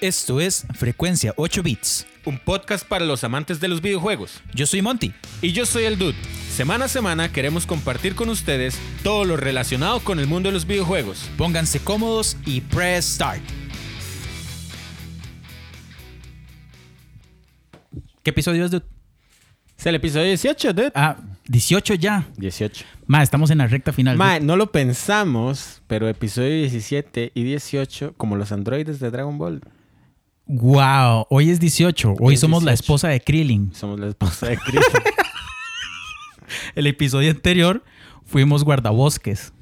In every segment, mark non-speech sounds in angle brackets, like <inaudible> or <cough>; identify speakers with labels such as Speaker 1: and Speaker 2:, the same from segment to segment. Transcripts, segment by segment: Speaker 1: Esto es Frecuencia 8 Bits.
Speaker 2: Un podcast para los amantes de los videojuegos.
Speaker 1: Yo soy Monty.
Speaker 2: Y yo soy el Dude. Semana a semana queremos compartir con ustedes todo lo relacionado con el mundo de los videojuegos.
Speaker 1: Pónganse cómodos y press start. ¿Qué episodio es, Dude?
Speaker 2: Es el episodio 18, Dude.
Speaker 1: Ah, 18 ya.
Speaker 2: 18.
Speaker 1: Ma, estamos en la recta final.
Speaker 2: Mae, no lo pensamos, pero episodio 17 y 18, como los androides de Dragon Ball,
Speaker 1: Wow, hoy es 18. Hoy
Speaker 2: es
Speaker 1: somos la
Speaker 2: 18.
Speaker 1: esposa de Krillin.
Speaker 2: somos la esposa de Chris.
Speaker 1: El episodio anterior fuimos guardabosques.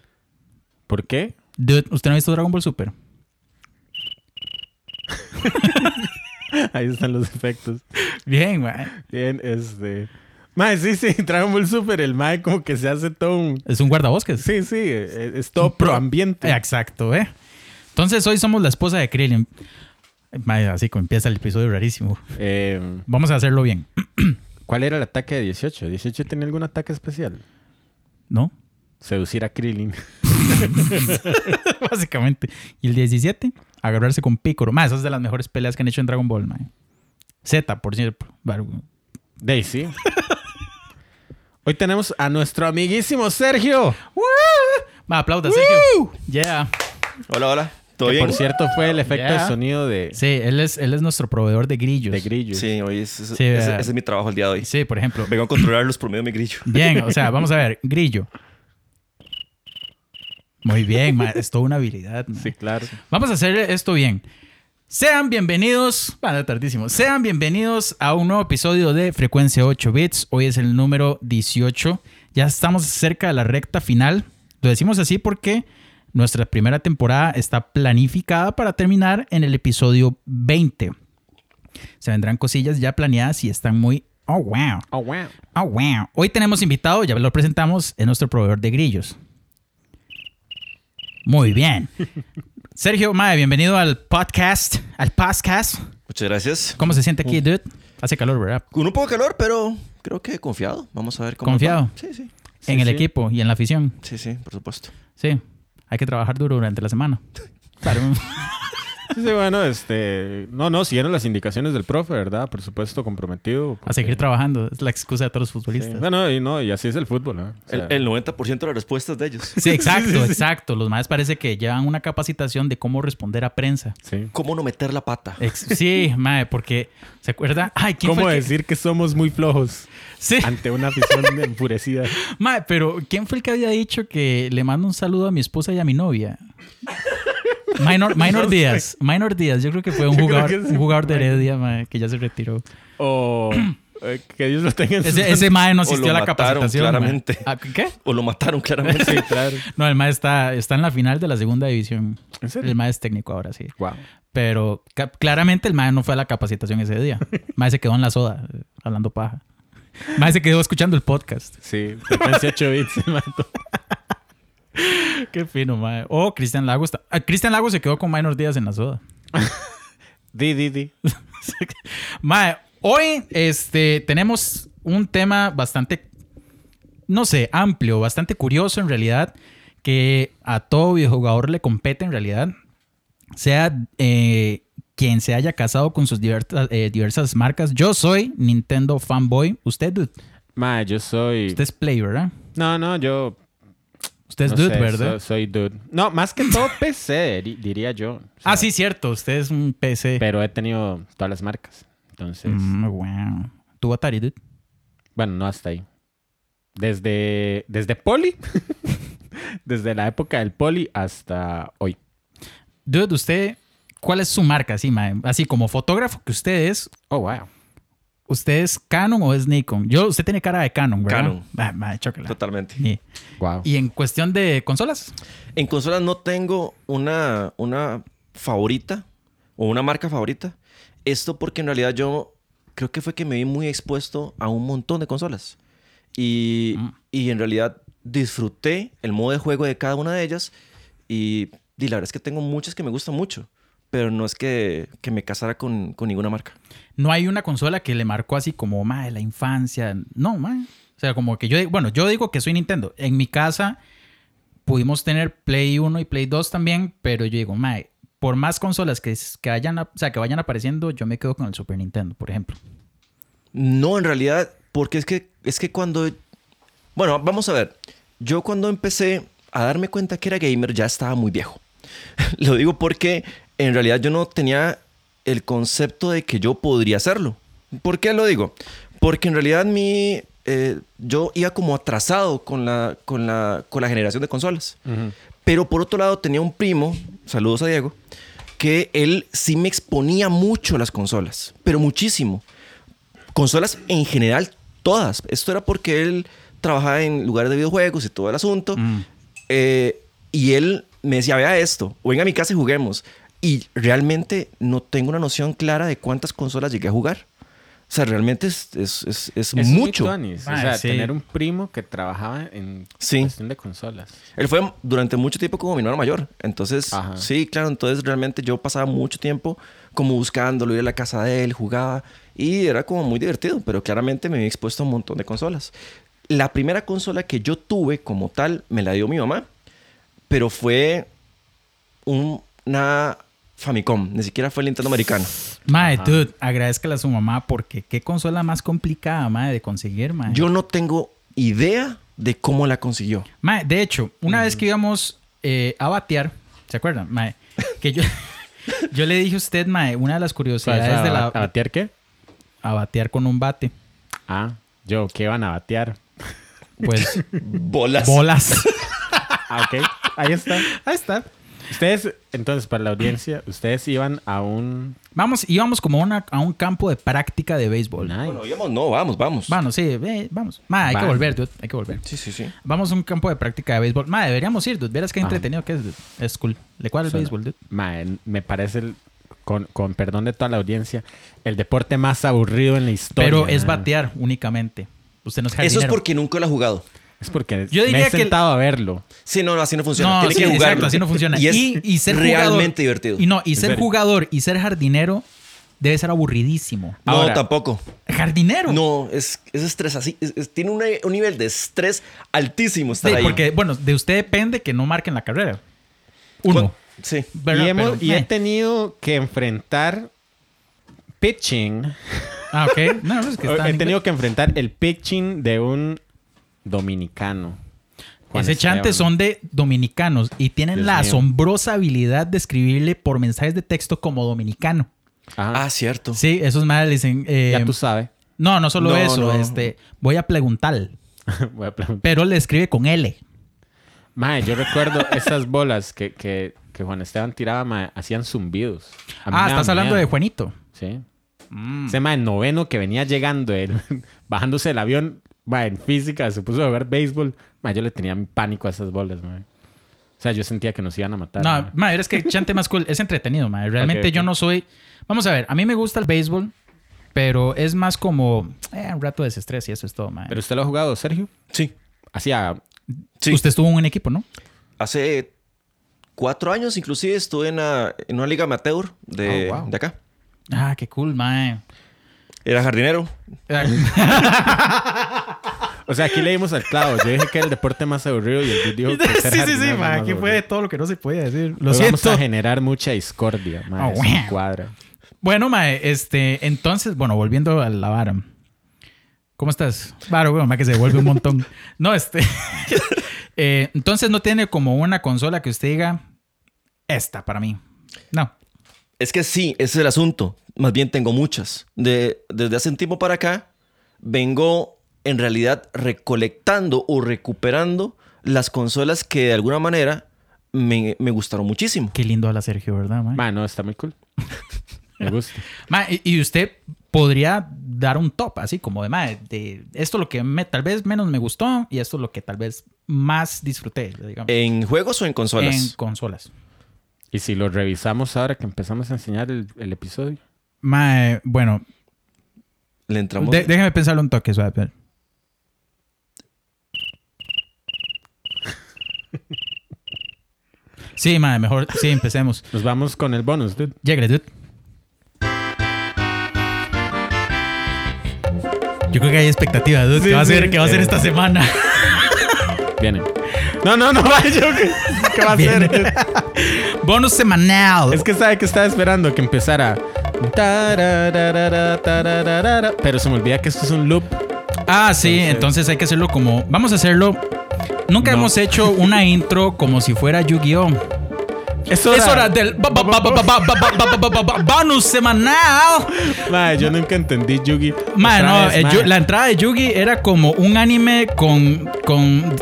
Speaker 2: <laughs> ¿Por qué?
Speaker 1: Dude, ¿usted no ha visto Dragon Ball Super?
Speaker 2: <laughs> Ahí están los efectos.
Speaker 1: Bien, ma.
Speaker 2: Bien, este. Mae, sí, sí, <laughs> Dragon Ball Super, el Mae como que se hace todo un.
Speaker 1: Es un guardabosques.
Speaker 2: Sí, sí, es, es todo pro ambiente.
Speaker 1: Exacto, ¿eh? Entonces hoy somos la esposa de Krillin. Mae, Así como empieza el episodio rarísimo.
Speaker 2: Eh,
Speaker 1: Vamos a hacerlo bien,
Speaker 2: ¿Cuál era el ataque de 18? ¿18 tenía algún ataque especial?
Speaker 1: ¿no? <laughs>
Speaker 2: Seducir a Krillin. <laughs>
Speaker 1: Básicamente. Y el 17, agarrarse con Picoro. Más, esas de las mejores peleas que han hecho en Dragon Ball, mae. Z, por cierto. Bar-
Speaker 2: <laughs> Daisy. Hoy tenemos a nuestro amiguísimo Sergio.
Speaker 1: Ma, aplauda, Sergio. Yeah.
Speaker 3: Hola, hola. ¿Todo
Speaker 2: Que,
Speaker 3: bien?
Speaker 2: Por cierto, fue el efecto
Speaker 1: Yeah.
Speaker 2: de sonido de,
Speaker 1: Sí, él es, él es nuestro proveedor de grillos.
Speaker 2: de grillos.
Speaker 3: Sí, hoy es, es-
Speaker 1: Sí,
Speaker 3: ese,
Speaker 1: ¿verdad?
Speaker 3: ese es mi trabajo el día de hoy.
Speaker 1: Sí, por ejemplo.
Speaker 3: Vengo a controlarlos por medio de mi grillo.
Speaker 2: Mm.
Speaker 1: Bien, o sea, vamos a ver. Grillo. Muy bien, ma, es toda una habilidad. ma.
Speaker 2: Sí, claro.
Speaker 1: Vamos a hacer esto bien. Sean bienvenidos, bueno, tardísimo. Sean bienvenidos a un nuevo episodio de Frecuencia 8 Bits. Hoy es el número 18. Ya estamos cerca de la recta final. Lo decimos así porque nuestra primera temporada está planificada para terminar en el episodio 20. Se vendrán cosillas ya planeadas y están muy oh wow.
Speaker 2: Oh, wow.
Speaker 1: Oh wow. Hoy tenemos invitado, ya lo presentamos, es nuestro proveedor de grillos. Muy bien. <laughs> Sergio Mae, bienvenido al podcast, al podcast.
Speaker 3: Muchas gracias.
Speaker 1: ¿Cómo se siente aquí, dude? Hace calor, ¿verdad?
Speaker 3: Con un poco de calor, pero creo que confiado. Vamos a ver cómo.
Speaker 1: Confiado.
Speaker 3: va. Sí, sí.
Speaker 1: en el
Speaker 2: sí.
Speaker 1: equipo y en la afición.
Speaker 3: Sí, sí, por supuesto.
Speaker 1: Sí. Hay que trabajar duro durante la semana. <laughs> Claro.
Speaker 2: Sí, sí, bueno, este. No, no, siguieron las indicaciones del profe, ¿verdad? Por supuesto, comprometido.
Speaker 1: A seguir trabajando. Es la excusa de todos los
Speaker 2: Sí.
Speaker 1: futbolistas.
Speaker 2: Bueno, y, no, y así es el fútbol, ¿no? O sea,
Speaker 3: El, el 90% de las respuestas de
Speaker 2: <laughs>
Speaker 3: ellos.
Speaker 1: <laughs> Sí, exacto, exacto. Los maes parece que llevan una capacitación de cómo responder a prensa.
Speaker 2: sí.
Speaker 3: ¿Cómo no meter la pata?
Speaker 1: <laughs>
Speaker 2: Eh.
Speaker 1: Ex- sí, mae, porque ¿se acuerda? Ay, ¿quién
Speaker 2: ¿Cómo
Speaker 1: fue el que-
Speaker 2: decir que somos
Speaker 1: <laughs>
Speaker 2: muy flojos
Speaker 1: Sí.
Speaker 2: ante una afición enfurecida?
Speaker 1: Mae, pero ¿quién fue el que había dicho que le mando un saludo a mi esposa y a mi novia? Minor, Minor Díaz. Minor Díaz, yo creo que fue un
Speaker 2: Yo creo
Speaker 1: jugador,
Speaker 2: que sí.
Speaker 1: un jugador de Heredia, mae, que ya se retiró.
Speaker 2: O eh, que Dios lo tenga en sus
Speaker 1: Ese, ese mae no
Speaker 3: O lo
Speaker 1: asistió a la
Speaker 3: mataron,
Speaker 1: capacitación. mae.
Speaker 3: claramente.
Speaker 1: Ah, ¿Qué?
Speaker 3: O lo mataron
Speaker 1: <laughs>
Speaker 2: <laughs>
Speaker 3: claramente.
Speaker 2: Sí, claro.
Speaker 1: No, el mae está, está en la final de la segunda división.
Speaker 2: ¿En serio?
Speaker 1: El mae es técnico ahora, sí.
Speaker 2: Wow.
Speaker 1: Pero ca- claramente el mae no fue a la capacitación ese día. El mae se quedó en la soda, eh, hablando paja. El mae se quedó escuchando el podcast.
Speaker 2: Sí, frecuencia 8 bits se mató.
Speaker 1: Qué fino, mae. Oh, Cristian Lago está... ah, Cristian Lago se quedó con Minor Díaz en la soda.
Speaker 2: <laughs> Di, di, di.
Speaker 1: <laughs> Mae, hoy este, tenemos un tema bastante, no sé, amplio, bastante curioso en realidad, que a todo videojugador le compete en realidad, sea eh, quien se haya casado con sus diversas, eh, diversas marcas. Yo soy Nintendo fanboy, usted, dude,
Speaker 2: Ma, yo soy.
Speaker 1: usted es Play, ¿verdad?
Speaker 2: No, no, yo.
Speaker 1: Usted es
Speaker 2: no
Speaker 1: dude,
Speaker 2: sé,
Speaker 1: ¿verdad?
Speaker 2: so- soy dude. No, más que
Speaker 1: <laughs>
Speaker 2: todo PC, di- diría yo. O sea,
Speaker 1: ah, sí, cierto, usted es un PC.
Speaker 2: Pero he tenido todas las marcas. Entonces,
Speaker 1: Mm, wow. ¿Tu Atari, dude?
Speaker 2: bueno, no hasta ahí. Desde, desde Poli, <laughs> desde la época del Poli hasta hoy.
Speaker 1: Dude, usted, ¿cuál es su marca? Así, mae, así como fotógrafo que usted es,
Speaker 2: Oh, wow.
Speaker 1: ¿Usted es Canon o es Nikon? Yo, usted tiene cara de Canon, ¿verdad?
Speaker 3: Canon.
Speaker 1: Ah, madre, chócala.
Speaker 3: Totalmente.
Speaker 1: Ni-
Speaker 2: Wow.
Speaker 1: Y en cuestión de consolas,
Speaker 3: En consolas no tengo una, una favorita o una marca favorita. Esto porque en realidad yo creo que fue que me vi muy expuesto a un montón de consolas. Y, y en realidad disfruté el modo de juego de cada una de ellas. Y, y la verdad es que tengo muchas que me gustan mucho. Pero no es que, que me casara con, con ninguna marca.
Speaker 1: no hay una consola que le marcó así como, madre, la infancia. No, madre. O sea, como que yo, bueno, yo digo que soy Nintendo. En mi casa pudimos tener Play 1 y Play 2 también, pero yo digo, madre, por más consolas que, es- que, hayan, ap- o sea, que vayan apareciendo, yo me quedo con el Super Nintendo, por ejemplo.
Speaker 3: No, en realidad, porque es que, es que cuando... Bueno, vamos a ver. Yo cuando empecé a darme cuenta que era gamer ya estaba muy viejo. <laughs> Lo digo porque en realidad yo no tenía el concepto de que yo podría hacerlo. ¿Por qué lo digo? Porque en realidad mi, eh, yo iba como atrasado con la, con, la, con la generación de consolas. Pero por otro lado tenía un primo, saludos a Diego, que él sí me exponía mucho a las consolas, pero muchísimo consolas en general, todas. Esto era porque él trabajaba en lugares de videojuegos y todo el asunto. Eh, y él me decía, vea esto, o venga a mi casa y juguemos. Y realmente no tengo una noción clara de cuántas consolas llegué a jugar. O sea, realmente es, es- es-
Speaker 2: Es
Speaker 3: es
Speaker 2: muy
Speaker 3: mucho.
Speaker 2: tuanis,
Speaker 1: Mae,
Speaker 2: o sea,
Speaker 1: Ah, sí.
Speaker 2: tener un primo que trabajaba en
Speaker 3: Sí.
Speaker 2: cuestión de consolas.
Speaker 3: Él fue durante mucho tiempo como mi hermano mayor. Entonces,
Speaker 2: Ajá.
Speaker 3: sí, claro, entonces realmente yo pasaba mucho tiempo como buscándolo, ir a la casa de él, jugaba y era como muy divertido, pero claramente me había expuesto a un montón de consolas. La primera consola que yo tuve como tal me la dio mi mamá, pero fue un- una Famicom, ni siquiera fue el Nintendo americano.
Speaker 1: Mae,
Speaker 2: Ajá.
Speaker 1: dude, agradezcale a su mamá porque qué consola más complicada, mae, de conseguir, mae.
Speaker 3: Yo no tengo idea de cómo la consiguió.
Speaker 1: Mae, de hecho, una vez que íbamos eh, a batear, ¿se acuerdan? Mae, que yo, yo le dije a usted, mae, una de las curiosidades
Speaker 2: ¿Sabes
Speaker 1: de
Speaker 2: a,
Speaker 1: la...
Speaker 2: a batear qué?
Speaker 1: a batear con un bate.
Speaker 2: Ah, yo, ¿qué van a batear?
Speaker 1: Pues
Speaker 3: Bolas.
Speaker 1: bolas.
Speaker 2: Ah, ok, ahí está.
Speaker 1: Ahí está.
Speaker 2: Ustedes, entonces, para la audiencia, ustedes iban a un...
Speaker 1: Vamos, íbamos como a una- a un campo de práctica de béisbol.
Speaker 2: Nice.
Speaker 3: Bueno, íbamos, no, vamos, vamos.
Speaker 1: Bueno, sí, eh, vamos. Ma, hay que
Speaker 2: Vamos.
Speaker 1: volver, dude. Hay que volver.
Speaker 3: Sí, sí, sí.
Speaker 1: Vamos a un campo de práctica de béisbol. Ma, deberíamos ir, dude. Verás qué
Speaker 2: Ajá.
Speaker 1: entretenido que es, dude. Es cool. ¿Le cuadra el
Speaker 2: Suena.
Speaker 1: béisbol, dude?
Speaker 2: Mae, me parece, el- con, con perdón de toda la audiencia, el deporte más aburrido en la historia.
Speaker 1: Pero es
Speaker 2: mae.
Speaker 1: batear únicamente. Usted no es
Speaker 3: Eso es
Speaker 1: jardinero.
Speaker 3: porque nunca la he jugado.
Speaker 2: Es porque
Speaker 1: Yo
Speaker 2: me
Speaker 1: diría
Speaker 2: he
Speaker 1: que el-
Speaker 2: sentado a verlo.
Speaker 3: Sí, no, no, así no funciona.
Speaker 1: No,
Speaker 3: Tiene
Speaker 1: sí,
Speaker 3: que jugarlo.
Speaker 1: exacto, así no funciona.
Speaker 3: Y es
Speaker 1: ser
Speaker 3: realmente
Speaker 1: jugador-
Speaker 3: divertido.
Speaker 1: Y no, y
Speaker 2: En
Speaker 1: ser
Speaker 2: serio.
Speaker 1: jugador y ser jardinero debe ser aburridísimo.
Speaker 3: No,
Speaker 2: Ahora-
Speaker 3: tampoco.
Speaker 1: Jardinero.
Speaker 3: No, es, es estrés así. es- es- tiene una- un nivel de estrés altísimo estar
Speaker 1: Sí,
Speaker 3: ahí.
Speaker 1: porque, bueno, de usted depende que no marquen la carrera.
Speaker 3: Cu-
Speaker 1: Uno.
Speaker 3: Sí.
Speaker 1: Pero-
Speaker 2: y hemos-
Speaker 1: pero,
Speaker 2: y he
Speaker 1: eh.
Speaker 2: tenido que enfrentar pitching.
Speaker 1: Ah, ok. No, no,
Speaker 2: <laughs>
Speaker 1: es que está
Speaker 2: he
Speaker 1: en
Speaker 2: tenido
Speaker 1: inglés.
Speaker 2: que enfrentar el pitching de un dominicano. Juan
Speaker 1: Ese chante
Speaker 2: Esteban.
Speaker 1: son de dominicanos y tienen
Speaker 2: este Dios
Speaker 1: la
Speaker 2: mío.
Speaker 1: asombrosa habilidad de escribirle por mensajes de texto como dominicano.
Speaker 2: Ajá.
Speaker 3: Ah, cierto.
Speaker 1: Sí, esos madres le dicen. eh,
Speaker 2: ya tú sabes. <laughs>
Speaker 1: No, no solo
Speaker 3: No,
Speaker 1: eso.
Speaker 3: no.
Speaker 1: Este, voy a preguntar.
Speaker 2: Voy a preguntar.
Speaker 1: Pero le escribe con L.
Speaker 2: Mae, yo recuerdo esas bolas que, que, que Juan Esteban tiraba, mae, hacían zumbidos. A mí
Speaker 1: Ah,
Speaker 2: me daba
Speaker 1: estás hablando de Mm.
Speaker 2: miedo.
Speaker 1: Juanito.
Speaker 2: Sí. Ese mae noveno que venía llegando, él, <laughs> bajándose del avión, mae, en física, se puso a jugar béisbol. Mae, yo le tenía pánico a esas bolas, mae. O sea, yo sentía que nos iban a matar.
Speaker 1: No,
Speaker 2: mae.
Speaker 1: madre, es que chante más cool. Es entretenido, madre. Realmente
Speaker 2: ok.
Speaker 1: yo no soy. Vamos a ver, a mí me gusta el béisbol, pero es más como eh, un rato de desestrés y eso es todo, madre.
Speaker 2: Pero usted lo ha jugado, Sergio.
Speaker 3: Sí.
Speaker 2: Hacía.
Speaker 3: sí.
Speaker 1: Usted estuvo en un equipo, ¿no?
Speaker 3: Hace cuatro años, inclusive, estuve en, la- en una liga amateur de,
Speaker 2: Oh, wow.
Speaker 3: de acá.
Speaker 1: Ah, qué cool, madre.
Speaker 3: Era jardinero.
Speaker 1: Ah.
Speaker 2: O sea, aquí le dimos al clavo. Yo dije que era el deporte más aburrido y
Speaker 1: <laughs>
Speaker 2: el dude dijo que ser jardinero era más aburrido.
Speaker 1: todo lo que no se podía decir. Lo
Speaker 2: Hoy Vamos
Speaker 1: siento.
Speaker 2: a generar mucha discordia, mae.
Speaker 1: Ah,
Speaker 2: eso no
Speaker 1: bueno.
Speaker 2: cuadra.
Speaker 1: Bueno, mae, este, entonces, bueno, volviendo a la vara. ¿Cómo estás? Varo, weón, mae, que se devuelve un <laughs> montón. No, este. eh, entonces no tiene como una consola que usted diga, esta para mí. No.
Speaker 3: Es que sí, ese es el asunto. Más bien tengo muchas. De, desde hace un tiempo para acá, vengo en realidad recolectando o recuperando las consolas que de alguna manera me, me gustaron muchísimo.
Speaker 1: Qué lindo habla Sergio, ¿verdad, mae?
Speaker 2: Mae, no, está muy cool. Me gusta.
Speaker 1: Mae, y y usted podría dar un top así como de mae, de esto es lo que me, tal vez menos me gustó y esto es lo que tal vez más disfruté, digamos,
Speaker 3: ¿En juegos o en consolas?
Speaker 1: en consolas.
Speaker 2: Y si lo revisamos ahora que empezamos a enseñar el, el episodio.
Speaker 1: Mae, bueno,
Speaker 3: Le entramos.
Speaker 1: de- déjeme pensarlo un toque, <laughs> suave. Sí, mae, mejor, sí, empecemos.
Speaker 2: Nos vamos con el bonus, dude.
Speaker 1: Llegre, dude. <laughs> Yo creo que hay expectativa, dude. ¿Qué va a ser, qué va a ser esta semana?
Speaker 2: Viene. No, no, <laughs> no, mae, yo, ¿qué, qué va a hacer?
Speaker 1: Bonus semanal.
Speaker 2: Es que sabe que estaba esperando que empezara. Tarararara, tarararara, Pero se me olvida que esto es un loop.
Speaker 1: Ah, sí, entonces hay que hacerlo como. Vamos a hacerlo. Nunca
Speaker 2: No.
Speaker 1: hemos hecho una intro como si fuera Yu-Gi-Oh!
Speaker 2: Es
Speaker 1: Es hora del ba- ba- ba- ba- ba- ba- ba- ba- ba- ba- ba- bonus semanal.
Speaker 2: Mae, yo nunca entendí Yugi.
Speaker 1: Man,
Speaker 2: Otra
Speaker 1: no,
Speaker 2: vez,
Speaker 1: eh,
Speaker 2: mae.
Speaker 1: Yu- la entrada de Yugi era como un anime con, con,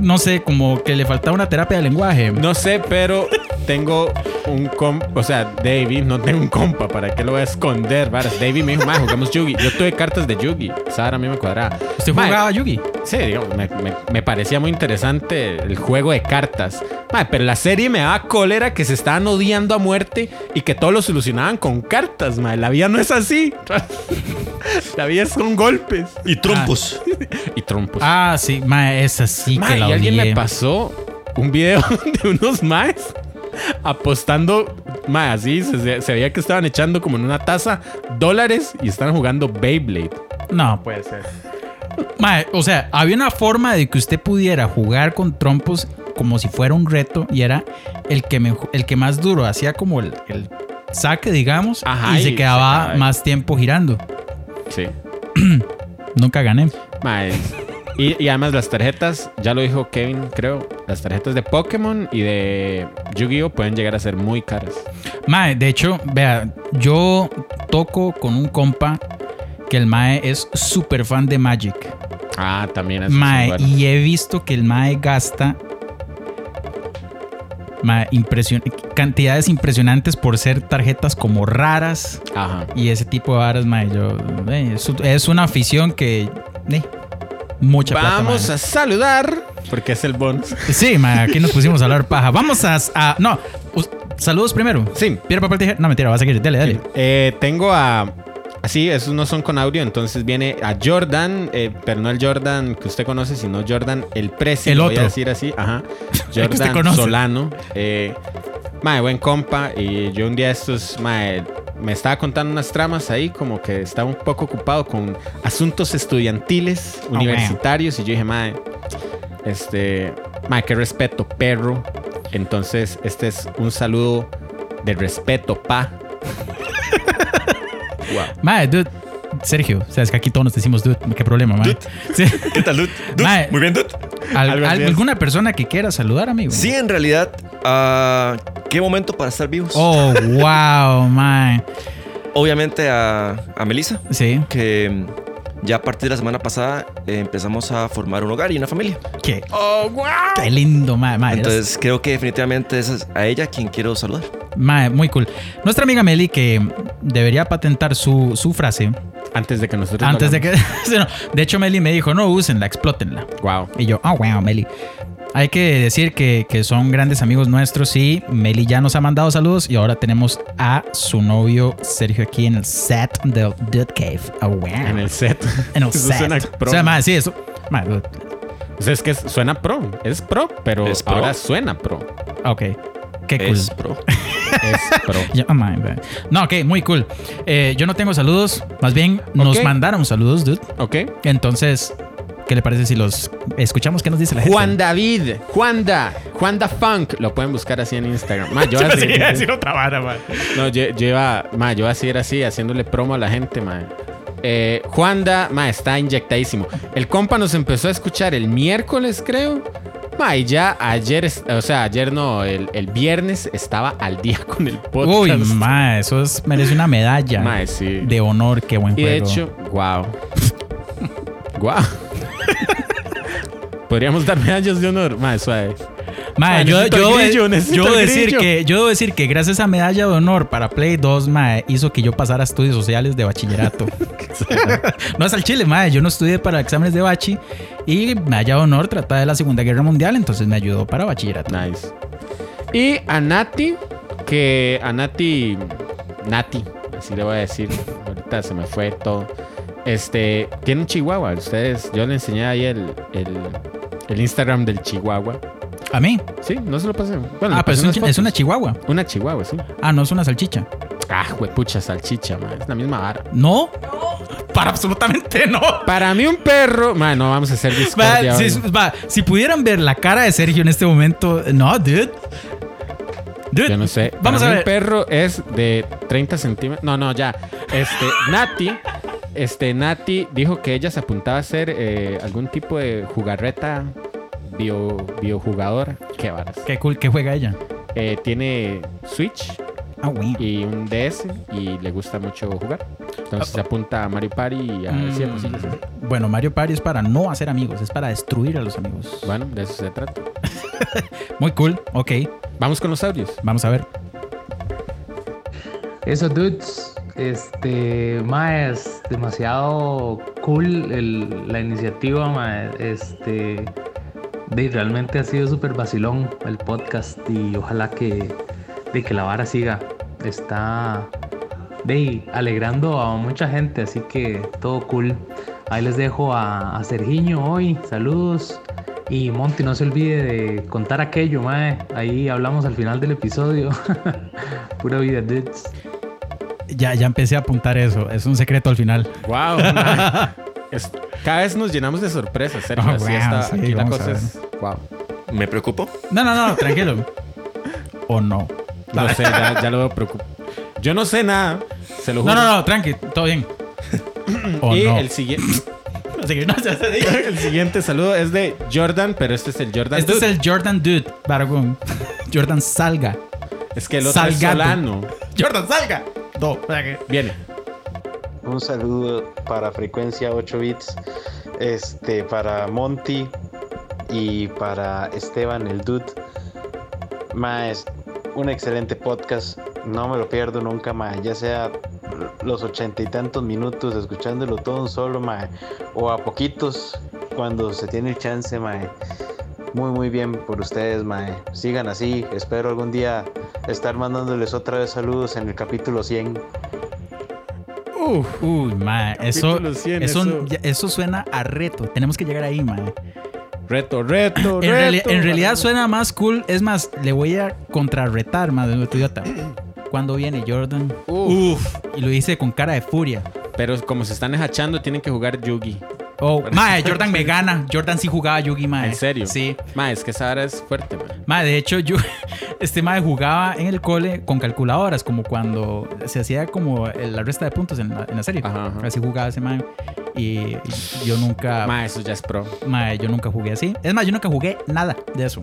Speaker 1: no sé, como que le faltaba una terapia de lenguaje.
Speaker 2: No sé, pero tengo un compa. O sea, David, no tengo un compa. ¿Para qué lo voy a esconder? varas? David me dijo, mae, jugamos Yugi. Yo tuve cartas de Yugi. Sara a mí me cuadraba.
Speaker 1: ¿Usted
Speaker 2: Mae,
Speaker 1: jugaba a Yugi?
Speaker 2: Sí, digamos, me, me- me parecía muy interesante el juego de cartas. Mae, pero la serie me daba cólera que se estaban odiando a muerte y que todos lo solucionaban con cartas, mae. La vida no es así. <laughs> la vida es con golpes
Speaker 3: Y trompos.
Speaker 2: y trompos.
Speaker 1: Ah, sí, ma, esa sí
Speaker 2: Mae,
Speaker 1: que la
Speaker 2: pues. y alguien
Speaker 1: odié.
Speaker 2: me pasó un video <laughs> de unos maes apostando, mae, así se, se veía que estaban echando como en una taza dólares y están jugando Beyblade.
Speaker 1: No, pues.
Speaker 2: ser.
Speaker 1: Ma, o sea, había una forma de que usted pudiera jugar con trompos como si fuera un reto y era el que, mejo- el que más duro hacía como el, el saque, digamos,
Speaker 2: Ajá,
Speaker 1: y
Speaker 2: y
Speaker 1: se
Speaker 2: se
Speaker 1: quedaba
Speaker 2: quedaba ahí.
Speaker 1: más tiempo girando.
Speaker 2: Sí.
Speaker 1: Nunca gané.
Speaker 2: Mae, Y, y además las tarjetas, ya lo dijo Kevin, creo, las tarjetas de Pokémon y de Yu-Gi-Oh pueden llegar a ser muy caras.
Speaker 1: Mae, de hecho, vea, yo toco con un compa que el Mae es súper fan de Magic.
Speaker 2: Ah, también es
Speaker 1: Mae, y he visto que el Mae gasta mae, impresion- cantidades impresionantes por ser tarjetas como raras
Speaker 2: Ajá.
Speaker 1: y ese tipo de varas, Mae. Yo, eh, es, es una afición que. eh, mucha plata,
Speaker 2: Vamos
Speaker 1: mae.
Speaker 2: a saludar porque es el bonus.
Speaker 1: Sí, Mae, aquí nos pusimos a hablar paja. Vamos a. a- no, us- saludos primero.
Speaker 2: Sí,
Speaker 1: Piedra, papel, tijera. No, mentira, vas a seguir. Dale, dale.
Speaker 2: Eh, tengo a. Así, esos no son con audio, entonces viene a Jordan, eh, pero no el Jordan que usted conoce, sino Jordan el Presi.
Speaker 1: El
Speaker 2: lo Voy
Speaker 1: otro.
Speaker 2: a decir así, ajá.
Speaker 1: <laughs> El que usted
Speaker 2: Jordan
Speaker 1: conoce.
Speaker 2: Solano. Eh, mae, buen compa. Y yo un día estos, mae, me estaba contando unas tramas ahí, como que estaba un poco ocupado con asuntos estudiantiles,
Speaker 1: man.
Speaker 2: universitarios. Y yo dije, mae, este, mae, qué respeto, perro. Entonces, este es un saludo de respeto, pa.
Speaker 1: Mae, dude. Sergio, o sea, es que aquí todos nos decimos dude, qué problema, mae. Sí.
Speaker 3: <laughs> ¿Qué tal, Dut? Dut,
Speaker 1: Mae.
Speaker 3: Muy bien, Dut.
Speaker 1: Al-
Speaker 2: <laughs> Algo
Speaker 1: al-
Speaker 2: así es.
Speaker 1: alguna persona que quiera saludar, amigo.
Speaker 3: Sí, en realidad, ah, qué momento para estar vivos.
Speaker 1: Oh, wow, mae.
Speaker 3: Obviamente a, a Melissa,
Speaker 1: Sí.
Speaker 3: que mm, ya a partir de la semana pasada eh, empezamos a formar un hogar y una familia.
Speaker 1: Qué, qué lindo, mae. Mae, eres-
Speaker 3: Entonces creo que definitivamente es a ella quien quiero saludar.
Speaker 1: mae, muy cool. Nuestra amiga Meli, que debería patentar su, su frase
Speaker 2: Antes de que nosotros.
Speaker 1: antes de que. <laughs> Sí, no. De hecho, Meli me dijo: no, úsenla, explótenla.
Speaker 2: Wow.
Speaker 1: Y yo, oh, wow, Meli. Hay que decir que, que son grandes amigos nuestros y Meli ya nos ha mandado saludos y ahora tenemos a su novio Sergio aquí en el set del Dude Cave. Oh, wow.
Speaker 2: En el set.
Speaker 1: <laughs> En el
Speaker 2: Eso
Speaker 1: set.
Speaker 2: suena
Speaker 1: o
Speaker 2: pro.
Speaker 1: sea, mae, sí, eso. mae, dude.
Speaker 2: O sea, es que suena pro. Es pro, pero
Speaker 3: Es pro.
Speaker 2: ahora suena pro.
Speaker 1: Ok. Qué cool.
Speaker 3: Es pro.
Speaker 2: Es
Speaker 1: <laughs>
Speaker 2: pro.
Speaker 1: Ya, oh, mae, mae. no, ok, muy cool. Eh, yo no tengo saludos. Más bien, nos
Speaker 2: Ok.
Speaker 1: mandaron saludos, dude.
Speaker 2: ok.
Speaker 1: Entonces, ¿qué le parece si los escuchamos? ¿Qué nos dice la gente? <laughs>
Speaker 2: Juan David, Juanda, Juanda Funk, lo pueden buscar así en Instagram. Ma,
Speaker 1: <laughs>
Speaker 2: yo, así,
Speaker 1: otra vara, mae.
Speaker 2: no, yo, yo iba, ma, yo así era así, haciéndole promo a la gente, ma. Eh, Juanda, ma, está inyectadísimo. El compa nos empezó a escuchar el miércoles, creo. Ma, y ya ayer, es- o sea, ayer no, el, el viernes estaba al día <laughs> con el podcast.
Speaker 1: Uy, mae, eso es- merece una medalla.
Speaker 2: Mae, sí.
Speaker 1: De honor, qué buen
Speaker 2: Y
Speaker 1: juego.
Speaker 2: de hecho, wow. wow.
Speaker 1: <laughs>
Speaker 2: Podríamos dar medallas de honor. Mae, suave.
Speaker 1: Mae,
Speaker 2: Mae,
Speaker 1: yo,
Speaker 2: necesito
Speaker 1: yo,
Speaker 2: el grillo, necesito
Speaker 1: yo
Speaker 2: el
Speaker 1: decir
Speaker 2: grillo.
Speaker 1: que, yo debo decir que gracias a medalla de honor para Play 2, mae, hizo que yo pasara a estudios sociales de
Speaker 2: <laughs>
Speaker 1: bachillerato. <laughs> no es al chile, mae, yo no estudié para exámenes de bachi y medalla de honor trataba de la Segunda Guerra Mundial, entonces me ayudó para bachillerato.
Speaker 2: Nice. Y a Nati, que a Nati, Nati, así le voy a decir. Ahorita se me fue todo. Este, tiene un chihuahua. Ustedes, yo le enseñé ahí el, el, el Instagram del chihuahua.
Speaker 1: ¿A mí?
Speaker 2: Sí, no se lo pasé. Bueno,
Speaker 1: Ah,
Speaker 2: le
Speaker 1: pero
Speaker 2: pasé
Speaker 1: es, un
Speaker 2: unas
Speaker 1: chi-
Speaker 2: fotos.
Speaker 1: es una chihuahua.
Speaker 2: Una chihuahua, sí.
Speaker 1: Ah, no, es una salchicha.
Speaker 2: Ah, pucha salchicha, man. Es la misma vara.
Speaker 1: ¿No? Para absolutamente no.
Speaker 2: <laughs> Para mí un perro... Mae, no vamos a hacer
Speaker 1: Ma,
Speaker 2: discordia
Speaker 1: si,
Speaker 2: hoy.
Speaker 1: ma, si pudieran ver la cara de Sergio en este momento, no, dude. Dude,
Speaker 2: Yo no sé.
Speaker 1: Vamos
Speaker 2: Para
Speaker 1: a
Speaker 2: mí
Speaker 1: ver.
Speaker 2: Un perro es de 30 centímetros. No, no, ya.
Speaker 1: <laughs>
Speaker 2: Este, Nati. Este, Nati dijo que ella se apuntaba a ser eh, algún tipo de jugarreta bio, biojugadora. Qué varas.
Speaker 1: Qué cool que juega ella.
Speaker 2: Eh, tiene Switch
Speaker 1: Ah, güey.
Speaker 2: y un DS y le gusta mucho jugar. Entonces se apunta a Mario Party y a
Speaker 1: Ah, Mm,
Speaker 2: cien cosillas así.
Speaker 1: Bueno, Mario Party es para no hacer amigos, es para destruir a los amigos.
Speaker 2: Bueno, de eso se trata.
Speaker 1: Muy cool, ok,
Speaker 2: Vamos con los audios.
Speaker 1: vamos a ver.
Speaker 4: Esos dudes, este, mae, es demasiado cool el- la iniciativa, mae, este, de, realmente ha sido súper vacilón el podcast y ojalá que, de que la vara siga, está, de, alegrando a mucha gente, así que todo cool. Ahí les dejo a, a Sergiño hoy, saludos. Y Monty, no se olvide de contar aquello, mae. Ahí hablamos al final del episodio. <laughs> Pura vida, dudes.
Speaker 1: Ya, ya empecé a apuntar eso, es un secreto al final.
Speaker 2: <laughs>
Speaker 1: <laughs>
Speaker 2: ¡Wow! cada vez nos llenamos de sorpresas, Sergio.
Speaker 1: Oh,
Speaker 2: Así
Speaker 1: wow,
Speaker 2: está.
Speaker 1: sí,
Speaker 2: Aquí la
Speaker 1: vamos a
Speaker 2: cosa
Speaker 1: ver.
Speaker 2: es. ¡Wow!
Speaker 3: ¿Me preocupo?
Speaker 1: No, no, no, <laughs> tranquilo. o no.
Speaker 2: No sé, ya, ya lo veo preocupado. Yo no sé nada, se lo
Speaker 1: No,
Speaker 2: juro.
Speaker 1: no, no, tranqui, todo bien. o
Speaker 2: y
Speaker 1: no.
Speaker 2: el, siguiente,
Speaker 1: Así que no se <laughs> hace diga.
Speaker 2: <laughs> el siguiente saludo es de Jordan, pero este es el Jordan
Speaker 1: Este es
Speaker 2: Dude.
Speaker 1: el Jordan Dude, Baragón. <laughs> Jordan Salga.
Speaker 2: Es que el otro es
Speaker 1: Salgado.
Speaker 2: Solano.
Speaker 1: Jordan Salga. No, o sea que-
Speaker 2: Viene.
Speaker 5: Un saludo para Frecuencia 8 Bits, este, para Monty y para Esteban, el Dude. Más un excelente podcast, no me lo pierdo nunca más, ya sea los ochenta y tantos minutos escuchándolo todo un solo más, o a poquitos cuando se tiene el chance más. Muy muy bien por ustedes, mae. Sigan así. Espero algún día estar mandándoles otra vez saludos en el capítulo 100.
Speaker 1: Uf, uy, ma, eso,
Speaker 2: Capítulo 100,
Speaker 1: eso,
Speaker 2: eso.
Speaker 1: ya- eso suena a reto. Tenemos que llegar ahí, ma.
Speaker 2: Reto, reto, reto.
Speaker 1: En, reali- en realidad suena más cool. Es más, le voy a contrarretar, ma, de tu idiota. Cuando viene Jordan?
Speaker 2: Uf.
Speaker 1: Y lo dice con cara de furia.
Speaker 2: Pero como se están hachando, tienen que jugar Yugi.
Speaker 1: Oh, ma, Jordan me gana. Jordan sí jugaba Yugi, ma.
Speaker 2: ¿En serio?
Speaker 1: Sí.
Speaker 2: Ma, es que esa hora es fuerte, man.
Speaker 1: Ma, de hecho, yo, <laughs> este ma jugaba en el cole con calculadoras, como cuando se hacía como el- la resta de puntos en la, en la serie.
Speaker 2: Ajá, ajá.
Speaker 1: Así jugaba ese ma. Y yo nunca.
Speaker 2: Ma, eso ya es pro.
Speaker 1: Mae, yo nunca jugué así. Es más, yo nunca jugué nada de eso.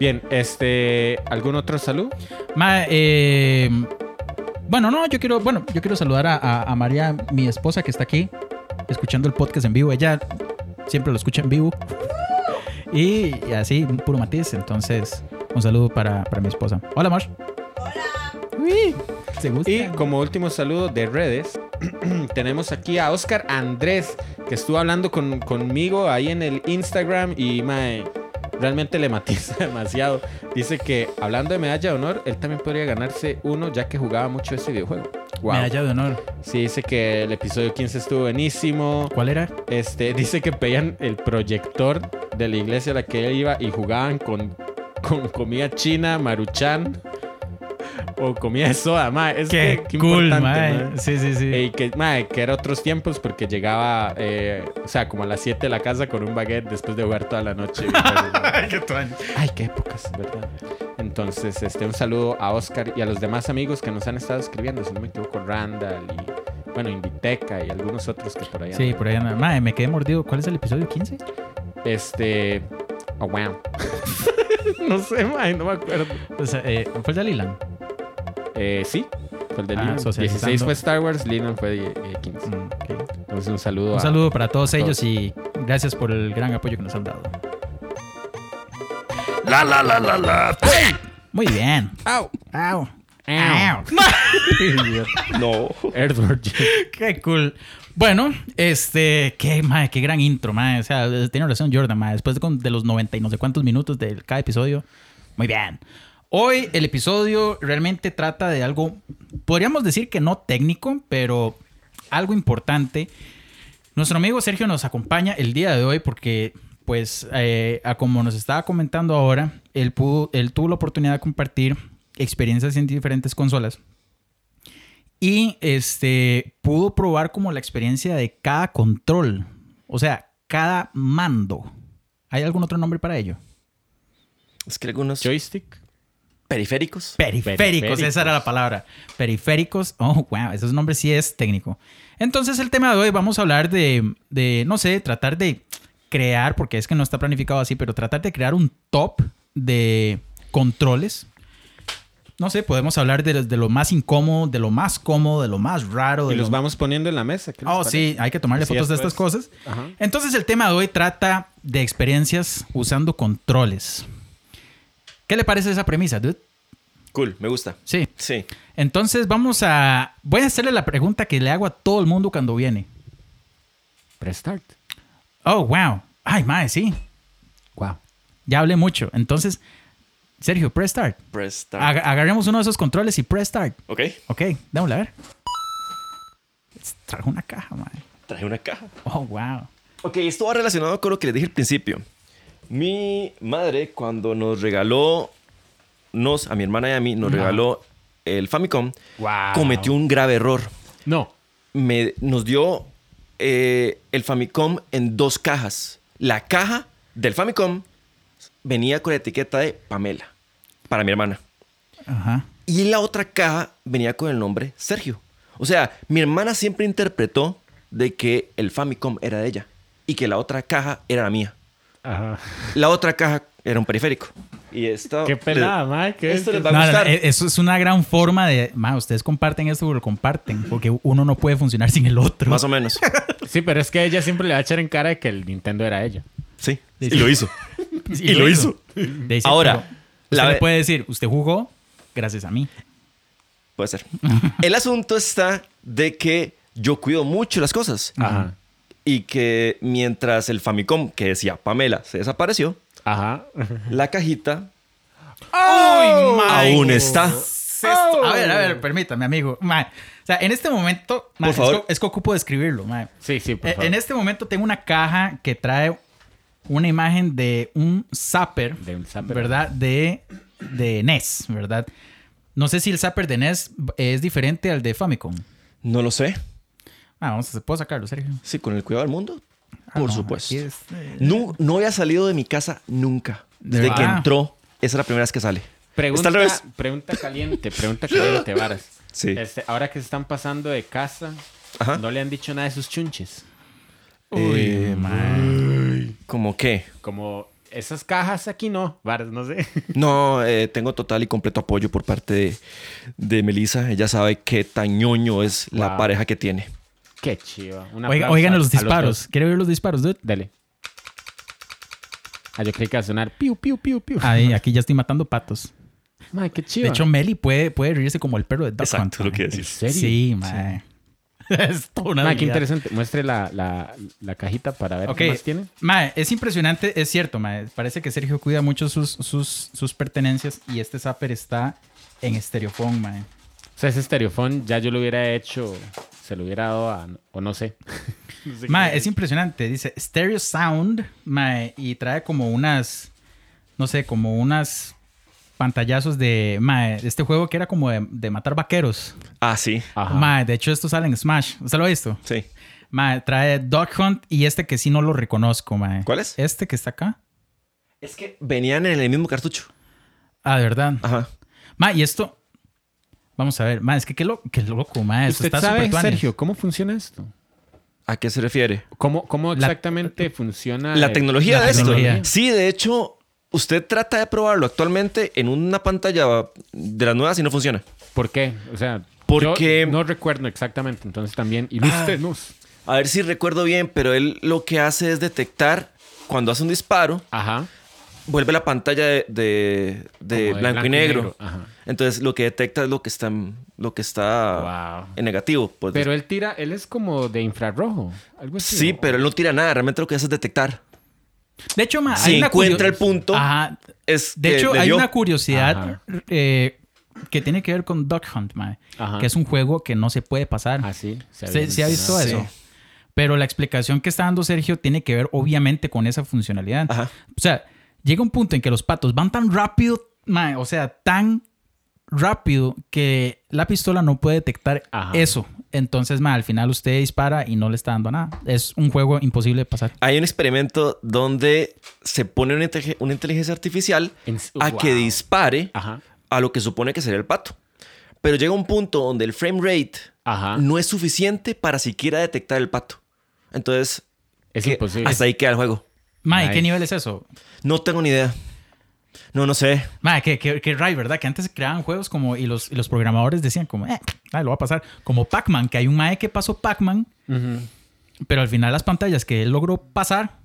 Speaker 2: Bien, este. ¿Algún otro saludo?
Speaker 1: Mae, eh, bueno, no, yo quiero, bueno, yo quiero saludar a, a- a María, mi esposa que está aquí, escuchando el podcast en vivo. Ella siempre lo escucha en vivo. Y, y así, un puro matiz. Entonces, un saludo para, para mi esposa. Hola, Mar. Hola. ¿Se gusta?
Speaker 2: Y como último saludo de redes, <clears throat> tenemos aquí a Oscar Andrés, que estuvo hablando con- conmigo ahí en el Instagram y mae, realmente le matiza <laughs> demasiado. Dice que hablando de medalla de honor, él también podría ganarse uno ya que jugaba mucho ese videojuego. Wow.
Speaker 1: Medalla de honor.
Speaker 2: Sí, dice que el episodio 15 estuvo buenísimo.
Speaker 1: ¿Cuál era?
Speaker 2: Este, dice que pedían el proyector de la iglesia a la que él iba y jugaban con, con comida china, maruchan o comida de soda, mae. Es que, qué importante, mae.
Speaker 1: Sí, sí, sí.
Speaker 2: Y que, mae, que era otros tiempos porque llegaba, eh, o sea, como a las 7 de la casa con un baguette después de jugar toda
Speaker 1: <laughs>
Speaker 2: la noche.
Speaker 1: qué tuan.
Speaker 2: Ay, qué épocas, ¿verdad? Entonces, este, un saludo a Oscar y a los demás amigos que nos han estado escribiendo, si no me equivoco, Randall y, bueno, Inditeca y algunos otros que por ahí
Speaker 1: Sí, por ahí anda. Mae, me quedé mordido. ¿Cuál es el episodio 15?
Speaker 2: Este. Oh, wow. <laughs> no sé, mae, no me acuerdo.
Speaker 1: O sea, eh, ¿Fue el de Lilan?
Speaker 2: Eh, sí, fue el de
Speaker 1: Ah,
Speaker 2: Leland.
Speaker 1: socializando.
Speaker 2: 16 fue Star Wars, Leland fue eh, 15.
Speaker 1: Mm,
Speaker 2: Entonces, un saludo
Speaker 1: Un
Speaker 2: a-
Speaker 1: saludo para todos ellos
Speaker 2: todos.
Speaker 1: y gracias por el gran apoyo que nos han dado.
Speaker 3: La, la, la, la, la.
Speaker 1: Muy bien.
Speaker 2: ¡Au!
Speaker 1: Au.
Speaker 2: ¡Au!
Speaker 3: No.
Speaker 2: <laughs> Edward.
Speaker 1: Qué cool. Bueno, este, qué, mae, qué gran intro, mae. O sea, tiene razón Jordan, mae. Después de, con- de los 90 y no sé cuántos minutos de cada episodio. Muy bien. Hoy el episodio realmente trata de algo, podríamos decir que no técnico, pero algo importante. Nuestro amigo Sergio nos acompaña el día de hoy porque, pues, eh, a como nos estaba comentando ahora, él, pudo, él tuvo la oportunidad de compartir experiencias en diferentes consolas. Y este, pudo probar como la experiencia de cada control, o sea, cada mando. ¿Hay algún otro nombre para ello?
Speaker 3: Es que algunos
Speaker 2: Joystick.
Speaker 3: periféricos.
Speaker 1: Periféricos,
Speaker 2: Periféricos.
Speaker 1: esa era la palabra. Periféricos, oh, wow, ese nombre sí es técnico. Entonces, el tema de hoy vamos a hablar de, de, no sé, tratar de crear, porque es que no está planificado así, pero tratar de crear un top de controles. No sé, podemos hablar de, los- de lo más incómodo, de lo más cómodo, de lo más raro.
Speaker 2: Y
Speaker 1: De
Speaker 2: los
Speaker 1: lo-
Speaker 2: vamos poniendo en la mesa. ¿qué les
Speaker 1: Oh,
Speaker 2: parece?
Speaker 1: sí, hay que tomarle
Speaker 2: Sí,
Speaker 1: fotos de estas
Speaker 2: después.
Speaker 1: cosas.
Speaker 2: Ajá.
Speaker 1: Entonces el tema de hoy trata de experiencias usando controles. ¿Qué le parece esa premisa, dude?
Speaker 3: Cool, me gusta.
Speaker 1: Sí.
Speaker 3: Sí.
Speaker 1: Entonces vamos a... Voy a hacerle la pregunta que le hago a todo el mundo cuando viene.
Speaker 2: Prestart.
Speaker 1: Oh, wow. Ay, mae, sí.
Speaker 2: Wow.
Speaker 1: Ya hablé mucho. Entonces, Sergio, prestart.
Speaker 3: Press start.
Speaker 1: Aga- agarremos uno de esos controles y prestart.
Speaker 3: Ok,
Speaker 1: Ok, démosle a ver. Trajo una caja, mae.
Speaker 3: traje una caja.
Speaker 1: Oh, wow.
Speaker 3: Ok, esto va relacionado con lo que les dije al principio. Mi madre, cuando nos regaló, nos, a mi hermana y a mí, nos regaló el Famicom,
Speaker 2: Wow.
Speaker 3: cometió un grave error.
Speaker 2: No.
Speaker 3: Me, nos dio eh, el Famicom en dos cajas. La caja del Famicom venía con la etiqueta de Pamela, para mi hermana.
Speaker 1: Ajá.
Speaker 3: Y la otra caja venía con el nombre Sergio. O sea, mi hermana siempre interpretó de que el Famicom era de ella y que la otra caja era la mía.
Speaker 2: Ajá.
Speaker 3: La otra caja era un periférico. Y esta.
Speaker 2: Qué pelada,
Speaker 3: le-
Speaker 2: mae, qué-
Speaker 3: Esto
Speaker 2: qué-
Speaker 3: les va a
Speaker 1: No, no,
Speaker 3: gustar.
Speaker 1: no, e- eso es una gran forma de. Ma, ustedes comparten esto, lo comparten. Porque uno no puede funcionar sin el otro.
Speaker 3: Más
Speaker 1: <laughs>
Speaker 3: o menos.
Speaker 2: Sí, pero es que ella siempre le va a echar en cara de que el Nintendo era ella.
Speaker 3: Sí.
Speaker 1: Sí, <laughs>
Speaker 3: Y
Speaker 1: sí.
Speaker 3: lo hizo.
Speaker 1: Y,
Speaker 3: lo hizo. <laughs>
Speaker 1: Le dice,
Speaker 3: Ahora,
Speaker 1: pero
Speaker 3: la
Speaker 1: usted le
Speaker 3: ve-
Speaker 1: puede decir, usted jugó gracias a mí. <laughs>
Speaker 3: Puede ser. El asunto está de que yo cuido mucho las cosas.
Speaker 2: Ajá.
Speaker 3: Y que mientras el Famicom, que decía Pamela, se desapareció,
Speaker 2: Ajá.
Speaker 3: la cajita
Speaker 1: Ay,
Speaker 3: ¡Oh! aún ¡Oh! está.
Speaker 1: A ver, a ver, permítame, amigo. Ma, o sea, en este momento, ma,
Speaker 3: Por
Speaker 1: es,
Speaker 3: favor.
Speaker 1: que- es que ocupo describirlo. ma.
Speaker 2: Sí, sí, por
Speaker 1: Eh,
Speaker 2: favor.
Speaker 1: En este momento tengo una caja que trae una imagen de un zapper,
Speaker 2: De un zapper.
Speaker 1: ¿verdad? De, de NES, ¿verdad? No sé si el zapper de NES es diferente al de Famicom.
Speaker 3: No lo sé.
Speaker 1: Ah, vamos, a- ¿puedo sacarlo, Sergio?
Speaker 3: Sí, con el cuidado del mundo.
Speaker 1: Ah,
Speaker 3: Por
Speaker 1: no,
Speaker 3: supuesto.
Speaker 1: aquí es, eh,
Speaker 3: No, no había salido de mi casa nunca.
Speaker 1: ¿De
Speaker 3: Desde que
Speaker 1: verdad?
Speaker 3: entró, esa es la primera vez que sale. Está
Speaker 2: Pregunta,
Speaker 3: al revés.
Speaker 2: pregunta caliente, pregunta caliente, Varas.
Speaker 3: Sí.
Speaker 2: Este, ahora que se están pasando de casa,
Speaker 3: Ajá.
Speaker 2: no le han dicho nada de sus chunches.
Speaker 3: Eh, ¿Cómo qué?
Speaker 2: Como esas cajas aquí no, Varas, no sé. <laughs>
Speaker 3: No, eh, tengo total y completo apoyo por parte de, de Melissa. Ella sabe qué tañoño es la
Speaker 2: Wow.
Speaker 3: pareja que tiene.
Speaker 2: Qué chiva. Un
Speaker 1: Oiga-
Speaker 2: aplauso
Speaker 1: oigan
Speaker 2: a-
Speaker 1: los
Speaker 2: a dos.
Speaker 1: disparos. ¿Quiere oír los disparos, dude?
Speaker 2: Dale. Ah, yo creí que iba a sonar piu, piu, piu, piu.
Speaker 1: Ahí, aquí ya estoy matando patos.
Speaker 2: Mae, qué chiva.
Speaker 1: De hecho, Meli puede, puede reírse como el perro de Duck
Speaker 3: Exacto,
Speaker 1: Hunt,
Speaker 3: lo
Speaker 1: mae.
Speaker 3: que iba a
Speaker 2: ¿En
Speaker 3: decir.
Speaker 2: serio?
Speaker 1: Sí, mae. <laughs> es toda una
Speaker 2: Mae, qué
Speaker 1: habilidad.
Speaker 2: interesante. Muestre la, la, la cajita para ver
Speaker 1: Ok.
Speaker 2: qué más tiene.
Speaker 1: Mae, es impresionante, es cierto, mae. Parece que Sergio cuida mucho sus, sus, sus pertenencias y este zapper está en estereofón, mae.
Speaker 2: O sea, ese estereofón ya yo lo hubiera hecho, se lo hubiera dado a, o no sé. No
Speaker 3: Pues
Speaker 2: sé
Speaker 1: Mae,
Speaker 2: qué-
Speaker 1: es impresionante. Dice Stereo Sound, mae, y trae como unas, no sé, como unas pantallazos de, mae, este juego que era como de, de matar vaqueros.
Speaker 3: Ah, sí.
Speaker 2: Ajá.
Speaker 1: Mae, de hecho esto sale en Smash. ¿Usted lo ha visto?
Speaker 3: Sí.
Speaker 1: Mae, trae Dog Hunt y este que sí no lo reconozco, mae.
Speaker 3: ¿Cuál es?
Speaker 1: Este que está acá.
Speaker 3: Es que venían en el mismo cartucho.
Speaker 1: Ah, de verdad.
Speaker 3: Ajá.
Speaker 1: Mae, y esto. Vamos a ver, mae, es que qué, lo- qué loco, mae. Esto
Speaker 2: ¿Usted
Speaker 1: está
Speaker 2: sabe,
Speaker 1: súper tuanis.
Speaker 2: Sergio, cómo funciona esto?
Speaker 3: ¿A qué se refiere?
Speaker 2: ¿Cómo, cómo
Speaker 1: La- eh,
Speaker 2: exactamente funciona?
Speaker 3: La
Speaker 2: el-
Speaker 3: tecnología
Speaker 1: la
Speaker 3: de esto.
Speaker 1: tecnología.
Speaker 3: Sí, de hecho, usted trata de probarlo actualmente en una pantalla de las nuevas y no funciona.
Speaker 2: ¿Por qué? O sea,
Speaker 3: Porque- Ah.
Speaker 2: yo no recuerdo exactamente. Entonces también ilústrenos.
Speaker 3: A ver si recuerdo bien, pero él lo que hace es detectar cuando hace un disparo,
Speaker 2: Ajá.
Speaker 3: vuelve la pantalla de, de- de
Speaker 2: Como de
Speaker 3: blanco, y negro.
Speaker 2: Ajá.
Speaker 3: Entonces lo que detecta es lo que está, en- lo que está
Speaker 2: Wow.
Speaker 3: en negativo. pues.
Speaker 2: Pero él tira, él es como de infrarrojo. Algo así,
Speaker 3: sí,
Speaker 2: ¿no?
Speaker 3: pero él no tira nada. Realmente lo que hace es detectar.
Speaker 1: De hecho, mae,
Speaker 3: Si
Speaker 1: hay una
Speaker 3: encuentra
Speaker 1: curio-
Speaker 3: el punto,
Speaker 1: Ajá.
Speaker 3: es
Speaker 1: De
Speaker 3: que
Speaker 1: hecho,
Speaker 3: le
Speaker 1: hay
Speaker 3: dio.
Speaker 1: una curiosidad
Speaker 2: Eh, Ajá.
Speaker 1: eh, que tiene que ver con Duck Hunt, mae.
Speaker 2: Ajá.
Speaker 1: Que es un juego que no se puede pasar.
Speaker 2: Ah, sí. Se
Speaker 1: ¿Se, se ha visto
Speaker 3: Sí.
Speaker 1: eso? Pero la explicación que está dando Sergio tiene que ver obviamente con esa funcionalidad.
Speaker 3: Ajá.
Speaker 1: O sea, llega un punto en que los patos van tan rápido, mae, o sea, tan rápido que la pistola no puede detectar
Speaker 2: Ajá.
Speaker 1: eso. Entonces, ma, al final usted dispara y no le está dando nada. Es un juego imposible de pasar.
Speaker 3: Hay un experimento donde se pone una, inte- una inteligencia artificial
Speaker 2: En-
Speaker 3: a
Speaker 2: wow.
Speaker 3: que dispare
Speaker 2: Ajá.
Speaker 3: a lo que supone que sería el pato. Pero llega un punto donde el frame rate
Speaker 2: Ajá.
Speaker 3: no es suficiente para siquiera detectar el pato. Entonces,
Speaker 2: Es
Speaker 3: que-
Speaker 2: imposible.
Speaker 3: hasta ahí queda el juego.
Speaker 1: Ma, ¿y
Speaker 2: Nice.
Speaker 1: ¿qué nivel es eso?
Speaker 3: No tengo ni idea. No, no sé.
Speaker 1: Ma, qué, qué, qué ray, ¿verdad? Que antes creaban juegos como y los, y los programadores decían como, eh, ay, lo va a pasar. Como Pac-Man, que hay un mae que pasó Pac-Man,
Speaker 2: Ujú.
Speaker 1: pero al final las pantallas que él logró pasar,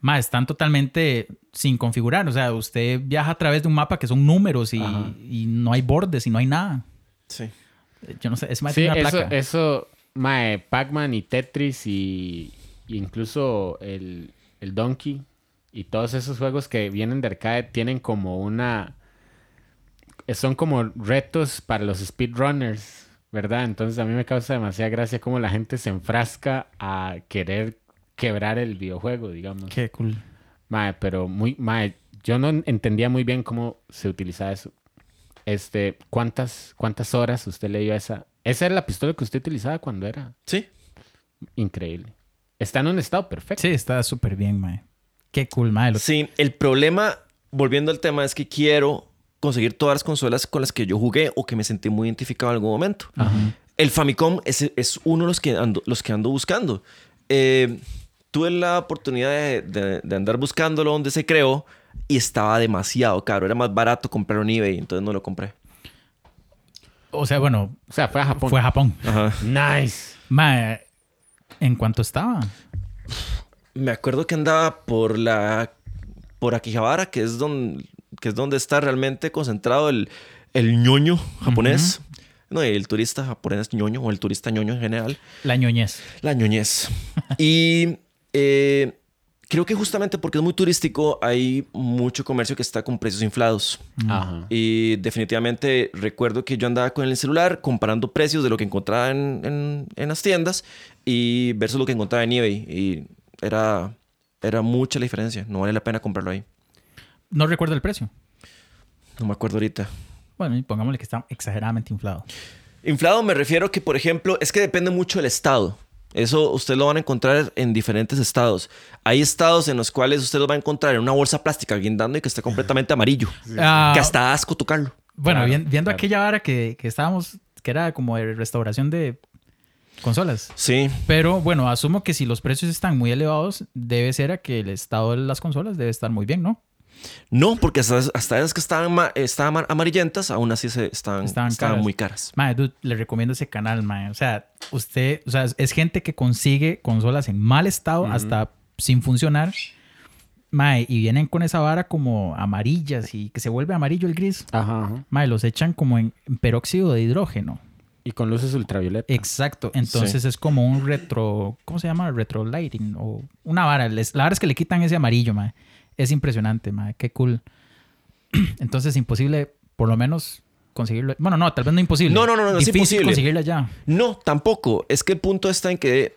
Speaker 1: ma, están totalmente sin configurar. O sea, usted viaja a través de un mapa que son números y,
Speaker 2: Ajá.
Speaker 1: y no hay bordes y no hay nada.
Speaker 3: Sí.
Speaker 1: Yo no sé, es más
Speaker 2: Sí,
Speaker 1: una
Speaker 2: eso,
Speaker 1: placa.
Speaker 2: eso, mae, Pac-Man y Tetris y, y incluso el, el Donkey y todos esos juegos que vienen de arcade tienen como una... Son como retos para los speedrunners, ¿verdad? Entonces a mí me causa demasiada gracia cómo la gente se enfrasca a querer quebrar el videojuego, digamos.
Speaker 1: Qué cool.
Speaker 2: Mae, pero muy, mae, yo no entendía muy bien cómo se utilizaba eso. Este, ¿cuántas, cuántas horas usted le dio a esa? Esa era la pistola que usted utilizaba cuando era.
Speaker 3: Sí.
Speaker 2: Increíble. Está en un estado perfecto.
Speaker 1: Sí, está súper bien, mae. Qué cool, mae. Lo-
Speaker 3: Sí, el problema, volviendo al tema, es que quiero conseguir todas las consolas con las que yo jugué o que me sentí muy identificado en algún momento. El Famicom es, es uno de los que ando, los que ando buscando. Eh, tuve la oportunidad de, de- de andar buscándolo donde se creó y estaba demasiado caro. Era más barato comprarlo en eBay, entonces no lo compré.
Speaker 1: O sea, bueno,
Speaker 2: O sea, fue a Japón.
Speaker 1: fue a Japón.
Speaker 3: Ajá.
Speaker 2: Nice.
Speaker 1: Mae, ¿en cuánto estaba?
Speaker 3: Me acuerdo que andaba por la por Akihabara, que es donde que es donde está realmente concentrado el, el ñoño japonés. No, y el turista japonés ñoño o el turista ñoño en general.
Speaker 1: La ñoñez.
Speaker 3: La ñoñez. Y eh, creo que justamente porque es muy turístico hay mucho comercio que está con precios inflados.
Speaker 1: Mm.
Speaker 2: Ajá.
Speaker 3: Y definitivamente recuerdo que yo andaba con el celular comparando precios de lo que encontraba en, en- en las tiendas y versus lo que encontraba en eBay. Y era, era mucha la diferencia. No vale la pena comprarlo ahí.
Speaker 1: No recuerdo el precio.
Speaker 3: No me acuerdo ahorita.
Speaker 1: Bueno, y pongámosle que está exageradamente inflado.
Speaker 3: Inflado me refiero que, por ejemplo, es que depende mucho del estado. Eso usted lo van a encontrar en diferentes estados. Hay estados en los cuales usted lo va a encontrar en una bolsa plástica guindando y que está completamente amarillo.
Speaker 1: Ah,
Speaker 3: que hasta asco tocarlo.
Speaker 1: Bueno,
Speaker 2: Claro,
Speaker 1: vien- viendo
Speaker 2: claro.
Speaker 1: aquella vara que, que estábamos, que era como de restauración de consolas.
Speaker 3: Sí.
Speaker 1: Pero bueno, asumo que si los precios están muy elevados, debe ser a que el estado de las consolas debe estar muy bien, ¿no?
Speaker 3: No, porque hasta, hasta esas que estaban, ma- estaban ma- amarillentas, aún así se estaban,
Speaker 1: Estaban
Speaker 3: estaban,
Speaker 1: caras.
Speaker 3: muy caras.
Speaker 1: Mae, dude, le recomiendo ese canal, mae. O sea, usted, o sea, es gente que consigue consolas en mal estado, hasta sin funcionar. Mae, y vienen con esa vara como amarillas y que se vuelve amarillo el gris.
Speaker 2: Ajá. ajá.
Speaker 1: Mae, los echan como en en peróxido de hidrógeno.
Speaker 2: Y con luces ultravioletas.
Speaker 1: Exacto. Entonces es como un retro. ¿Cómo se llama? Retro lighting o una vara. Les- la vara es que le quitan ese amarillo, mae. Es impresionante, mae. Qué cool. <clears throat> Entonces, imposible, por lo menos, conseguirlo. Bueno, no, tal vez no imposible.
Speaker 3: No, no, no, no, es
Speaker 1: Difícil
Speaker 3: imposible.
Speaker 1: conseguirla ya.
Speaker 3: No, tampoco. Es que el punto está en que,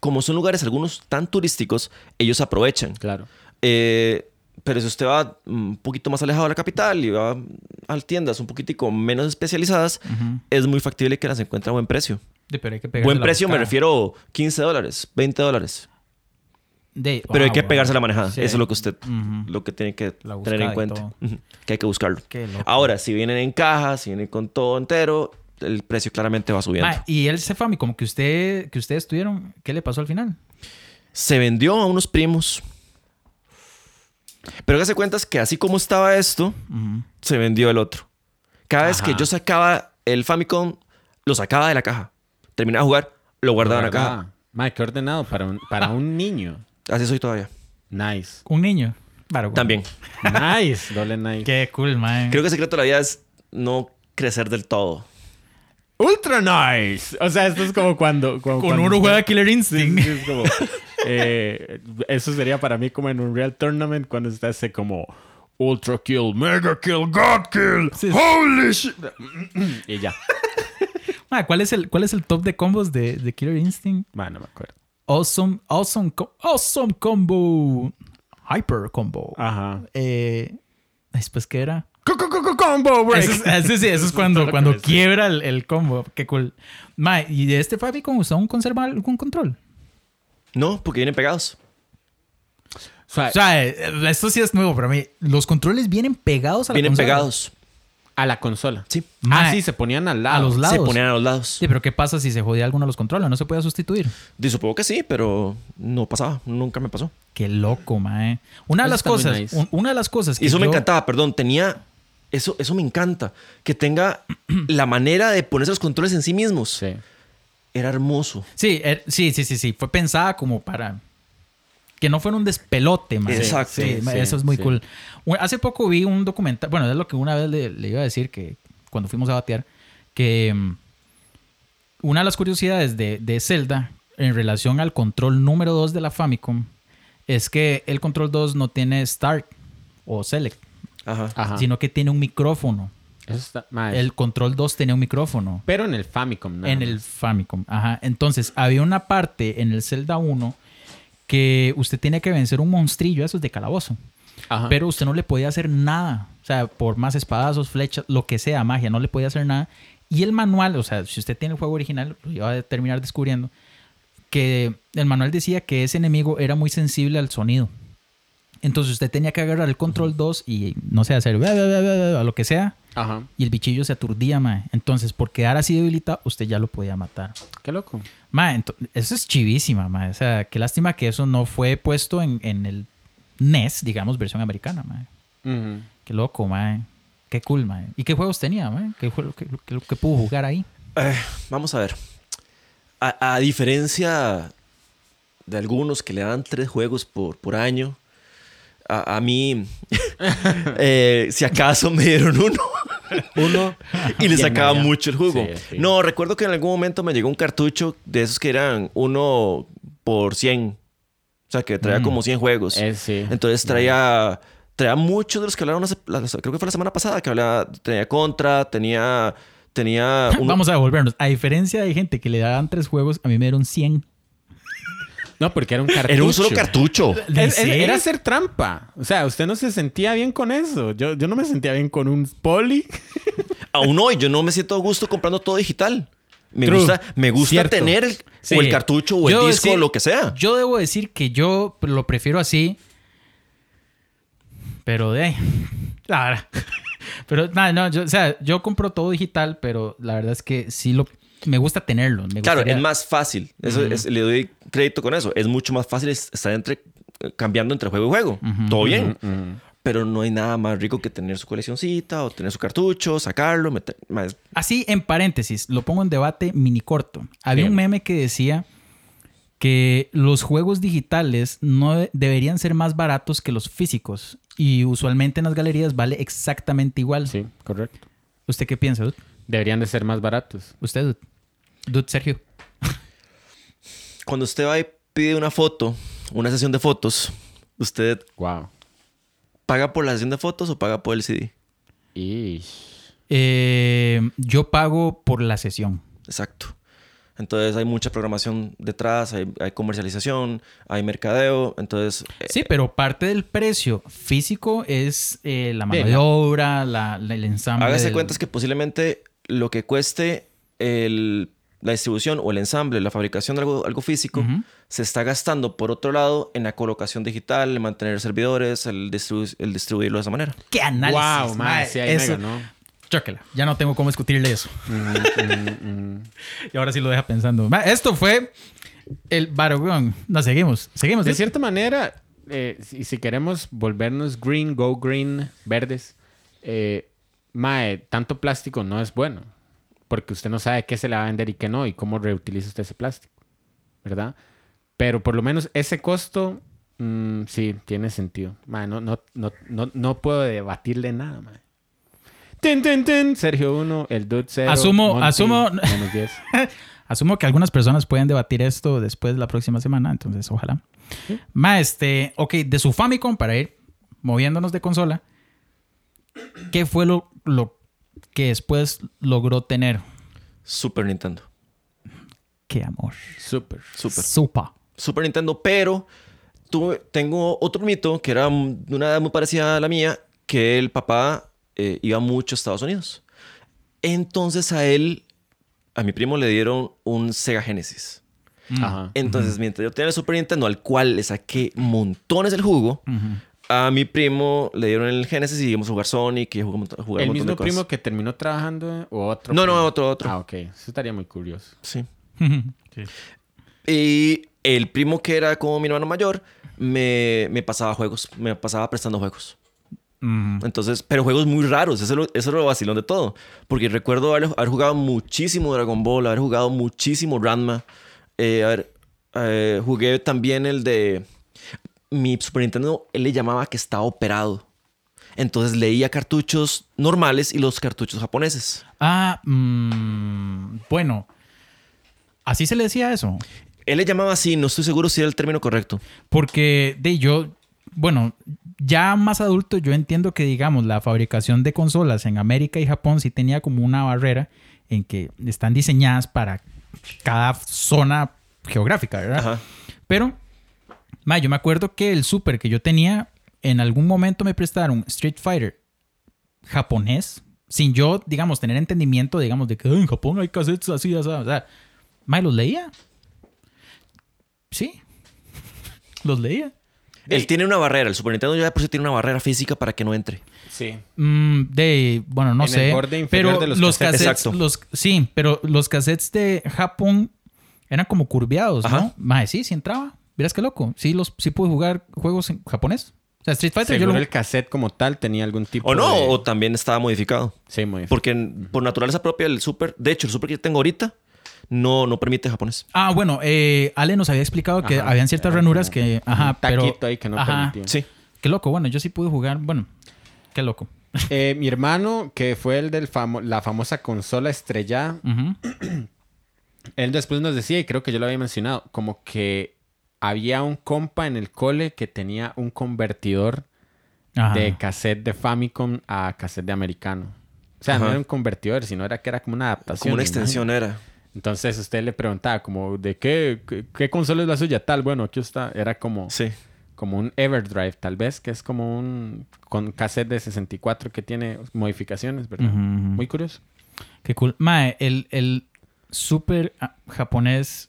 Speaker 3: como son lugares algunos tan turísticos, ellos aprovechan.
Speaker 2: Claro.
Speaker 3: Eh, pero si usted va mm, un poquito más alejado de la capital y va a tiendas un poquitico menos especializadas,
Speaker 1: Ujú.
Speaker 3: es muy factible que las encuentre a buen precio.
Speaker 1: De, pero hay que pegarse
Speaker 3: buen
Speaker 1: la
Speaker 3: precio me
Speaker 1: buscada.
Speaker 3: refiero 15 dólares, 20 dólares.
Speaker 1: De-
Speaker 3: Pero hay
Speaker 1: ah,
Speaker 3: que
Speaker 1: bueno.
Speaker 3: pegarse la manejada.
Speaker 1: Sí.
Speaker 3: Eso es lo que usted,
Speaker 1: Ujú.
Speaker 3: lo que tiene que
Speaker 1: La
Speaker 3: tener en
Speaker 1: buscada y
Speaker 3: cuenta.
Speaker 1: todo.
Speaker 3: Ujú. Que hay que buscarlo.
Speaker 1: Qué loco.
Speaker 3: Ahora, si vienen en cajas, si vienen con todo entero, el precio claramente va subiendo.
Speaker 1: Mae, y el Cefami, como que usted, que ustedes tuvieron, ¿qué le pasó al final?
Speaker 3: se vendió a unos primos. Pero hágase cuentas que así como estaba esto, se vendió el otro. Cada vez que
Speaker 2: Ajá.
Speaker 3: yo sacaba el Famicom, lo sacaba de la caja. Terminaba de jugar, lo guardaba en la caja.
Speaker 2: Ah, Mae, qué ordenado para un, para un niño.
Speaker 3: Así soy todavía.
Speaker 1: <laughs>
Speaker 2: Nice.
Speaker 1: Un niño. Baragua.
Speaker 3: También.
Speaker 2: Nice. Doble nice.
Speaker 1: Qué cool, mae.
Speaker 3: Creo que el secreto de la vida es no crecer del todo.
Speaker 2: Ultra nice. O sea, esto es como cuando. como
Speaker 1: Con
Speaker 2: cuando
Speaker 1: uno
Speaker 2: usted-
Speaker 1: juega Killer Instinct.
Speaker 2: Sí, sí, es como, eh, eso sería para mí como en un Real Tournament cuando usted hace como Ultra Kill, Mega Kill, God Kill, Holy shit. Y ya.
Speaker 1: Mae, Ah, ¿cuál, es el, ¿Cuál es el top de combos de, de Killer Instinct?
Speaker 2: Bueno, no me acuerdo.
Speaker 1: Awesome, awesome, co- awesome combo. Hyper combo.
Speaker 2: Ajá.
Speaker 1: Eh, después, ¿qué era?
Speaker 2: Co- co- co- co- Combo break.
Speaker 1: Eso es, eso sí,
Speaker 2: <laughs>
Speaker 1: eso es
Speaker 2: todo
Speaker 1: cuando,
Speaker 2: Pues, lo
Speaker 1: cuando
Speaker 2: que me sé.
Speaker 1: quiebra el, el combo. Qué cool. Mae, ¿y de este Famicom usó un conserva algún control?
Speaker 3: No, porque vienen pegados.
Speaker 2: O sea,
Speaker 1: O sea, eh, esto sí es nuevo para mí. Los controles vienen pegados a la
Speaker 3: Vienen
Speaker 1: consola.
Speaker 3: pegados.
Speaker 2: a la consola.
Speaker 3: Sí.
Speaker 2: Ah,
Speaker 1: Mae,
Speaker 2: sí, se ponían al lado.
Speaker 1: a los lados.
Speaker 3: Se ponían a los lados.
Speaker 1: Sí, pero ¿qué pasa si se jodía alguno de los controles? ¿No se podía sustituir?
Speaker 3: Y supongo que sí, pero no pasaba. Nunca me pasó.
Speaker 1: Qué loco, mae. Una de
Speaker 2: Eso
Speaker 1: las
Speaker 2: está muy
Speaker 1: cosas,
Speaker 2: nice.
Speaker 1: un- una de las cosas que
Speaker 3: Y eso me
Speaker 1: yo-
Speaker 3: encantaba, perdón. Tenía. Eso, eso me encanta. Que tenga <clears throat> la manera de ponerse los controles en sí mismos.
Speaker 2: Sí.
Speaker 3: Era hermoso.
Speaker 1: Sí, er- sí, sí, sí, sí. Fue pensada como para. Que no fuera un despelote, man.
Speaker 3: Exacto.
Speaker 1: Sí,
Speaker 2: Sí,
Speaker 1: ma,
Speaker 2: sí,
Speaker 1: eso es muy
Speaker 2: sí.
Speaker 1: cool. U- Hace poco vi un documental. Bueno, es lo que una vez le, le iba a decir que cuando fuimos a batear. Que mm, una de las curiosidades de, de Zelda en relación al control número 2 de la Famicom es que el control 2 no tiene Start o Select,
Speaker 3: Ajá.
Speaker 2: Ajá.
Speaker 1: sino que tiene un micrófono.
Speaker 2: Eso está- mae,
Speaker 1: El control 2 tenía un micrófono.
Speaker 2: Pero en el Famicom, nada
Speaker 1: en el
Speaker 2: más.
Speaker 1: Famicom. Ajá. Entonces, había una parte en el Zelda 1 que usted tiene que vencer un monstrillo, eso es de calabozo.
Speaker 2: Ajá.
Speaker 1: Pero usted no le podía hacer nada. O sea, por más espadazos, flechas, lo que sea, magia, no le podía hacer nada. Y el manual, o sea, si usted tiene el juego original, lo iba a terminar descubriendo, que el manual decía que ese enemigo era muy sensible al sonido. Entonces usted tenía que agarrar el control 2 y no sé, hacer bla, bla, bla, bla, bla, lo que sea.
Speaker 2: Ajá.
Speaker 1: Y el bichillo se aturdía, mae. Entonces, por quedar así debilitado, usted ya lo podía matar.
Speaker 2: Qué loco.
Speaker 1: Ma, ento- eso es chivísima, ma. O sea, qué lástima que eso no fue puesto en, en el NES, digamos, versión americana, ma.
Speaker 2: Ujú.
Speaker 1: Qué loco, ma. Qué cool, ma. ¿Y qué juegos tenía, ma? ¿Qué, juego, qué, qué- qué pudo jugar ahí?
Speaker 3: Eh, vamos a ver. A, a diferencia de algunos que le dan tres juegos por, por año, a, a mí, <laughs> eh, si acaso me dieron uno.
Speaker 2: Uno.
Speaker 3: Y le
Speaker 2: en
Speaker 3: sacaba
Speaker 2: Navidad.
Speaker 3: mucho el jugo.
Speaker 2: Sí, sí.
Speaker 3: No, recuerdo que en algún momento me llegó un cartucho de esos que eran uno por 100. O sea, que traía
Speaker 1: Mm.
Speaker 3: como 100 juegos.
Speaker 2: Eh, sí.
Speaker 3: Entonces traía, traía muchos de los que hablaron, hace- la- la- creo que fue la semana pasada, que hablaba, tenía Contra, tenía,
Speaker 2: <laughs>
Speaker 3: tenía uno-
Speaker 1: Vamos a devolvernos. A diferencia de gente que le daban tres juegos, a mí me dieron 100.
Speaker 2: No, porque <laughs> era un cartucho.
Speaker 3: Era un solo cartucho.
Speaker 2: Es- es-
Speaker 1: ¿Sí?
Speaker 2: era hacer trampa. O sea, usted no se sentía bien con eso. Yo, yo no me sentía bien con un poli.
Speaker 3: Aún hoy yo no me siento a gusto comprando todo digital. Me
Speaker 2: True.
Speaker 3: gusta, me gusta
Speaker 2: Cierto.
Speaker 3: tener el,
Speaker 1: Sí.
Speaker 3: o el cartucho o el
Speaker 1: Yo
Speaker 3: disco
Speaker 1: decir-
Speaker 3: o lo que sea.
Speaker 1: Yo debo decir que yo lo prefiero así. Pero de ahí. <laughs> La verdad. <laughs> Pero nada, no, yo, o sea, yo compro todo digital, pero la verdad es que sí lo. Me gusta tenerlo. me
Speaker 3: Claro,
Speaker 1: gustaría-
Speaker 3: es más fácil. Eso es- le doy crédito con eso. Es mucho más fácil es- estar entre, eh, cambiando entre juego y juego. Todo bien.
Speaker 2: Mm,
Speaker 3: Pero no hay nada más rico que tener su coleccioncita o tener su cartucho, sacarlo, meter- más-
Speaker 1: Así, en paréntesis, lo pongo en debate mini corto. Había
Speaker 2: Bien.
Speaker 1: un meme que decía que los juegos digitales no de- deberían ser más baratos que los físicos. Y usualmente en las galerías vale exactamente igual.
Speaker 2: Sí, correcto.
Speaker 1: ¿Usted qué piensa, Dud?
Speaker 2: Deberían de ser más baratos.
Speaker 1: ¿Usted, Dud? Dud, Sergio.
Speaker 3: Cuando usted va y pide una foto, una sesión de fotos, ¿usted
Speaker 2: Wow.
Speaker 3: paga por la sesión de fotos o paga por el CD?
Speaker 2: Y...
Speaker 1: Eh, yo pago por la sesión.
Speaker 3: Exacto. Entonces hay mucha programación detrás, hay, hay comercialización, hay mercadeo. Entonces, eh,
Speaker 1: Sí, pero parte del precio físico es eh, la mano
Speaker 2: Venga.
Speaker 1: de obra, la, la- el ensamble.
Speaker 3: hágase
Speaker 1: del-
Speaker 3: cuentas que posiblemente lo que cueste el- la distribución o el ensamble, la fabricación de algo, algo físico,
Speaker 1: Ujú.
Speaker 3: se está gastando por otro lado en la colocación digital, en mantener servidores, el, distribu- el distribuirlo de esa manera.
Speaker 1: ¡Qué análisis! mae!
Speaker 2: wow, man. Sí, ahí
Speaker 1: Eso-
Speaker 2: me ganó.
Speaker 1: Chóquela. Ya no tengo cómo discutirle eso.
Speaker 2: Mm, mm, mm.
Speaker 1: <laughs> Y ahora sí lo deja pensando. Ma, Esto fue el barogón. Nos seguimos. Seguimos.
Speaker 2: Pues, De cierta manera, eh, si, si queremos volvernos green, go green, verdes, eh, mae, tanto plástico no es bueno. Porque usted no sabe qué se le va a vender y qué no, y cómo reutiliza usted ese plástico. ¿Verdad? Pero por lo menos ese costo, mm, sí, tiene sentido. Mae, no, no, no, no, no puedo debatirle nada, mae. Tin, tin, tin. Sergio 1, el Dude 0.
Speaker 1: Asumo- asumo- <laughs>
Speaker 2: Menos 10.
Speaker 1: Asumo que algunas personas pueden debatir esto después la próxima semana. Entonces, ojalá. Ma, este... Ok, de su Famicom para ir moviéndonos de consola. ¿Qué fue lo, lo que después logró tener?
Speaker 3: Super Nintendo.
Speaker 1: ¡Qué amor!
Speaker 2: Súper.
Speaker 3: Super.
Speaker 1: Supa.
Speaker 3: Super Nintendo, pero tuve- tengo otro mito que era de una edad muy parecida a la mía, que el papá eh, iba mucho a Estados Unidos. Entonces a él, a mi primo le dieron un Sega Genesis.
Speaker 1: Mm.
Speaker 2: Ajá.
Speaker 3: Entonces, mientras yo tenía el Super Nintendo, al cual le saqué montones el jugo,
Speaker 1: Ujú.
Speaker 3: a mi primo le dieron el Genesis y íbamos a jugar Sonic y jugamos, jugar
Speaker 2: ¿El
Speaker 3: un montón de
Speaker 2: mismo
Speaker 3: cosas.
Speaker 2: primo que terminó trabajando eh, o otro?
Speaker 3: No,
Speaker 2: primo?
Speaker 3: no, otro, otro.
Speaker 2: Ah, ok. Eso estaría muy curioso.
Speaker 3: Sí.
Speaker 1: Mm. <laughs> Sí.
Speaker 3: Y el primo que era como mi hermano mayor me, me pasaba juegos, me pasaba prestando juegos.
Speaker 1: Mm.
Speaker 3: Entonces, pero juegos muy raros, eso es lo, eso es lo vacilón de todo. Porque recuerdo haber, haber jugado muchísimo Dragon Ball, haber jugado muchísimo Ranma. Eh, a ver, eh, jugué también el de. Mi Super Nintendo, él le llamaba que estaba operado. Entonces leía cartuchos normales y los cartuchos japoneses.
Speaker 1: Ah, mm, bueno. Así se le decía eso.
Speaker 3: Él le llamaba así, no estoy seguro si era el término correcto.
Speaker 1: Porque de yo, bueno, ya más adulto yo entiendo que digamos la fabricación de consolas en América y Japón sí tenía como una barrera en que están diseñadas para cada zona geográfica, ¿verdad?
Speaker 3: Ajá.
Speaker 1: Pero, ma, yo me acuerdo que el Super que yo tenía, en algún momento me prestaron Street Fighter japonés, sin yo, digamos, tener entendimiento, digamos, de que "Ay, en Japón hay cassettes así, así, o sea, ma, los leía. Sí. <laughs> Los leía.
Speaker 3: Él tiene una barrera, el Super Nintendo ya de por sí tiene una barrera física para que no entre.
Speaker 2: Sí.
Speaker 1: Mm, de, bueno, no
Speaker 2: En el
Speaker 1: sé.
Speaker 2: borde inferior
Speaker 1: pero
Speaker 2: de los
Speaker 1: los,
Speaker 2: cassettes.
Speaker 1: cassettes,
Speaker 3: Exacto.
Speaker 1: los- sí, pero los cassettes de Japón eran como curveados,
Speaker 3: Ajá.
Speaker 1: ¿no? Mae, sí, sí entraba. Miras qué loco. Sí, los, sí pude jugar juegos en japonés. O sea, Street Fighter yo
Speaker 2: Seguro
Speaker 1: lo-
Speaker 2: el cassette como tal tenía algún tipo
Speaker 3: O no,
Speaker 2: de-
Speaker 3: o también estaba modificado.
Speaker 2: Sí, muy
Speaker 3: Porque en- por naturaleza propia el super, de hecho el super que yo tengo ahorita no, no permite japonés.
Speaker 1: Ah, bueno, eh, Ale nos había explicado que
Speaker 2: Ajá,
Speaker 1: habían ciertas
Speaker 2: era
Speaker 1: ranuras
Speaker 2: como
Speaker 1: que... Ajá,
Speaker 2: un taquito
Speaker 1: pero,
Speaker 2: ahí que no
Speaker 1: ajá,
Speaker 2: permitía.
Speaker 3: Sí.
Speaker 1: Qué loco, bueno, yo sí pude jugar. Bueno, qué loco.
Speaker 2: Eh, mi hermano, que fue el del famo- la famosa consola estrellada,
Speaker 1: Ujú.
Speaker 2: él después nos decía, y creo que yo lo había mencionado, como que había un compa en el cole que tenía un convertidor
Speaker 1: Ajá.
Speaker 2: de cassette de Famicom a cassette de americano. O sea, no
Speaker 3: Ajá.
Speaker 2: era un convertidor, sino era que era como una adaptación.
Speaker 3: Como
Speaker 2: me
Speaker 3: una
Speaker 2: imagino.
Speaker 3: extensión era.
Speaker 2: Entonces usted le preguntaba como, ¿de qué, qué, qué consola es la suya? Tal, bueno, aquí está. Era como,
Speaker 3: Sí.
Speaker 2: como un Everdrive, tal vez, que es como un con cassette de 64 que tiene modificaciones, ¿verdad?
Speaker 1: Ujú, ujú.
Speaker 2: Muy curioso.
Speaker 1: Qué cool. Mae, el, el super ah, japonés,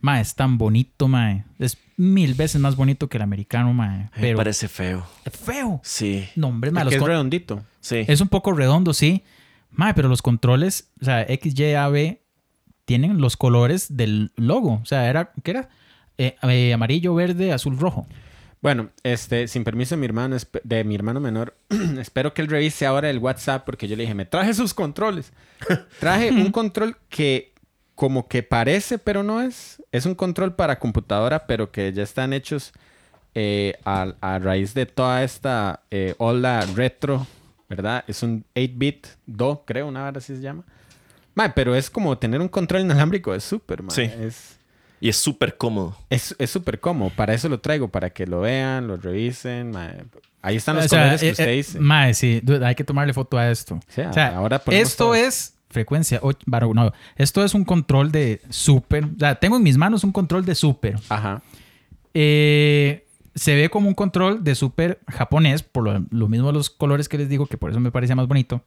Speaker 1: mae, es tan bonito, mae. Es mil veces más bonito que el americano, mae.
Speaker 3: Me
Speaker 1: Pero
Speaker 3: Parece feo.
Speaker 1: es feo.
Speaker 3: Sí.
Speaker 1: No, hombre, mae, los
Speaker 2: Porque es
Speaker 1: con-
Speaker 2: redondito.
Speaker 3: Sí.
Speaker 1: es un poco redondo, sí. Mae, pero los controles, o sea, X, Y, A, B, tienen los colores del logo. O sea, era, ¿qué era? Eh, eh, amarillo, verde, azul, rojo.
Speaker 2: Bueno, este, sin permiso de mi hermano, esp- de mi hermano menor, <clears throat> espero que él revise ahora el WhatsApp porque yo le dije, me traje sus controles. Traje un control que como que parece, pero no es. Es un control para computadora, pero que ya están hechos eh, a, a raíz de toda esta eh, ola retro, ¿verdad? Es un 8-bit Do, creo, una hora así se llama. Mae, pero es como tener un control inalámbrico, es súper, mae.
Speaker 3: Sí.
Speaker 2: Es,
Speaker 3: Y es súper cómodo.
Speaker 2: es es súper cómodo. Para eso lo traigo, para que lo vean, lo revisen. ma. Ahí están los
Speaker 1: O sea,
Speaker 2: colores que
Speaker 1: eh,
Speaker 2: usted
Speaker 1: eh,
Speaker 2: dice.
Speaker 1: Mae, sí, dude, hay que tomarle foto a esto.
Speaker 2: Sí,
Speaker 1: O sea,
Speaker 2: ahora ponemos
Speaker 1: esto
Speaker 2: todo.
Speaker 1: es frecuencia, och- varo- no, esto es un control de super. O sea, tengo en mis manos un control de super.
Speaker 2: Ajá.
Speaker 1: Eh, se ve como un control de super japonés, por lo, lo mismo los colores que les digo, que por eso me parece más bonito.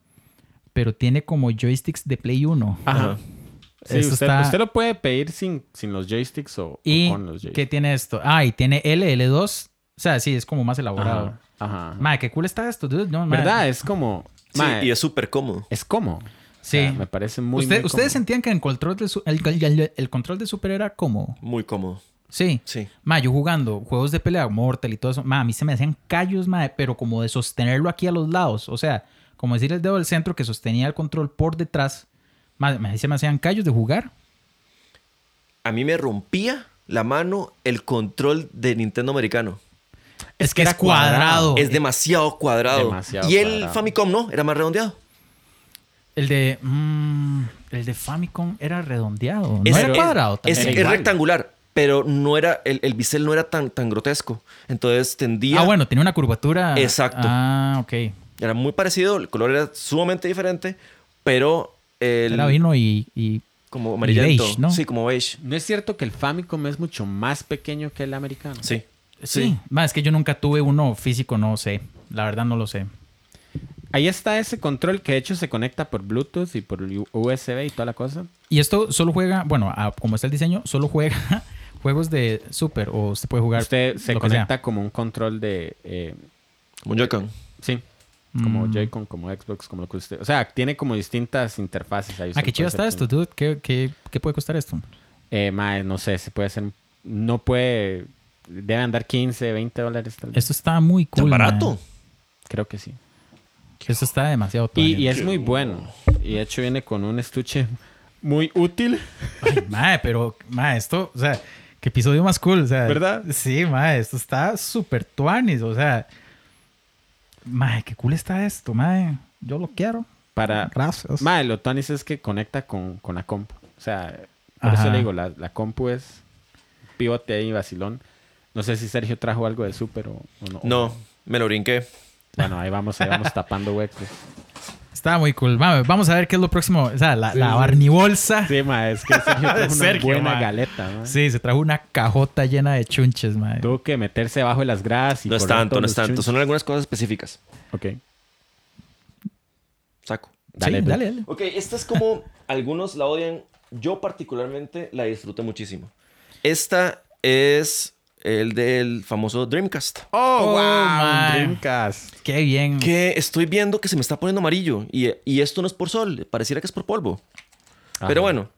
Speaker 1: Pero tiene como joysticks de Play 1.
Speaker 2: Ajá.
Speaker 3: Ajá.
Speaker 2: Sí,
Speaker 1: Eso
Speaker 2: usted,
Speaker 1: está-
Speaker 2: usted lo puede pedir sin, sin los joysticks o, o
Speaker 1: ¿Y
Speaker 2: con los
Speaker 1: qué
Speaker 2: joysticks.
Speaker 1: tiene esto? Ah, y tiene LL2. O sea, sí, es como más elaborado.
Speaker 2: Ajá. Ajá.
Speaker 1: Mae, qué cool está esto, dude. No, mae.
Speaker 2: ¿Verdad? Es como.
Speaker 3: Sí,
Speaker 2: ma,
Speaker 3: y es súper cómodo.
Speaker 2: es cómodo.
Speaker 1: Sí.
Speaker 2: O sea, me parece muy.
Speaker 1: Usted-
Speaker 2: muy
Speaker 1: ustedes
Speaker 2: cómodo.
Speaker 1: sentían que el control de, su- el, el- el control de super era como.
Speaker 3: Muy cómodo.
Speaker 1: Sí.
Speaker 3: Sí.
Speaker 1: Ma, yo jugando juegos de pelea, Mortal y todo eso, ma, a mí se me hacían callos, ma, pero como de sostenerlo aquí a los lados. O sea, como decir el dedo del centro que sostenía el control por detrás, ma, a mí se me hacían callos de jugar.
Speaker 3: A mí me rompía la mano el control de Nintendo americano.
Speaker 1: Es que
Speaker 2: era
Speaker 1: es cuadrado.
Speaker 3: es demasiado cuadrado.
Speaker 2: Demasiado
Speaker 3: y el
Speaker 2: cuadrado.
Speaker 3: Famicom no, era más redondeado.
Speaker 1: El de. mm, el de Famicom era redondeado. No
Speaker 3: Es-
Speaker 1: era
Speaker 3: es-
Speaker 1: cuadrado
Speaker 3: Es,
Speaker 1: también.
Speaker 2: Era
Speaker 3: es
Speaker 2: igual.
Speaker 3: rectangular, pero no era, el, el bisel no era tan, tan grotesco. Entonces tendía
Speaker 1: ah, bueno, tenía una curvatura.
Speaker 3: Exacto.
Speaker 1: Ah, ok.
Speaker 3: Era muy parecido, el color era sumamente diferente, pero el
Speaker 1: Era vino y. y-
Speaker 3: como amarillento,
Speaker 1: beige, ¿no?
Speaker 3: sí, como beige.
Speaker 2: No es cierto que el Famicom es mucho más pequeño que el americano.
Speaker 3: Sí.
Speaker 1: sí. Ma, es que yo nunca tuve uno físico, no sé. La verdad no lo sé.
Speaker 2: Ahí está ese control que de hecho se conecta por Bluetooth y por USB y toda la cosa.
Speaker 1: Y esto solo juega, bueno, a- como está el diseño, solo juega <laughs> juegos de Super o se puede jugar.
Speaker 2: Usted se
Speaker 1: lo que
Speaker 2: conecta como un control de... eh,
Speaker 3: Muñecan.
Speaker 2: sí, como
Speaker 1: Mm.
Speaker 2: Joy-Con, como Xbox, como lo que usted... O sea, tiene como distintas interfaces. Ahí
Speaker 1: Ah,
Speaker 2: usted
Speaker 1: qué chido está
Speaker 2: puede hacer
Speaker 1: esto, dude. ¿Qué, qué, qué puede costar esto?
Speaker 2: Eh, mae, no sé, se puede hacer. No puede. Debe andar 15, 20 dólares tal vez.
Speaker 1: Esto está muy
Speaker 3: Tan
Speaker 1: cool. man.
Speaker 3: barato.
Speaker 2: Creo que sí.
Speaker 1: Esto está demasiado
Speaker 2: Y,
Speaker 1: tuanis.
Speaker 2: y es muy bueno. Y de hecho viene con un estuche muy útil.
Speaker 1: Ay, mae, pero, mae, esto, o sea, qué episodio más cool, o sea.
Speaker 2: ¿Verdad?
Speaker 1: Sí, mae, esto está súper tuanis, o sea. Mae, qué cool está esto, mae. Yo lo quiero.
Speaker 2: Para.
Speaker 1: Gracias.
Speaker 2: Mae, lo tuanis es que conecta con, con la compu. O sea, por
Speaker 1: Ajá.
Speaker 2: eso le digo, la, la compu es pivote ahí, vacilón. No sé si Sergio trajo algo de súper o, o no.
Speaker 3: No, me lo brinqué.
Speaker 2: Bueno, ahí vamos, ahí vamos tapando huecos.
Speaker 1: Está muy cool. Mae, Vamos a ver qué es lo próximo. O sea, la,
Speaker 2: Sí,
Speaker 1: la
Speaker 2: sí.
Speaker 1: barnibolsa. Sí.
Speaker 2: Sí, ¿eh? mae, es que Sergio <laughs> trajo una
Speaker 1: Sergio,
Speaker 2: buena
Speaker 1: mae.
Speaker 2: galeta, mae.
Speaker 1: se trajo una cajota llena de chunches, mae.
Speaker 2: Tuvo que meterse bajo de las grasas y
Speaker 3: No es
Speaker 2: correr
Speaker 3: tanto,
Speaker 2: todos
Speaker 3: no es
Speaker 2: los
Speaker 3: tanto. Son algunas cosas específicas.
Speaker 2: chunches. Ok.
Speaker 3: Saco.
Speaker 1: sí,
Speaker 2: pues.
Speaker 1: dale, dale.
Speaker 3: Ok, esta
Speaker 1: <laughs>
Speaker 3: es como algunos la odian. Yo particularmente la disfruté muchísimo. Esta es el del famoso Dreamcast.
Speaker 1: Oh,
Speaker 2: Oh,
Speaker 1: man.
Speaker 2: Dreamcast.
Speaker 1: Qué bien.
Speaker 3: Que estoy viendo que se me está poniendo amarillo. Y, y esto no es por sol, pareciera que es por polvo.
Speaker 2: Ajá.
Speaker 3: Pero bueno,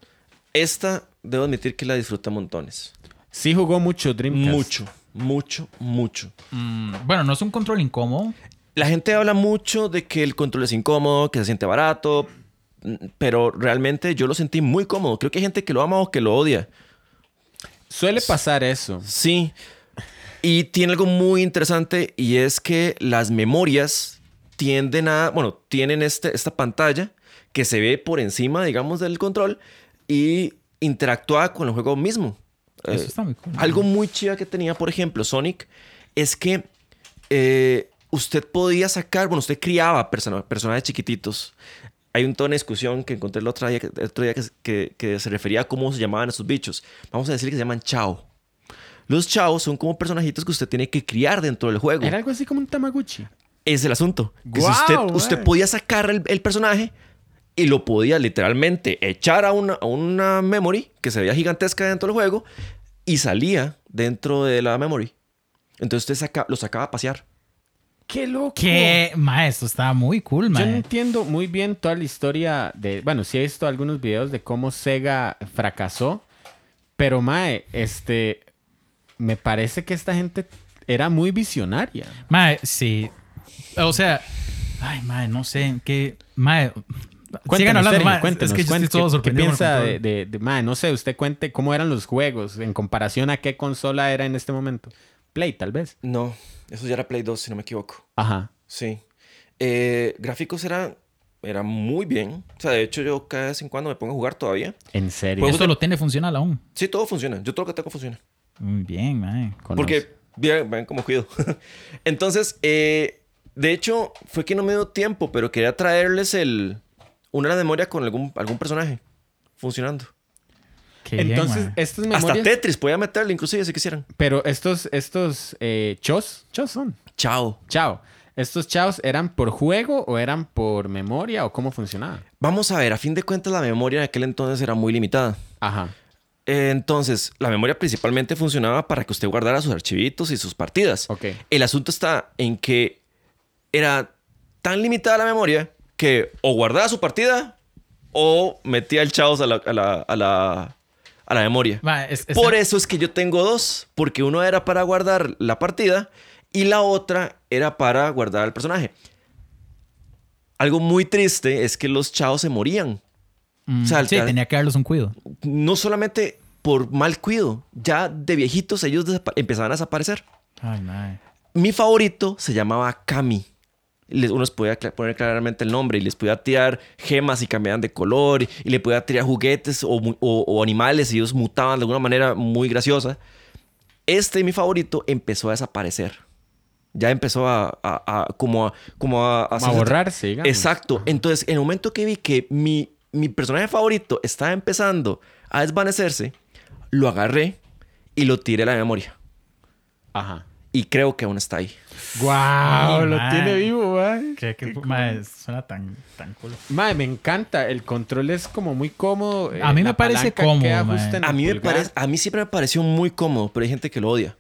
Speaker 3: esta debo admitir que la disfruté montones.
Speaker 2: Sí jugó mucho Dreamcast.
Speaker 3: Mucho, mucho, mucho.
Speaker 1: Mm, bueno, no es un control incómodo.
Speaker 3: La gente habla mucho de que el control es incómodo, que se siente barato, mm, pero realmente yo lo sentí muy cómodo. Creo que hay gente que lo ama o que lo odia.
Speaker 2: Suele pasar eso.
Speaker 3: Sí. Y tiene algo muy interesante y es que las memorias tienden a, bueno, tienen este, esta pantalla que se ve por encima, digamos, del control y interactúa con el juego mismo.
Speaker 1: Eso
Speaker 3: Eh,
Speaker 1: está muy cool.
Speaker 3: algo muy chido que tenía, por ejemplo, Sonic, es que eh, usted podía sacar, bueno, usted criaba persona- personajes chiquititos. Hay un tono de discusión que encontré el otro día, el otro día que, que- que se refería a cómo se llamaban esos bichos. Vamos a decir que se llaman Chao. Los Chao son como personajitos que usted tiene que criar dentro del juego.
Speaker 2: Era algo así como un Tamaguchi.
Speaker 3: Es el asunto. Que si
Speaker 2: Guau,
Speaker 3: usted,
Speaker 2: mae.
Speaker 3: usted podía sacar el, el personaje y lo podía literalmente echar a una, a una memory que se veía gigantesca dentro del juego y salía dentro de la memory. Entonces usted saca- lo sacaba a pasear.
Speaker 2: ¡Qué loco!
Speaker 1: Qué, mae, esto está muy cool,
Speaker 2: Yo no
Speaker 1: mae.
Speaker 2: entiendo muy bien toda la historia de... Bueno, sí he visto algunos videos de cómo Sega fracasó. Pero, mae, este... Me parece que esta gente era muy visionaria.
Speaker 1: Mae, sí. O sea, ay, mae, no sé, qué mae. Sigan
Speaker 2: Cuéntenos,
Speaker 1: hablando,
Speaker 2: Sergio,
Speaker 1: mae.
Speaker 2: cuéntenos,
Speaker 1: es que yo estoy
Speaker 2: cuéntenos,
Speaker 1: todo
Speaker 2: ¿qué-
Speaker 1: sorprendido.
Speaker 2: ¿Qué
Speaker 1: con el
Speaker 2: piensa de,
Speaker 1: control.
Speaker 2: de, de- mae, no sé, usted cuente cómo eran los juegos en comparación a qué consola era en este momento? Play, tal vez.
Speaker 3: No, eso ya era Play 2, si no me equivoco.
Speaker 2: Ajá.
Speaker 3: Sí. Eh, gráficos eran era muy bien. O sea, de hecho yo cada vez en cuando me pongo a jugar todavía.
Speaker 2: En serio.
Speaker 3: Juegos
Speaker 1: Esto lo tiene funcional aún.
Speaker 3: Sí, todo funciona. Yo todo lo que toco funciona.
Speaker 1: Muy bien, mae.
Speaker 2: Conoce.
Speaker 3: Porque vean, vean cómo cuido. <laughs> Entonces, eh, de hecho, fue que no me dio tiempo, pero quería traerles el, una memoria con algún, algún personaje funcionando.
Speaker 1: Qué
Speaker 2: Entonces,
Speaker 1: bien, mae.
Speaker 2: estas memorias.
Speaker 3: Hasta Tetris podía meterle, inclusive si quisieran.
Speaker 2: Pero estos, estos eh, chos, chos son.
Speaker 3: Chao.
Speaker 2: Chao. ¿Estos chaos eran por juego o eran por memoria o cómo funcionaba?
Speaker 3: Vamos a ver, a fin de cuentas la memoria de aquel entonces era muy limitada.
Speaker 2: Ajá.
Speaker 3: Eh, Entonces, la memoria principalmente funcionaba para que usted guardara sus archivitos y sus partidas.
Speaker 2: Ok.
Speaker 3: El asunto está en que era tan limitada la memoria que o guardaba su partida o metía el chavos a la, a la, a la, a la memoria.
Speaker 1: Mae, es- es-
Speaker 3: Por eso es que yo tengo dos, porque uno era para guardar la partida y la otra era para guardar el personaje. Algo muy triste es que los chavos se morían.
Speaker 1: mm,
Speaker 3: o sea,
Speaker 1: sí,
Speaker 3: alca-
Speaker 1: tenía que darles un cuido.
Speaker 3: No solamente por mal cuido, ya de viejitos ellos desapa- empezaban a desaparecer.
Speaker 1: Ay, mae.
Speaker 3: Mi favorito se llamaba Kami. Les- Uno les podía cla- poner claramente el nombre y les podía tirar gemas y cambiaban de color y, y le podía tirar juguetes o, mu- o- o animales y ellos mutaban de alguna manera muy graciosa. Este, mi favorito, empezó a desaparecer. Ya empezó a, a- a- como a, como a,
Speaker 2: Como a borrarse, digamos.
Speaker 3: Exacto. Entonces, en el momento que vi que mi, mi personaje favorito estaba empezando a desvanecerse, lo agarré y lo tiré a la memoria.
Speaker 2: Ajá.
Speaker 3: Y creo que aún está ahí.
Speaker 2: ¡Guau!
Speaker 1: Ah, Ay, man.
Speaker 2: Oh, vivo, mae.
Speaker 1: Que, que, mae, suena tan, tan cool.
Speaker 2: Mae, me encanta. El control es como muy cómodo. eh,
Speaker 1: A mí me
Speaker 2: la
Speaker 1: parece
Speaker 2: palanca
Speaker 1: cómodo,
Speaker 2: queda
Speaker 1: mae.
Speaker 2: justo en
Speaker 3: A
Speaker 2: el
Speaker 3: mí, me
Speaker 2: pulgar.
Speaker 3: parece, a mí siempre me pareció muy cómodo, pero hay gente que lo odia.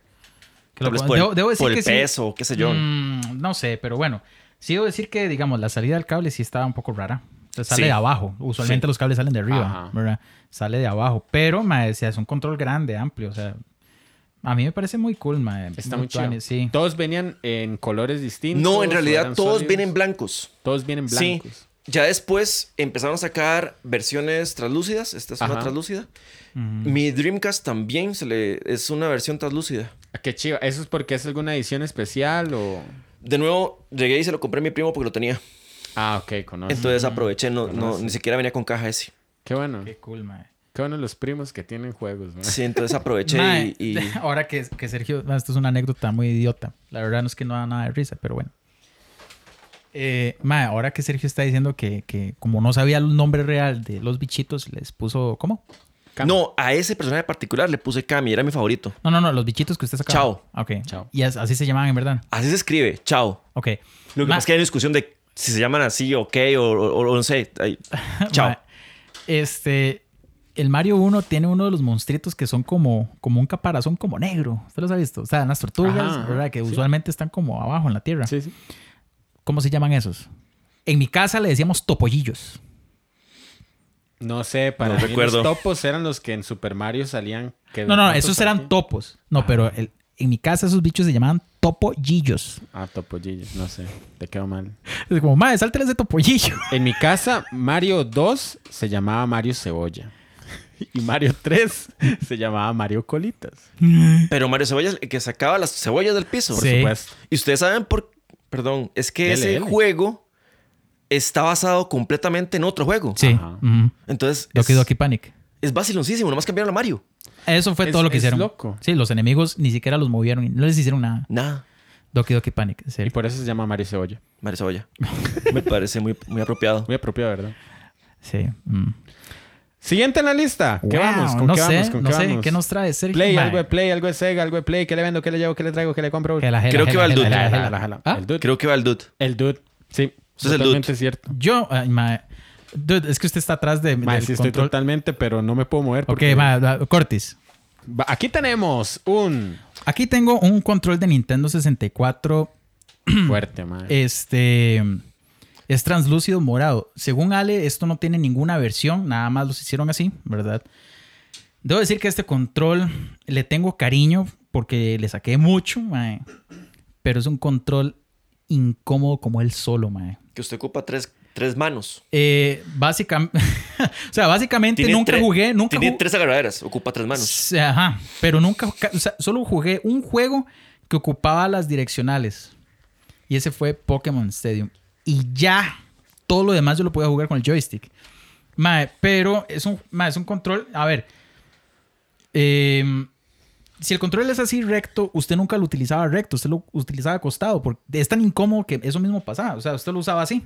Speaker 1: Que lo
Speaker 3: Tal vez
Speaker 1: pongan-
Speaker 3: por el,
Speaker 1: debo- debo decir
Speaker 3: por el
Speaker 1: que sí.
Speaker 3: peso, qué sé yo.
Speaker 1: Mm, no sé, pero bueno. Sí debo decir que, digamos, la salida del cable sí estaba un poco rara. Entonces sale
Speaker 3: Sí.
Speaker 1: de abajo. Usualmente
Speaker 3: Sí.
Speaker 1: los cables salen de arriba,
Speaker 2: Ajá.
Speaker 1: ¿verdad? Sale de abajo. Pero, mae, sí, es un control grande, amplio. O sea, a mí me parece muy cool, mae.
Speaker 2: Está muy chido.
Speaker 1: tuanis, Sí.
Speaker 2: Todos venían en colores distintos.
Speaker 3: No, en
Speaker 2: o
Speaker 3: realidad
Speaker 2: eran
Speaker 3: todos
Speaker 2: sólidos.
Speaker 3: vienen blancos.
Speaker 2: Todos vienen blancos.
Speaker 3: Sí. Ya después empezaron a sacar versiones translúcidas. Esta es una
Speaker 2: Ajá. Mm.
Speaker 3: translúcida.
Speaker 1: Ujú.
Speaker 3: Mi Dreamcast también se le, es una versión translúcida.
Speaker 2: Ah, Qué chido. ¿Eso es porque es alguna edición especial o...?
Speaker 3: De nuevo, llegué y se lo compré a mi primo porque lo tenía.
Speaker 2: Ah, ok, conozco.
Speaker 3: Entonces aproveché, no,
Speaker 2: Con
Speaker 3: no,
Speaker 2: razón.
Speaker 3: ni siquiera venía con caja ese.
Speaker 2: Qué bueno.
Speaker 1: Qué cool, mae.
Speaker 2: Qué bueno los primos que tienen juegos, mae. <laughs>
Speaker 3: Sí, entonces aproveché
Speaker 1: Mae,
Speaker 3: y, y-
Speaker 1: <laughs> Ahora que, que Sergio, ah, esto es una anécdota muy idiota. La verdad no es que no da nada de risa, pero bueno. Eh, mae, ahora que Sergio está diciendo que, que como no sabía el nombre real de los bichitos, les puso. ¿Cómo?
Speaker 2: Cam-
Speaker 3: No, a ese personaje particular le puse Cami, era mi favorito.
Speaker 1: No, no, no, los bichitos que usted sacaba.
Speaker 3: Chao.
Speaker 1: Ah, Ok.
Speaker 2: Chao.
Speaker 1: Y as- así se llamaban en verdad.
Speaker 3: Así se escribe, chao.
Speaker 1: Ok. <laughs>
Speaker 3: Lo
Speaker 1: Ma-
Speaker 3: que pasa es que hay una discusión de si se llaman así, ok, o, o- o no sé. Ay, chao.
Speaker 1: Ma- Este. El Mario 1 tiene uno de los monstruitos que son como, como un caparazón como negro. ¿Usted los ha visto? O sea, las tortugas,
Speaker 2: Ajá,
Speaker 1: ¿verdad? Que
Speaker 2: sí.
Speaker 1: usualmente están como abajo en la tierra.
Speaker 2: Sí, sí.
Speaker 1: ¿Cómo se llaman esos? En mi casa le decíamos topollillos.
Speaker 2: No sé, para
Speaker 3: No
Speaker 2: mí
Speaker 3: recuerdo.
Speaker 2: los topos eran los que en Super Mario salían. que
Speaker 1: No, no,
Speaker 2: los
Speaker 1: esos
Speaker 2: topos
Speaker 1: eran
Speaker 2: aquí-
Speaker 1: topos. No, pero el- en mi casa esos bichos se llamaban topollillos.
Speaker 2: Ah, topollillos, no sé. Te quedo mal.
Speaker 1: Es como, madre, sáltale ese
Speaker 2: <laughs>
Speaker 1: topollillo.
Speaker 2: En mi casa, Mario 2 se llamaba Mario Cebolla. <laughs> Y Mario 3 se llamaba Mario Colitas.
Speaker 3: Pero Mario Cebollas, el que sacaba las cebollas del piso.
Speaker 2: Por
Speaker 1: Sí.
Speaker 2: supuesto.
Speaker 3: Y ustedes saben por... Perdón, es que
Speaker 2: Dele,
Speaker 3: ese
Speaker 2: dele.
Speaker 3: juego está basado completamente en otro juego.
Speaker 1: Sí.
Speaker 2: Ajá.
Speaker 1: ujú.
Speaker 3: Entonces,
Speaker 1: Doki
Speaker 3: es,
Speaker 1: Doki Panic.
Speaker 3: es vaciloncísimo, nomás cambiaron a Mario.
Speaker 1: Eso fue
Speaker 2: Es-
Speaker 1: todo lo que
Speaker 2: es
Speaker 1: hicieron.
Speaker 2: loco.
Speaker 1: Sí, los enemigos ni siquiera los movieron, y no les hicieron nada.
Speaker 3: Nada,
Speaker 1: Doki Doki Panic. en
Speaker 2: Y
Speaker 1: serio.
Speaker 2: por eso se llama Mario Cebolla.
Speaker 1: <laughs>
Speaker 3: Mario Cebolla. Me parece muy, muy apropiado.
Speaker 2: Muy apropiado, ¿verdad?
Speaker 1: Sí. mm.
Speaker 2: Siguiente en la lista. ¿Qué
Speaker 1: Wow,
Speaker 2: vamos? ¿Con
Speaker 1: no
Speaker 2: qué
Speaker 1: sé,
Speaker 2: vamos? ¿Con
Speaker 1: no
Speaker 2: qué
Speaker 1: sé.
Speaker 2: vamos?
Speaker 1: ¿Qué nos trae Sergio?
Speaker 2: Play,
Speaker 1: Mae.
Speaker 2: algo de Play, algo de Sega, algo de Play. ¿Qué le vendo? ¿Qué le llevo? ¿Qué le traigo? ¿Qué le compro?
Speaker 1: Jala, jala,
Speaker 3: Creo que
Speaker 1: jala,
Speaker 3: va el
Speaker 1: jala,
Speaker 3: dude.
Speaker 1: jala,
Speaker 2: Jala,
Speaker 1: jala.
Speaker 2: jala, jala.
Speaker 1: Ah,
Speaker 2: El dude.
Speaker 3: Creo que va el dude.
Speaker 2: El dude. Sí.
Speaker 3: Ese es el
Speaker 2: totalmente
Speaker 3: dude.
Speaker 2: cierto.
Speaker 1: Yo, ay, mae. Dude, es que usted está atrás de,
Speaker 2: Mae,
Speaker 1: del
Speaker 2: sí, estoy
Speaker 1: control.
Speaker 2: totalmente, pero no me puedo mover.
Speaker 1: Ok,
Speaker 2: porque-
Speaker 1: mae, va, Cortis.
Speaker 2: Va- Aquí tenemos
Speaker 1: <clears throat>
Speaker 2: un
Speaker 1: Aquí tengo un control de Nintendo 64
Speaker 2: fuerte, mae.
Speaker 1: Este es translúcido morado. Según Ale, esto no tiene ninguna versión, nada más los hicieron así, ¿verdad? Debo decir que este control le tengo cariño porque le saqué mucho, mae. pero es un control incómodo como él solo, mae.
Speaker 3: Que usted ocupa tres, tres manos.
Speaker 1: básicamente, <laughs> o sea, básicamente nunca
Speaker 3: tres-
Speaker 1: jugué, nunca
Speaker 3: Tiene
Speaker 1: ju-
Speaker 3: tres agarraderas, ocupa tres manos.
Speaker 1: Sí, Ajá, pero nunca, o sea, solo jugué un juego que ocupaba las direccionales. Y ese fue Pokémon Stadium. Y ya, todo lo demás yo lo podía jugar con el joystick. Mae, pero es un, mae, es un control. A ver, eh, si el control es así recto, usted nunca lo utilizaba recto, usted lo utilizaba acostado. Porque es tan incómodo que eso mismo pasaba. O sea, usted lo usaba así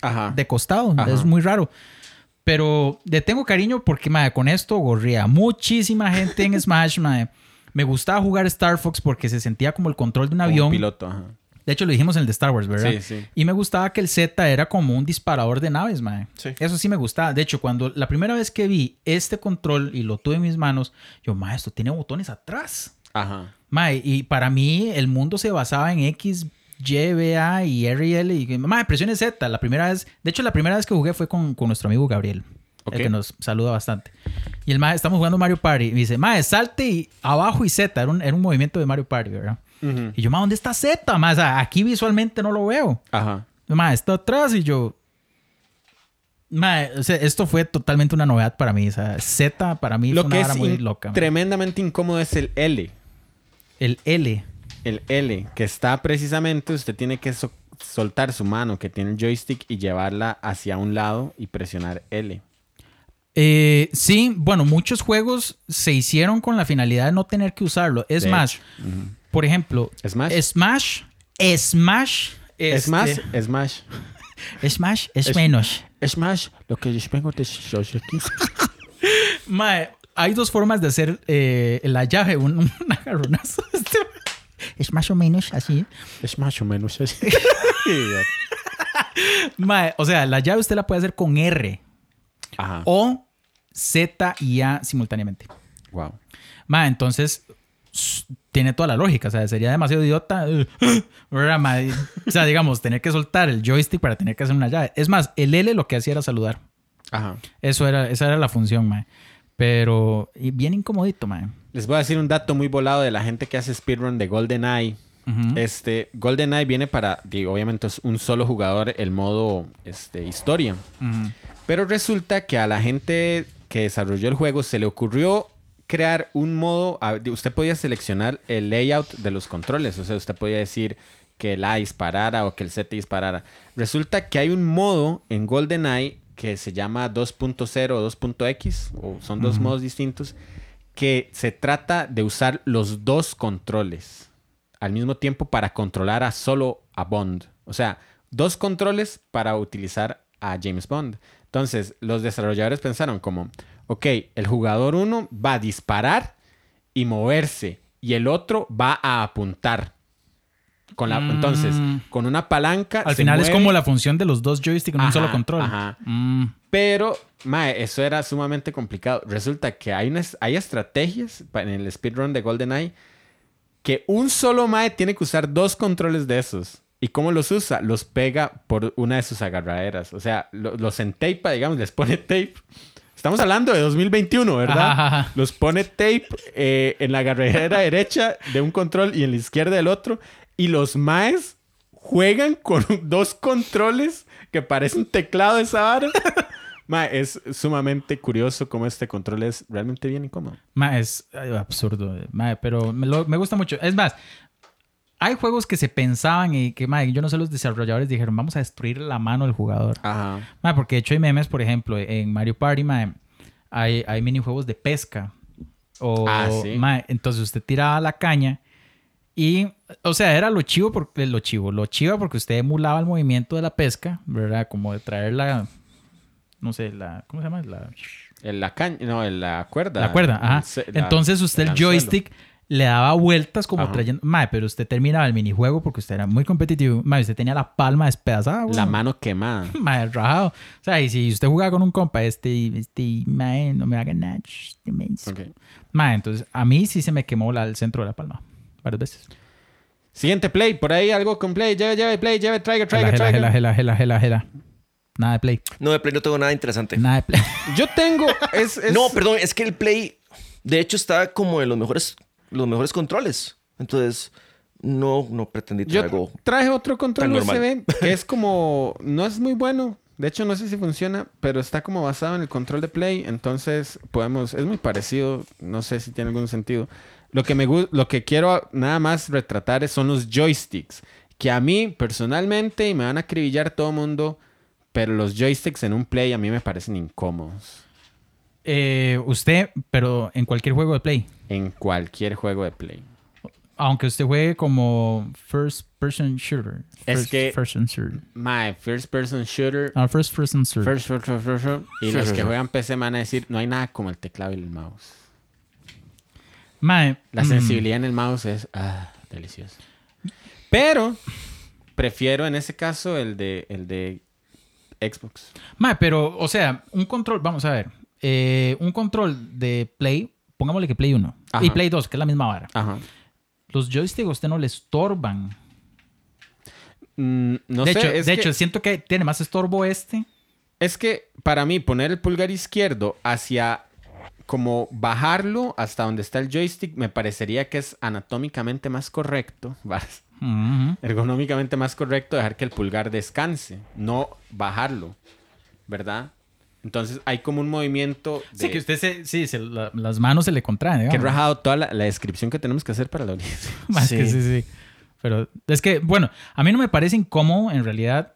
Speaker 2: Ajá.
Speaker 1: de costado.
Speaker 2: Ajá.
Speaker 1: Es muy raro. Pero le tengo cariño porque, madre, con esto gorría muchísima gente en Smash, <laughs> madre. Me gustaba jugar Star Fox porque se sentía como el control de un
Speaker 2: Como
Speaker 1: avión.
Speaker 2: piloto, ajá.
Speaker 1: De hecho, lo dijimos en el de Star Wars, ¿verdad?
Speaker 2: Sí, sí.
Speaker 1: Y me gustaba que el Z era como un disparador de naves, madre.
Speaker 3: Sí.
Speaker 1: Eso sí me gustaba. De hecho, cuando la primera vez que vi este control y lo tuve en mis manos, yo, madre, esto tiene botones atrás.
Speaker 2: Ajá.
Speaker 1: Mae, y para mí el mundo se basaba en X, Y, B, A y R y L. Y, mae, presiones Z. La primera vez, de hecho, la primera vez que jugué fue con, con nuestro amigo Gabriel,
Speaker 2: Ok.
Speaker 1: el que nos saluda bastante. Y el mae, estamos jugando Mario Party. Y me dice, mae, salte y abajo y Z. Era un, era un movimiento de Mario Party, ¿verdad?
Speaker 2: Ujú.
Speaker 1: Y yo, mae, ¿dónde está Z? Mae, o sea, aquí visualmente no lo veo.
Speaker 2: Ajá.
Speaker 1: Mae, está atrás y yo. Mae, o sea, esto fue totalmente una novedad para mí. O sea, Z para mí
Speaker 2: Lo
Speaker 1: fue una
Speaker 2: que es
Speaker 1: vara muy
Speaker 2: in-
Speaker 1: loca. mae.
Speaker 2: tremendamente incómodo es el L.
Speaker 1: El L.
Speaker 2: El L, que está precisamente, usted tiene que so- soltar su mano que tiene el joystick y llevarla hacia un lado y presionar L.
Speaker 1: Eh, sí, bueno, muchos juegos se hicieron con la finalidad de no tener que usarlo. Es
Speaker 2: De
Speaker 1: más, por ejemplo,
Speaker 2: Smash.
Speaker 1: Smash, Smash,
Speaker 2: Es
Speaker 1: este,
Speaker 2: más, Smash.
Speaker 1: Smash es,
Speaker 2: es-
Speaker 1: menos.
Speaker 2: Smash, lo que yo vengo de Shoshiki.
Speaker 1: Mae, hay dos formas de hacer eh, la llave, un, <laughs> un <laughs> agarronazo. Este, Es más o menos así.
Speaker 2: Smash o menos.
Speaker 1: Mae, o sea, la llave usted la puede hacer con R
Speaker 2: <laughs> Ajá.
Speaker 1: o Z y A simultáneamente.
Speaker 2: Wow.
Speaker 1: Mae, entonces s- tiene toda la lógica. O sea, sería demasiado idiota. <gasps> ¿verdad, mae? O sea, digamos, tener que soltar el joystick para tener que hacer una llave. Es más, el L lo que hacía era saludar.
Speaker 2: Ajá.
Speaker 1: Eso era, esa era la función, mae. Pero y bien incomodito, mae.
Speaker 2: Les voy a decir un dato muy volado de la gente que hace speedrun de GoldenEye.
Speaker 1: Ujú.
Speaker 2: Este, GoldenEye viene para, digo, obviamente es un solo jugador el modo este, historia.
Speaker 1: Ujú.
Speaker 2: Pero resulta que a la gente que desarrolló el juego se le ocurrió crear un modo. a- de- Usted podía seleccionar el layout de los controles. O sea, usted podía decir que el A disparara o que el Z disparara. Resulta que hay un modo en GoldenEye que se llama 2.0 o 2.x. O son dos modos distintos. Que se trata de usar los dos controles al mismo tiempo para controlar a solo a Bond. O sea, dos controles para utilizar a James Bond. Entonces, los desarrolladores pensaron como, ok, el jugador uno va a disparar y moverse y el otro va a apuntar. Con la,
Speaker 1: Mm.
Speaker 2: Entonces, con una palanca...
Speaker 1: Al
Speaker 2: se
Speaker 1: final es
Speaker 2: mueve.
Speaker 1: como la función de los dos joysticks en un
Speaker 2: Ajá,
Speaker 1: solo control.
Speaker 2: ajá.
Speaker 1: Mm.
Speaker 2: Pero, mae, eso era sumamente complicado. Resulta que hay, unas, hay estrategias pa- en el speedrun de GoldenEye que un solo mae tiene que usar dos controles de esos. ¿Y cómo los usa? Los pega por una de sus agarraderas. O sea, lo- los entapa, digamos, les pone tape. Estamos hablando de 2021, ¿verdad?
Speaker 1: Ajá, ajá, ajá.
Speaker 2: Los pone tape eh, en la
Speaker 1: <laughs>
Speaker 2: agarradera derecha de un control y en la izquierda del otro. Y los maes juegan con <laughs> dos controles que parecen teclado
Speaker 1: <laughs>
Speaker 2: esa vara. Mae, es sumamente curioso cómo este control es realmente bien incómodo.
Speaker 1: Ma, es ay, absurdo, eh, ma, pero me, lo- me gusta mucho. Es más, hay juegos que se pensaban y que, ma, yo no sé, los desarrolladores dijeron, vamos a destruir la mano del jugador.
Speaker 2: Ajá.
Speaker 1: Ma, porque de hecho hay memes, por ejemplo, en Mario Party, ma, hay, hay minijuegos de pesca. O,
Speaker 2: Ah, sí.
Speaker 1: ma, entonces usted tiraba la caña y, o sea, era lo chivo, porque, lo chivo, lo chiva porque usted emulaba el movimiento de la pesca, ¿verdad? Como de traer la, no sé, la, ¿cómo se llama? La...
Speaker 2: En la caña, no, en la cuerda.
Speaker 1: La cuerda, ajá.
Speaker 2: Se- la-
Speaker 1: Entonces usted
Speaker 2: el
Speaker 1: el,
Speaker 2: anzuelo.
Speaker 1: joystick le daba vueltas como
Speaker 2: Ajá.
Speaker 1: trayendo... Mae, pero usted terminaba el minijuego porque usted era muy competitivo. Mae, usted tenía la palma despedazada.
Speaker 2: La
Speaker 1: weón.
Speaker 2: mano quemada.
Speaker 1: <laughs> Mae, rajado. O sea, y si usted jugaba con un compa, este, y- este, y, mae, no me va a ganar. sh, este menso.
Speaker 2: Ok.
Speaker 1: Mae, entonces a mí sí se me quemó la, el centro de la palma. Varias veces.
Speaker 2: Siguiente play, por ahí algo con play. Lleve, lleve, play, lleve, traiga,
Speaker 1: Gela,
Speaker 2: traiga,
Speaker 1: gela,
Speaker 2: traiga.
Speaker 1: gela, gela, gela, gela, gela. Nada de play.
Speaker 3: No, de Play no tengo nada interesante.
Speaker 1: Nada de play. <laughs>
Speaker 2: Yo tengo. Es, es-
Speaker 3: No, perdón, es que el Play, de hecho, está como de los mejores, los mejores controles. Entonces, no, no pretendí
Speaker 2: Yo
Speaker 3: traer algo.
Speaker 2: traje otro control
Speaker 3: Tan normal.
Speaker 2: USB que
Speaker 3: <laughs>
Speaker 2: es como. No es muy bueno. De hecho, no sé si funciona, pero está como basado en el control de Play. Entonces, podemos. Es muy parecido. No sé si tiene algún sentido. Lo que, me gu- lo que quiero nada más retratar es- son los joysticks. Que a mí, personalmente, y me van a acribillar todo mundo, pero los joysticks en un Play a mí me parecen incómodos.
Speaker 1: Eh, usted, pero en cualquier juego de play.
Speaker 2: En cualquier juego de Play.
Speaker 1: Aunque usted juegue como first person shooter.
Speaker 2: Es
Speaker 1: First
Speaker 2: que-
Speaker 1: person shooter.
Speaker 2: My first person shooter.
Speaker 1: Ah, first person shooter.
Speaker 2: First, first, first, first, first. Y los que juegan PC van a decir, no hay nada como el teclado y el mouse.
Speaker 1: Mae,
Speaker 2: La
Speaker 1: mm,
Speaker 2: sensibilidad en el mouse es ah, deliciosa. Pero prefiero en ese caso el de, el de Xbox.
Speaker 1: Mae, pero, o sea, un control, vamos a ver. eh, un control de Play, pongámosle que Play 1
Speaker 2: Ajá.
Speaker 1: y Play 2, que es la misma vara.
Speaker 2: Ajá.
Speaker 1: Los joysticks a usted no le estorban.
Speaker 2: Mm, no
Speaker 1: de
Speaker 2: sé,
Speaker 1: hecho,
Speaker 2: es
Speaker 1: de
Speaker 2: que-
Speaker 1: hecho, siento que tiene más estorbo este.
Speaker 2: Es que para mí poner el pulgar izquierdo hacia como bajarlo hasta donde está el joystick me parecería que es anatómicamente más correcto. <laughs> vas,
Speaker 1: Ujú.
Speaker 2: Ergonómicamente más correcto dejar que el pulgar descanse, no bajarlo, ¿verdad? Entonces hay como un movimiento de...
Speaker 1: Sí, que usted se, sí, se- la- las manos se le contraen.
Speaker 2: Que he
Speaker 1: digamos.
Speaker 2: rajado toda la, la descripción que tenemos que hacer para la audiencia.
Speaker 1: <laughs>
Speaker 2: <laughs>
Speaker 1: Más que
Speaker 3: Sí.
Speaker 1: sí, sí. Pero es que, bueno, a mí no me parece incómodo, en realidad.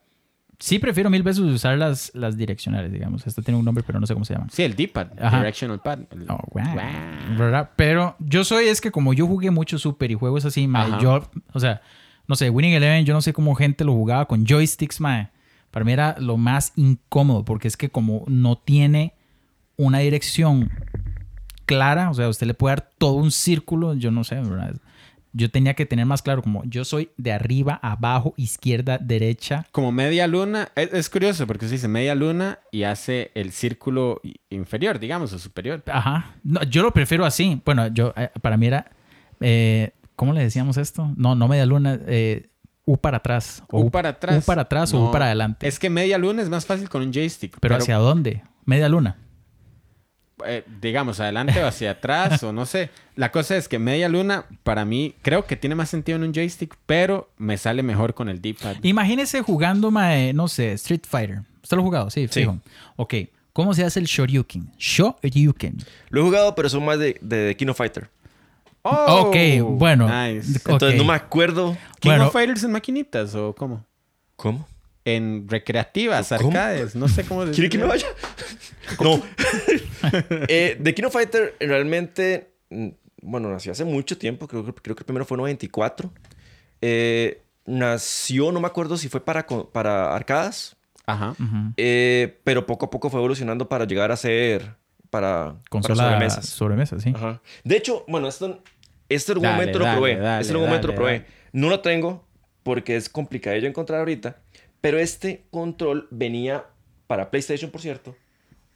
Speaker 1: Sí prefiero mil veces usar las, las direccionales, digamos. Esta tiene un nombre, pero no sé cómo se llama.
Speaker 2: Sí, el D-pad,
Speaker 1: Ajá.
Speaker 2: Directional Pad. El-
Speaker 1: Oh, wow.
Speaker 2: Wow.
Speaker 1: ¿Verdad? Pero yo soy, es que como yo jugué mucho Super y juegos así, mae,
Speaker 2: Ajá.
Speaker 1: yo, o sea, no sé, Winning Eleven, yo no sé cómo gente lo jugaba con joysticks, mae. Para mí era lo más incómodo, porque es que como no tiene una dirección clara, o sea, usted le puede dar todo un círculo, yo no sé, ¿verdad? yo tenía que tener más claro como yo soy de arriba, abajo, izquierda, derecha.
Speaker 2: Como media luna, es, es curioso porque se dice media luna y hace el círculo i- inferior, digamos, o superior.
Speaker 1: Ajá. No, yo lo prefiero así. Bueno, yo eh, para mí era eh, ¿cómo le decíamos esto? No, no media luna, eh, U para atrás. O
Speaker 2: U para atrás.
Speaker 1: U para atrás o
Speaker 2: No.
Speaker 1: U para adelante.
Speaker 2: Es que media luna es más fácil con un joystick.
Speaker 1: pero, hacia dónde? Media luna.
Speaker 2: eh, digamos, adelante o hacia atrás o no sé. La cosa es que media luna, para mí, creo que tiene más sentido en un joystick, pero me sale mejor con el D-pad.
Speaker 1: Imagínese jugando, mae, no sé, Street Fighter. ¿Usted lo ha jugado? Sí,
Speaker 3: Sí.
Speaker 1: fijo. Ok. ¿Cómo se hace el Shoryuken? Shoryuken.
Speaker 3: Lo he jugado, pero son más de, de, Kino Fighter.
Speaker 2: Oh,
Speaker 1: ok, bueno.
Speaker 2: nice.
Speaker 1: Ok.
Speaker 3: Entonces no me acuerdo.
Speaker 2: King
Speaker 1: Bueno.
Speaker 2: of Fighters en maquinitas o cómo?
Speaker 3: ¿Cómo?
Speaker 2: En recreativas,
Speaker 3: ¿Cómo?
Speaker 2: arcades, no sé cómo
Speaker 3: ¿Quiere que me
Speaker 2: decirlo. <laughs>
Speaker 3: vaya? No. eh, The Kino Fighter realmente, mm, bueno, nació hace mucho tiempo, creo, que- creo que el primero fue en 94. Eh, nació, no me acuerdo si fue para, co- para arcadas,
Speaker 2: Ajá.
Speaker 1: Ujú.
Speaker 3: eh, pero poco a poco fue evolucionando para llegar a ser para, para
Speaker 1: Consola sobremesa.
Speaker 3: sobremesas.
Speaker 1: sí.
Speaker 3: Ajá. De hecho, bueno, esto, este
Speaker 2: Dale,
Speaker 3: argumento
Speaker 2: dale,
Speaker 3: lo probé.
Speaker 2: dale,
Speaker 3: este argumento
Speaker 2: dale,
Speaker 3: lo probé.
Speaker 2: dale.
Speaker 3: No lo tengo porque es complicado yo encontrar ahorita. Pero este control venía para PlayStation, por cierto,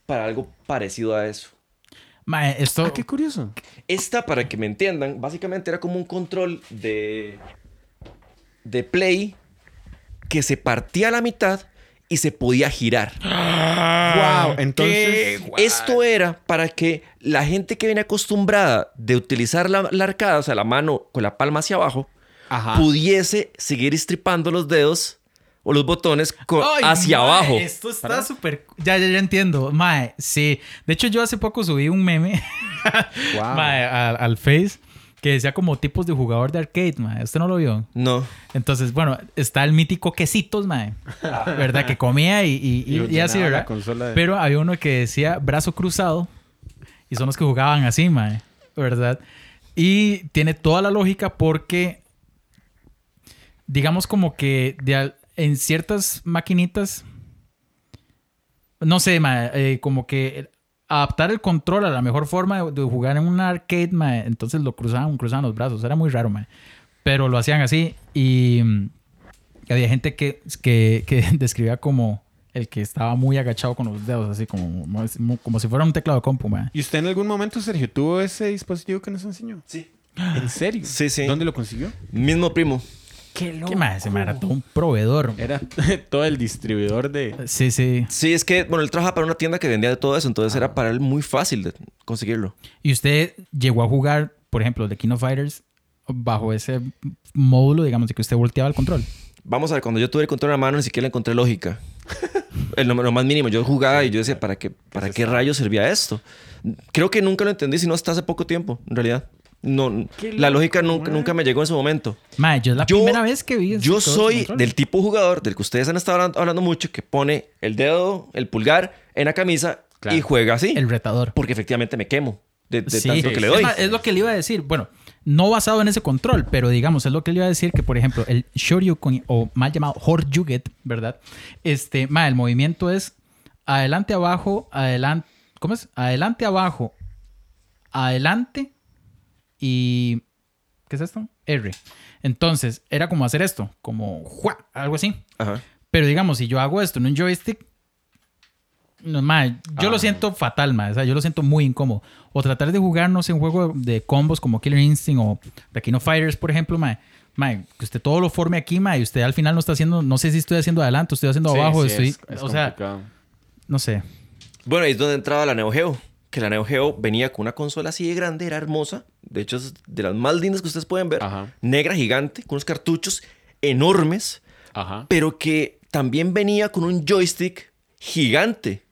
Speaker 3: para algo parecido a eso.
Speaker 1: Mae, eh, esto.
Speaker 2: Ah, qué curioso.
Speaker 3: Esta, para que me entiendan, básicamente era como un control de, de Play que se partía a la mitad y se podía girar. Ah,
Speaker 2: wow, entonces.
Speaker 3: Esto era para que la gente que viene acostumbrada de utilizar la, la arcada, o sea, la mano con la palma hacia abajo,
Speaker 2: Ajá.
Speaker 3: pudiese seguir estripando los dedos o los botones co-
Speaker 1: Ay,
Speaker 3: hacia
Speaker 1: mae,
Speaker 3: abajo.
Speaker 1: Esto está súper. Ya, ya, ya entiendo. Mae, sí. De hecho, yo hace poco subí un
Speaker 3: <laughs>
Speaker 1: meme
Speaker 2: Wow.
Speaker 1: mae, al, al Face que decía como tipos de jugador de arcade, mae. ¿Usted no lo vio?
Speaker 3: No.
Speaker 1: Entonces, bueno, está el mítico Quesitos, mae. ¿Verdad? Que comía y, y- y-
Speaker 2: Y
Speaker 1: y
Speaker 2: llenaba
Speaker 1: así,
Speaker 2: la
Speaker 1: ¿verdad?
Speaker 2: consola de-
Speaker 1: Pero había uno que decía brazo cruzado y son los que jugaban así, mae. ¿Verdad? Y tiene toda la lógica porque, digamos como que de al- en ciertas maquinitas, no sé, mae, eh, como que adaptar el control a la mejor forma de, de jugar en un arcade, mae, entonces lo cruzaban, cruzaban los brazos, era muy raro, mae. Pero lo hacían así y mm, había gente que, que, que <laughs> describía como el que estaba muy agachado con los dedos, así como, como, si fuera un teclado de compu, mae.
Speaker 2: ¿Y usted en algún momento, Sergio, tuvo ese dispositivo que nos enseñó?
Speaker 3: Sí.
Speaker 2: ¿En serio?
Speaker 3: Sí, sí.
Speaker 2: ¿Dónde lo consiguió?
Speaker 3: Mismo primo.
Speaker 1: Qué loco. mae, se me era todo un proveedor.
Speaker 2: Era <laughs> todo el distribuidor de.
Speaker 1: Sí, sí.
Speaker 3: Sí, es que, bueno, él trabajaba para una tienda que vendía de todo eso, entonces
Speaker 1: Ah.
Speaker 3: era para él muy fácil de conseguirlo.
Speaker 1: ¿Y usted llegó a jugar, por ejemplo, de King of Fighters bajo ese módulo, digamos, de que usted volteaba el control?
Speaker 3: Vamos a ver, cuando yo tuve el control en la mano, ni siquiera le encontré lógica. el, lo, lo más mínimo, yo jugaba y yo decía, ¿para qué, para qué rayos servía esto? Creo que nunca lo entendí, sino hasta hace poco tiempo, en realidad. No, la lógica nunca, nunca me llegó en su momento.
Speaker 1: Mae, yo es la
Speaker 3: Yo-
Speaker 1: primera vez que vi. ese
Speaker 3: Yo
Speaker 1: todo ese
Speaker 3: soy
Speaker 1: control.
Speaker 3: del tipo jugador del que ustedes han estado hablando, hablando mucho, que pone el dedo, el pulgar en la camisa
Speaker 2: Claro.
Speaker 3: y juega así.
Speaker 1: El retador.
Speaker 3: Porque efectivamente me quemo de, de
Speaker 1: Sí.
Speaker 3: tanto que le
Speaker 1: Es
Speaker 3: doy.
Speaker 1: más, Es, lo que le iba a decir. Bueno, no basado en ese control, pero digamos, es lo que le iba a decir que, por ejemplo, el Shoryuken, o mal llamado Horjuget, ¿verdad? Este, ma, el movimiento es adelante, abajo, adelante. ¿Cómo es? Adelante, abajo, adelante y. ¿Qué es esto? R. Entonces, era como hacer esto, como ¡juá! algo así.
Speaker 3: Ajá.
Speaker 1: Pero digamos, si yo hago esto en un joystick, no, mae, yo
Speaker 2: Ah.
Speaker 1: lo siento fatal, mae. O sea, yo lo siento muy incómodo. O tratar de jugar, no sé, un juego de combos como Killer Instinct o The King of Fighters, por ejemplo, mae. Mae, que usted todo lo forme aquí, mae, y usted al final no está haciendo, no sé si estoy haciendo adelante, estoy haciendo abajo,
Speaker 2: Sí,
Speaker 1: estoy,
Speaker 2: sí, es- es
Speaker 1: o sea,
Speaker 2: complicado.
Speaker 1: no sé.
Speaker 3: Bueno, ahí es donde entraba la Neo Geo. Que la Neo Geo venía con una consola así de grande, era hermosa. De hecho, es de las más lindas que ustedes pueden ver.
Speaker 2: Ajá.
Speaker 3: Negra, gigante, con unos cartuchos enormes.
Speaker 2: Ajá.
Speaker 3: Pero que también venía con un joystick gigante.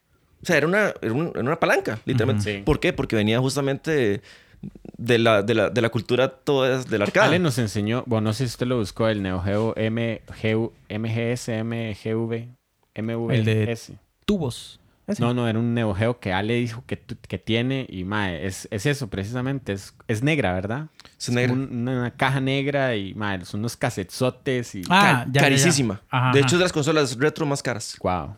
Speaker 3: O sea, era una, era un- era una palanca, literalmente.
Speaker 2: Ujú. Sí.
Speaker 3: ¿Por qué? Porque venía justamente de la, de la, de la cultura toda del arcade.
Speaker 2: Ale nos enseñó, bueno, no sé si usted lo buscó, el Neo Geo MGU, MGS, MGV,
Speaker 1: El de-
Speaker 2: MVS.
Speaker 1: Tubos. Ese.
Speaker 2: No, no, era un Neo Geo que Ale dijo que, tu- que tiene y mae, es, es eso precisamente, es, es negra, ¿verdad?
Speaker 3: Es negra.
Speaker 2: como un- una caja negra y mae, son unos casetzotes y...
Speaker 1: Ah,
Speaker 3: Ca-
Speaker 1: ya, ya, ya.
Speaker 3: carísima.
Speaker 1: Ajá, ajá.
Speaker 3: de hecho, es de las consolas retro más caras.
Speaker 2: Wow.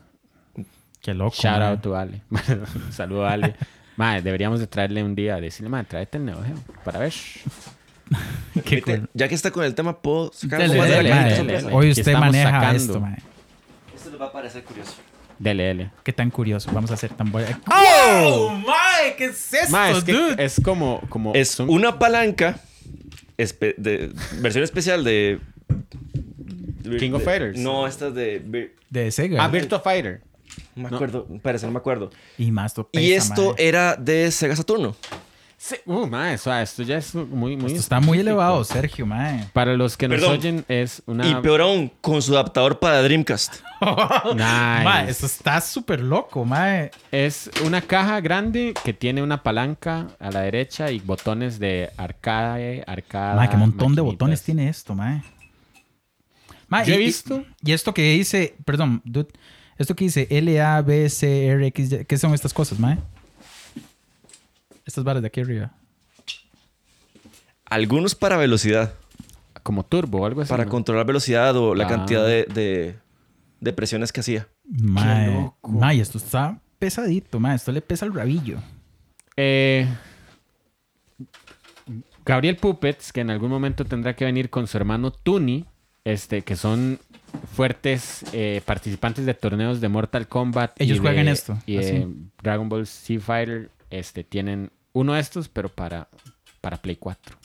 Speaker 1: Qué loco.
Speaker 2: Shout
Speaker 1: mae.
Speaker 2: out to Ale. <laughs> Saludo a Ale. mae, deberíamos de traerle un día, decirle, mae, tráete el Neo Geo para ver.
Speaker 1: <laughs> Qué
Speaker 3: Vete,
Speaker 1: cool.
Speaker 3: Ya que está con el tema, puedo sacar
Speaker 1: Dele,
Speaker 3: algo más de
Speaker 1: dele,
Speaker 3: la
Speaker 1: mae.
Speaker 3: gente.
Speaker 2: dele,
Speaker 3: sorpresa?
Speaker 2: dele.
Speaker 1: Hoy
Speaker 2: que
Speaker 1: usted
Speaker 2: estamos
Speaker 1: maneja
Speaker 2: sacando.
Speaker 1: esto, mae.
Speaker 3: Esto les va a parecer curioso.
Speaker 2: Dele, dele.
Speaker 1: Qué tan curioso. Vamos a hacer tan bueno.
Speaker 2: ¡Oh!
Speaker 1: mae! ¿Qué es esto,
Speaker 2: Ma, es, que es como, como
Speaker 3: Es
Speaker 2: son-
Speaker 3: una palanca espe- de, versión especial de
Speaker 2: King of
Speaker 3: de-
Speaker 2: Fighters.
Speaker 3: No, esta es de Vir-
Speaker 1: De Sega.
Speaker 2: Ah, Virtua Fighter.
Speaker 3: me
Speaker 2: No.
Speaker 3: acuerdo, parece no me acuerdo.
Speaker 1: y más to-
Speaker 3: y
Speaker 1: pesa,
Speaker 3: esto
Speaker 1: mae.
Speaker 3: era de Sega Saturno.
Speaker 2: Sí. Uh, ma, eso, ah, esto ya es muy, muy.
Speaker 1: Esto está muy
Speaker 2: específico.
Speaker 1: elevado, Sergio, mae.
Speaker 2: Para los que nos
Speaker 3: Perdón.
Speaker 2: oyen, es una.
Speaker 3: Y peor aún, con su adaptador para Dreamcast.
Speaker 2: Nice.
Speaker 1: Mae, esto está súper loco, mae.
Speaker 2: Es una caja grande que tiene una palanca a la derecha y botones de arcade, arcada.
Speaker 1: Mae, qué montón de
Speaker 2: Ah, maquinitas.
Speaker 1: botones tiene esto, mae. Mae,
Speaker 2: Yo he
Speaker 1: y- y-
Speaker 2: visto.
Speaker 1: Y esto que dice, perdón, dude, esto que dice L, A, B, C, R, X, Y, ¿qué son estas cosas, mae? Estas barras de aquí arriba.
Speaker 3: Algunos para velocidad,
Speaker 2: Como turbo o algo así.
Speaker 3: para
Speaker 2: ¿no?
Speaker 3: controlar velocidad o la
Speaker 2: Ah.
Speaker 3: cantidad de, de- de presiones que hacía.
Speaker 1: Mae,
Speaker 2: loco.
Speaker 1: mae, esto está pesadito, mae. Esto le pesa el rabillo.
Speaker 2: Eh, Gabriel Puppets, que en algún momento tendrá que venir con su hermano Tuni, este, que son fuertes eh, participantes de torneos de Mortal Kombat. y
Speaker 1: Ellos
Speaker 2: de-
Speaker 1: juegan esto,
Speaker 2: Y de
Speaker 1: así.
Speaker 2: Dragon Ball Z Fighter este, tienen uno de estos, pero para, para Play 4.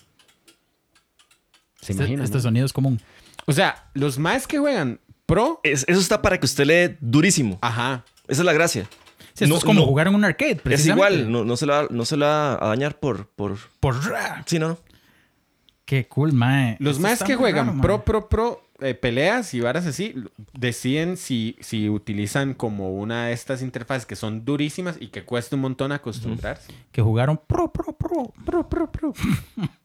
Speaker 2: ¿Se
Speaker 1: Este,
Speaker 2: imaginan?
Speaker 1: este
Speaker 2: no?
Speaker 1: sonido es común.
Speaker 2: O sea, los más que juegan pro,
Speaker 3: Es- eso está para que usted le dé durísimo.
Speaker 2: ajá.
Speaker 3: Esa es la gracia.
Speaker 1: Sí, esto
Speaker 3: No,
Speaker 1: es como
Speaker 3: no.
Speaker 1: jugar en un arcade,
Speaker 3: Es
Speaker 1: precisamente.
Speaker 3: igual, no, no se la, no se la va a dañar por, por...
Speaker 1: Por ra.
Speaker 3: Sí, no, no.
Speaker 1: Qué cool, mae.
Speaker 2: Los
Speaker 1: Esto
Speaker 2: más
Speaker 1: está
Speaker 2: que
Speaker 1: muy
Speaker 2: juegan
Speaker 1: raro, mae.
Speaker 2: pro, pro, pro, eh, peleas y varas así, l- deciden si, si utilizan como una de estas interfaces que son durísimas y que cuesta un montón acostumbrarse.
Speaker 1: Que jugaron pro, pro, pro, pro, pro, pro. <laughs>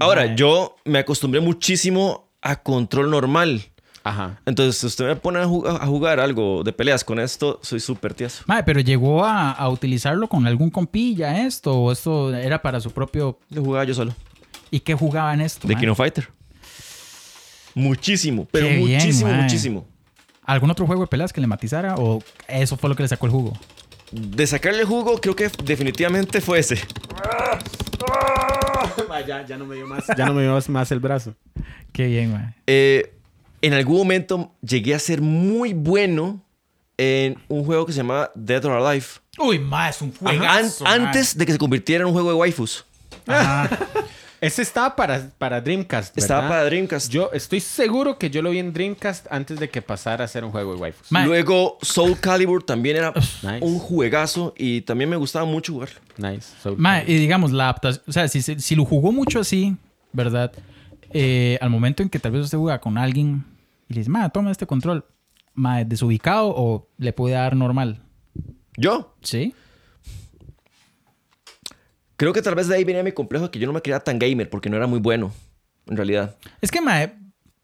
Speaker 3: Ahora,
Speaker 1: Mae.
Speaker 3: yo me acostumbré muchísimo a control normal.
Speaker 2: Ajá.
Speaker 3: Entonces, si usted me pone a, ju- a jugar algo de peleas con esto, soy súper tieso.
Speaker 1: Mae, pero llegó a, a utilizarlo con algún compilla esto, o esto era para su propio...
Speaker 3: Lo jugaba yo solo.
Speaker 1: ¿Y qué jugaban esto?
Speaker 3: De
Speaker 1: mae?
Speaker 3: Kino Fighter. Muchísimo, pero
Speaker 1: Qué bien,
Speaker 3: muchísimo,
Speaker 1: mae.
Speaker 3: muchísimo.
Speaker 1: ¿Algún otro juego de peleas que le matizara? ¿O eso fue lo que le sacó el jugo?
Speaker 3: De sacarle jugo, creo que definitivamente fue ese.
Speaker 2: ya, no me dio más. Ya no me dio más- más el brazo.
Speaker 1: Qué bien, mae.
Speaker 3: Eh, en algún momento llegué a ser muy bueno en un juego que se llamaba Dead or Alive.
Speaker 1: Uy, mae, es un juegazo.
Speaker 3: An- antes de que se convirtiera en un juego de waifus.
Speaker 2: Ese estaba para, para Dreamcast. ¿verdad?
Speaker 3: Estaba para Dreamcast.
Speaker 2: Yo estoy seguro que yo lo vi en Dreamcast antes de que pasara a ser un juego de waifus.
Speaker 1: Mae.
Speaker 3: Luego Soul Calibur también era
Speaker 2: Nice.
Speaker 3: un juegazo y también me gustaba mucho jugarlo.
Speaker 2: Nice. so-
Speaker 1: Mae, y digamos, la adaptación... O sea, si, se- si lo jugó mucho así, ¿verdad? Eh, al momento en que tal vez usted juega con alguien y le dice, mae, toma este control. Mae, ¿desubicado o le puede dar normal?
Speaker 3: Yo
Speaker 1: ¿Sí?
Speaker 3: creo que tal vez de ahí venía mi complejo de que yo no me creía tan gamer porque no era muy bueno, en realidad.
Speaker 1: Es que, mae...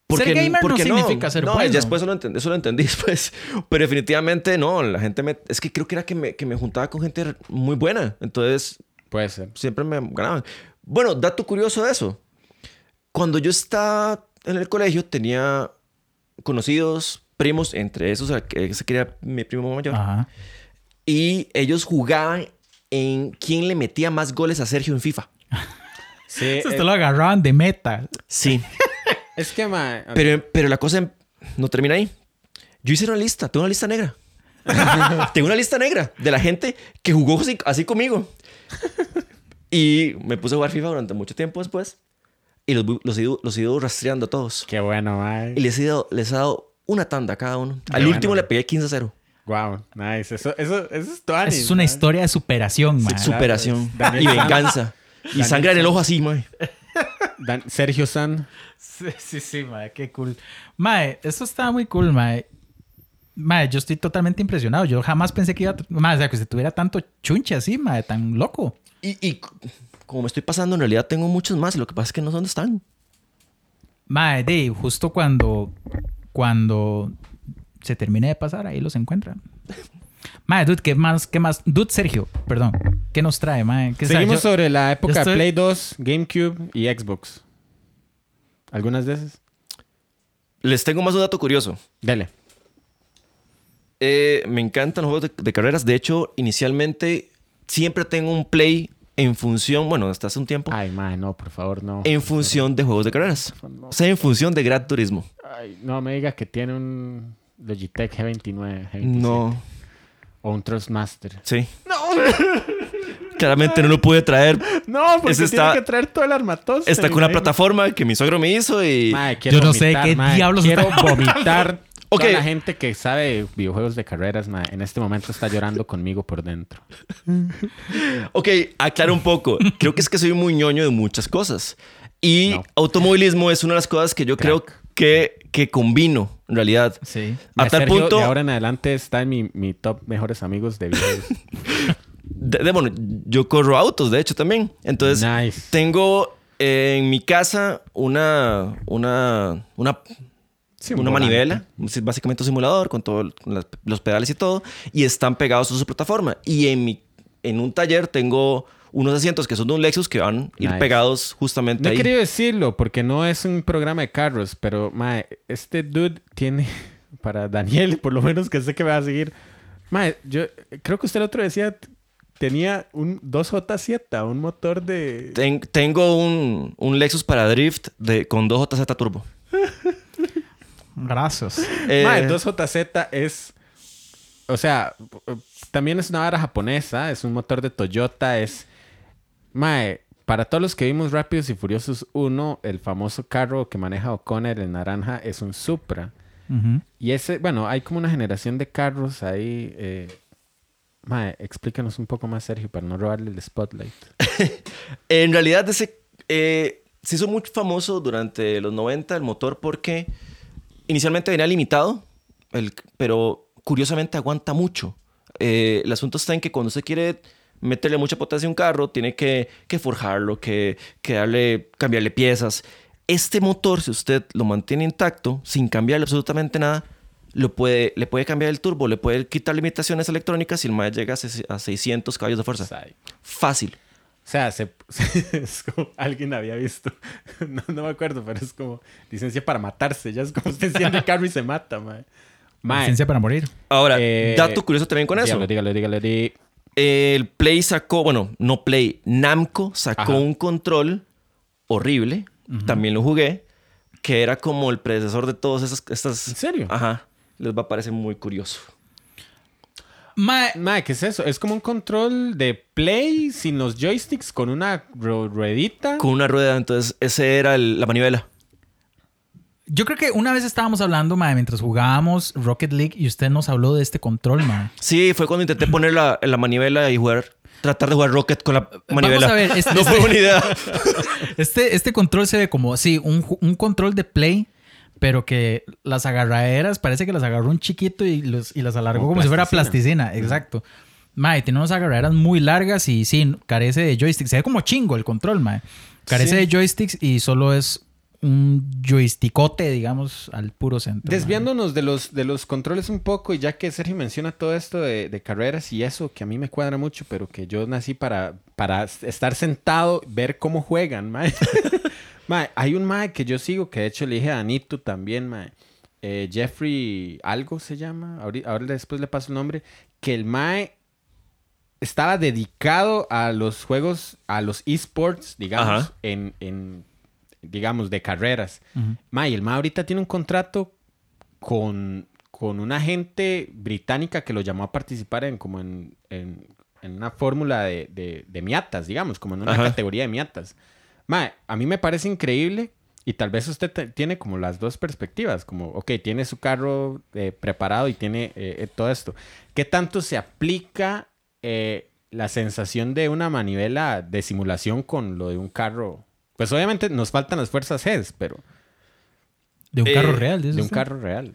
Speaker 3: Porque,
Speaker 1: ser gamer no
Speaker 3: porque
Speaker 1: significa ser
Speaker 3: no,
Speaker 1: bueno.
Speaker 3: ya después eso lo, entendí, eso lo entendí <laughs> después. Pero definitivamente no, la gente me... Es que creo que era que me, que me juntaba con gente muy buena. Entonces
Speaker 2: Puede ser.
Speaker 3: siempre me ganaban. Bueno, dato curioso de eso. Cuando yo estaba en el colegio tenía conocidos, primos, entre esos al que se quería mi primo mayor.
Speaker 1: Ajá.
Speaker 3: Y ellos jugaban en quién le metía más goles a Sergio en FIFA.
Speaker 2: Sí,
Speaker 1: Eso
Speaker 2: eh,
Speaker 1: te lo agarraban de meta.
Speaker 3: Sí.
Speaker 2: es que, mae,
Speaker 3: Pero, pero la cosa em, no termina ahí. Yo hice una lista, tengo una lista negra. <laughs> tengo una lista negra de la gente que jugó así, así conmigo. Y me puse a jugar FIFA durante mucho tiempo después. Y los, bu- los, he, ido- los he ido rastreando a todos.
Speaker 2: Qué bueno, mae.
Speaker 3: Y les he, dado, les he dado una tanda a cada uno. Al
Speaker 2: bueno,
Speaker 3: último
Speaker 2: güey.
Speaker 3: le pegué 15 a 0.
Speaker 2: Wow, nice. Eso, eso, eso es tuanis,
Speaker 1: Es una
Speaker 2: mae.
Speaker 1: historia de superación, mae.
Speaker 2: claro,
Speaker 3: Superación
Speaker 2: pues, Daniel
Speaker 3: y
Speaker 2: San.
Speaker 3: venganza. Y
Speaker 2: Daniel
Speaker 3: sangre en el
Speaker 2: San.
Speaker 3: ojo así, mae.
Speaker 2: Dan- Sergio San.
Speaker 1: Sí, sí, sí, mae, qué cool. Mae, eso está muy cool, mae. Mae, yo estoy totalmente impresionado. Yo jamás pensé que iba a... Mae, o sea, que se tuviera tanto chunche así, mae, tan loco.
Speaker 3: Y, y c- como me estoy pasando, en realidad tengo muchos más. Lo que pasa es que no sé dónde están.
Speaker 1: Mae, de justo cuando... Cuando se termine de pasar, ahí los encuentran. Mae, dude, ¿qué más? ¿Qué más? Dude, Sergio, perdón. ¿Qué nos trae, mae? ¿Qué- o sea,
Speaker 2: Seguimos
Speaker 1: yo-
Speaker 2: sobre la época
Speaker 1: yo estoy-
Speaker 2: de Play 2, GameCube y Xbox. ¿Algunas veces?
Speaker 3: Les tengo más un dato curioso.
Speaker 2: Dale.
Speaker 3: Eh, me encantan los juegos de, de carreras. De hecho, inicialmente siempre tengo un play en función, bueno, hasta hace un tiempo,
Speaker 2: Ay, mae, Ah, no, por favor, no.
Speaker 1: Eh.
Speaker 3: en función de juegos de carreras. O sea, en función de Gran Turismo.
Speaker 2: Ay, no me digas que tiene un Logitech G29, G27
Speaker 3: No,
Speaker 2: o un Trustmaster.
Speaker 3: sí. <laughs> Claramente no lo pude traer.
Speaker 2: <laughs> No, porque
Speaker 3: Ese
Speaker 2: tiene
Speaker 3: está-
Speaker 2: que traer todo el armatoste.
Speaker 3: Está con una plataforma que mi suegro me hizo
Speaker 2: Ah,
Speaker 3: y...
Speaker 1: Yo no sé qué diablos
Speaker 2: Quiero
Speaker 1: está- <laughs>
Speaker 2: vomitar.
Speaker 3: Ok.
Speaker 2: Toda la gente que sabe de videojuegos de carreras, mae, en este momento está llorando conmigo por dentro.
Speaker 3: Ok, aclaro un
Speaker 2: <laughs>
Speaker 3: poco. Creo que es que soy muy ñoño de muchas cosas. Y
Speaker 2: No.
Speaker 3: automovilismo es una de las cosas que yo creo que, que combino, en realidad.
Speaker 1: Sí.
Speaker 3: A
Speaker 2: Mae,
Speaker 3: tal
Speaker 2: Sergio,
Speaker 3: punto...
Speaker 2: De ahora en adelante está en mi, mi top mejores amigos de
Speaker 3: <laughs>
Speaker 2: videojuegos.
Speaker 3: de- de- bueno, yo corro autos, de hecho, también. Entonces,
Speaker 2: Nice.
Speaker 3: tengo eh, en mi casa una... una, una
Speaker 2: Sí,
Speaker 3: una
Speaker 2: volante.
Speaker 3: manivela, sí, básicamente un simulador con todos los pedales y todo, y están pegados a su plataforma. Y en, mi, en un taller tengo unos asientos que son de un Lexus que van a ir
Speaker 2: Nice.
Speaker 3: pegados justamente
Speaker 2: No he
Speaker 3: ahí.
Speaker 2: querido decirlo porque no es un programa de carros, pero mae, este dude tiene <laughs> para Daniel, por lo menos que sé que me va a seguir. Mae, yo creo que usted el otro decía t- tenía un 2J7, un motor de
Speaker 3: Ten- tengo un, un Lexus para drift de, con 2JZ turbo.
Speaker 1: Gracias.
Speaker 3: Eh,
Speaker 2: Mae, 2JZ es o sea, p- también es una vara japonesa, es un motor de Toyota, es mae, para todos los que vimos Rápidos y Furiosos 1, el famoso carro que maneja O'Connor en naranja es un Supra.
Speaker 1: Ujú.
Speaker 2: Y ese, bueno, hay como una generación de carros ahí. Eh... Mae, explícanos un poco más, Sergio, para no robarle el spotlight.
Speaker 3: En realidad, ese eh, se hizo muy famoso durante los 90 el motor porque inicialmente venía limitado, el- pero curiosamente aguanta mucho. Eh, el asunto está en que cuando se quiere meterle mucha potencia a un carro, tiene que, que forjarlo, que, que darle, cambiarle piezas. Este motor, si usted lo mantiene intacto, sin cambiarle absolutamente nada, lo puede, le puede cambiar el turbo, le puede quitar limitaciones electrónicas y el más llega a ses- a 600 caballos de fuerza.
Speaker 2: Sai.
Speaker 3: Fácil.
Speaker 2: O sea, se, <laughs> es como alguien había visto. <laughs> No, no me acuerdo, pero es como licencia para matarse. Ya es
Speaker 3: <laughs>
Speaker 2: como usted enciende el carro y se mata, mae. Mae.
Speaker 1: Licencia para morir.
Speaker 3: Ahora,
Speaker 2: Eh,
Speaker 3: dato curioso también con eso.
Speaker 2: Dígalo, dígalo, dígalo. di-
Speaker 3: El Play sacó, bueno, no Play, Namco sacó
Speaker 2: Ajá.
Speaker 3: un control horrible. También lo jugué. Que era como el predecesor de todas esas. Estas,
Speaker 2: ¿En serio?
Speaker 3: Ajá. Les va a parecer muy curioso.
Speaker 1: Mae,
Speaker 2: Mae, ¿qué es eso? Es como un control de play sin los joysticks con una ru- ruedita.
Speaker 3: Con una rueda, entonces, ese era el- la manivela.
Speaker 1: yo creo que una vez estábamos hablando, mae, mientras jugábamos Rocket League y usted nos habló de este control, mae.
Speaker 3: Sí, fue cuando intenté poner la, la manivela y jugar. Tratar de jugar Rocket con la manivela.
Speaker 1: a ver, este-
Speaker 3: <laughs> no fue
Speaker 2: <laughs>
Speaker 3: buena idea.
Speaker 1: Este, este control se ve como, sí, un, ju- un control de play, pero que las agarraderas parece que las agarró un chiquito y, los- y las alargó como,
Speaker 2: Como
Speaker 1: si fuera
Speaker 2: plasticina.
Speaker 1: plasticina. Exacto. Mae, tiene unas agarraderas muy largas y sí, carece de joysticks. Se ve como chingo el control, mae. Carece
Speaker 2: Sí.
Speaker 1: de joysticks y solo es un joystickote, digamos, al puro centro. mae.
Speaker 2: Desviándonos de los, de los controles un poco, y ya que Sergio menciona todo esto de, de carreras y eso, que a mí me cuadra mucho, pero que yo nací para, para estar sentado, ver cómo juegan, mae. <laughs> Mae, hay un mae que yo sigo, que de hecho le dije a Danito también, mae. Eh, Jeffrey algo se llama, ahori- ahora después le paso el nombre, que el mae estaba dedicado a los juegos, a los esports, digamos,
Speaker 3: Ajá.
Speaker 2: en, en, digamos, de carreras.
Speaker 1: Ujú.
Speaker 2: Ma, y el Ma ahorita tiene un contrato con, con una gente británica que lo llamó a participar en como en, en- en una fórmula de, de, de miatas, digamos, como en una
Speaker 3: Ajá.
Speaker 2: categoría de miatas. Ma, a mí me parece increíble y tal vez usted te- tiene como las dos perspectivas, como, ok, tiene su carro eh, preparado y tiene eh, eh, todo esto. ¿Qué tanto se aplica eh, la sensación de una manivela de simulación con lo de un carro? Pues obviamente nos faltan las fuerzas G, E pero...
Speaker 1: De un
Speaker 3: Eh,
Speaker 1: carro real, dice
Speaker 2: De un
Speaker 1: usted.
Speaker 2: carro real.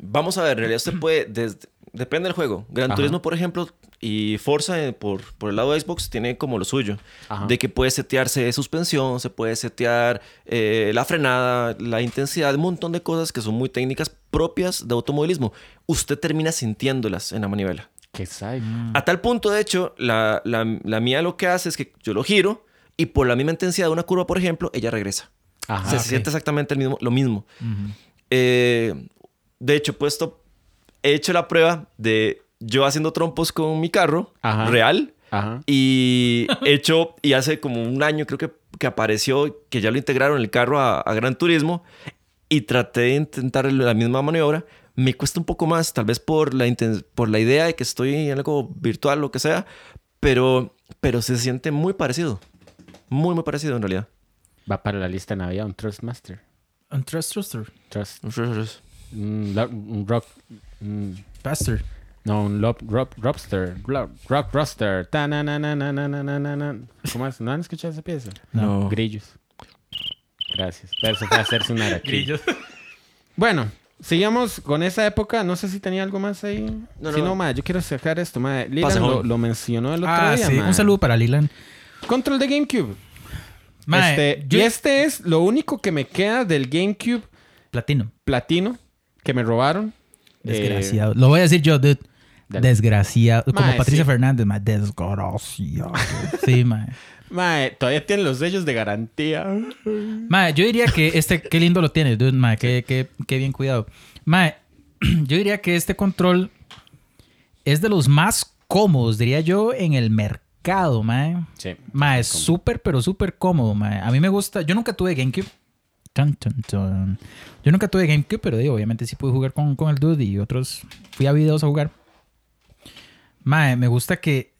Speaker 3: Vamos a ver, en realidad usted puede, desde- depende del juego. Gran
Speaker 2: Ajá.
Speaker 3: Turismo, por ejemplo, y Forza eh, por, por el lado de Xbox tiene como lo suyo.
Speaker 2: Ajá.
Speaker 3: De que puede setearse suspensión, se puede setear eh, la frenada, la intensidad, un montón de cosas que son muy técnicas propias de automovilismo. Usted termina sintiéndolas en la manivela.
Speaker 2: Qué psycho.
Speaker 3: A tal punto, de hecho, la, la- la mía lo que hace es que yo lo giro y por la misma intensidad de una curva, por ejemplo, ella regresa.
Speaker 2: Ajá.
Speaker 3: se
Speaker 1: ok.
Speaker 3: siente exactamente el mismo, lo mismo.
Speaker 1: Ujú.
Speaker 3: Eh, de hecho, he puesto, he hecho la prueba de yo haciendo trompos con mi carro
Speaker 2: Ajá.
Speaker 3: real
Speaker 2: Ajá.
Speaker 3: Y hecho, y hace como un año creo que, que apareció, que ya lo integraron el carro a, a Gran Turismo, y traté de intentar la misma maniobra. Me cuesta un poco más, tal vez por la, inten- por la idea de que estoy en algo virtual, lo que sea, pero, pero se siente muy parecido. Muy, muy parecido en realidad.
Speaker 2: Va para la lista de Navidad, un Trustmaster.
Speaker 1: Un trust truster.
Speaker 2: Trust. Un, lo- un rock. un-
Speaker 1: Pastor.
Speaker 2: no, un lop, rock, rockster. lo- Rock roster. Tananananananananan. ¿Cómo es? ¿No han escuchado esa pieza?
Speaker 3: No.
Speaker 2: Grillos. Gracias. Pero eso fue hacerse un araquí. Bueno, sigamos con esa época. No sé si tenía algo más ahí.
Speaker 3: No,
Speaker 2: si
Speaker 3: no.
Speaker 2: no, ma, yo quiero sacar esto, ma. Lilan
Speaker 3: Pase,
Speaker 2: lo,
Speaker 3: Juan.
Speaker 2: lo mencionó el otro
Speaker 1: Ah,
Speaker 2: día,
Speaker 1: sí.
Speaker 2: ma.
Speaker 1: Un saludo para Lilan.
Speaker 2: Control de GameCube.
Speaker 1: Mae,
Speaker 2: este,
Speaker 1: yo-
Speaker 2: Y este es lo único que me queda del GameCube
Speaker 1: Platino.
Speaker 2: platino que me robaron.
Speaker 1: Desgraciado. Eh, Lo voy a decir yo, dude.
Speaker 2: dale.
Speaker 1: Desgraciado. Como
Speaker 2: Mae,
Speaker 1: Patricia
Speaker 2: sí.
Speaker 1: Fernández, mae. Desgraciado. Sí, mae.
Speaker 2: Eh, ma, todavía tienen los sellos de garantía.
Speaker 1: Mae, yo diría que este... Qué lindo lo tienes, dude, mae. Qué, qué, qué bien cuidado. Mae, <clears throat> yo diría que este control es de los más cómodos, diría yo, en el mercado, mae.
Speaker 2: Sí.
Speaker 1: Mae, es súper, pero súper cómodo, mae. A mí me gusta. Yo nunca tuve GameCube. Tan, tan, tan. Yo nunca tuve GameCube, pero digo, obviamente sí pude jugar con, con el Dude y otros. Fui a videos a jugar. Mae, me gusta que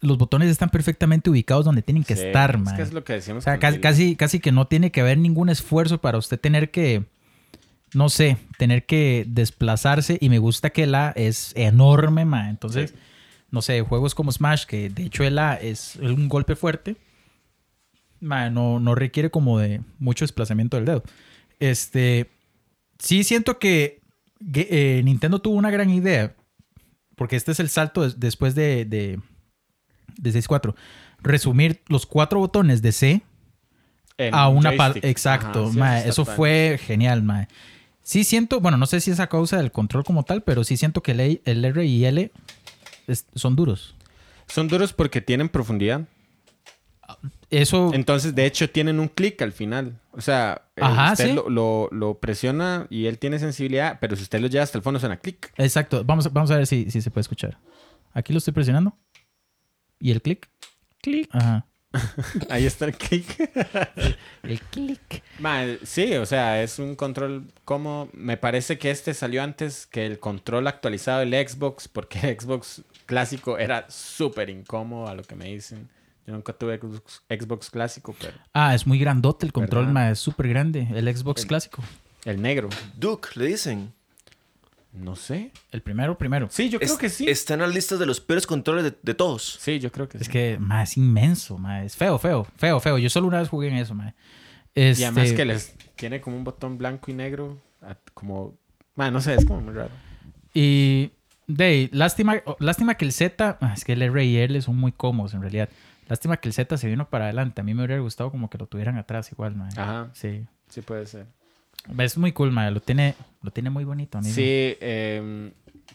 Speaker 1: los botones están perfectamente ubicados donde tienen que
Speaker 2: Sí.
Speaker 1: estar,
Speaker 2: Es
Speaker 1: mae.
Speaker 2: que es lo que decíamos.
Speaker 1: O sea,
Speaker 2: con
Speaker 1: casi,
Speaker 2: el-
Speaker 1: casi, casi que no tiene que haber ningún esfuerzo para usted tener que, no sé, tener que desplazarse. Y me gusta que la es enorme, ma. Entonces, no sé, juegos como Smash, que de hecho el A es un golpe fuerte, ma, no, no requiere como de mucho desplazamiento del dedo. Este, sí siento que ge- eh, Nintendo tuvo una gran idea, porque este es el salto des- después de, de, de 6.4. Resumir los cuatro botones de C
Speaker 2: en
Speaker 1: a una pa-
Speaker 2: joystick.
Speaker 1: Exacto,
Speaker 2: Ajá, sí,
Speaker 1: mae,
Speaker 2: está
Speaker 1: eso
Speaker 2: tan-
Speaker 1: fue genial, mae. Sí siento, bueno, no sé si es a causa del control como tal, pero sí siento que el, E- el R y L es- son duros.
Speaker 2: Son duros porque tienen profundidad.
Speaker 1: Eso,
Speaker 2: Entonces, de hecho, tienen un clic al final. O sea, eh,
Speaker 1: Ajá,
Speaker 2: usted
Speaker 1: sí.
Speaker 2: lo, lo- lo presiona y él tiene sensibilidad, pero si usted lo lleva hasta el fondo, suena clic.
Speaker 1: exacto. Vamos, a- vamos a ver si, si se puede escuchar. Aquí lo estoy presionando. ¿Y el clic? Clic. Ajá.
Speaker 2: Ahí está el clic.
Speaker 1: El clic.
Speaker 2: Mae, sí, o sea, es un control como... Me parece que este salió antes que el control actualizado del Xbox, porque el Xbox clásico era súper incómodo, a lo que me dicen. Yo nunca tuve Xbox, Xbox clásico, pero
Speaker 1: Ah, es muy grandote el control,
Speaker 2: ¿Verdad?
Speaker 1: mae, es súper grande. El Xbox clásico.
Speaker 2: el negro,
Speaker 3: Duke, le dicen.
Speaker 2: no sé.
Speaker 1: El primero, primero.
Speaker 2: Sí, yo creo
Speaker 3: Es-
Speaker 2: que sí.
Speaker 3: Está en las listas de los peores controles de, de todos.
Speaker 2: Sí, yo creo que
Speaker 1: Es
Speaker 2: sí.
Speaker 1: que, mae, es inmenso, mae. Es feo, feo, feo, feo. Yo solo una vez jugué en eso, mae. Este,
Speaker 2: Y además que les tiene como un botón blanco y negro, a- como... Bueno, no sé, es como muy raro.
Speaker 1: Y Dey, lástima, oh, lástima que el Z, ah, es que el R y L son muy cómodos en realidad. Lástima que el Z se vino para adelante. A mí me hubiera gustado como que lo tuvieran atrás igual, mae.
Speaker 2: Ajá,
Speaker 1: Sí.
Speaker 2: sí puede ser.
Speaker 1: Es muy cool, mae. Lo tiene, lo tiene muy bonito, amigo.
Speaker 2: Sí, eh,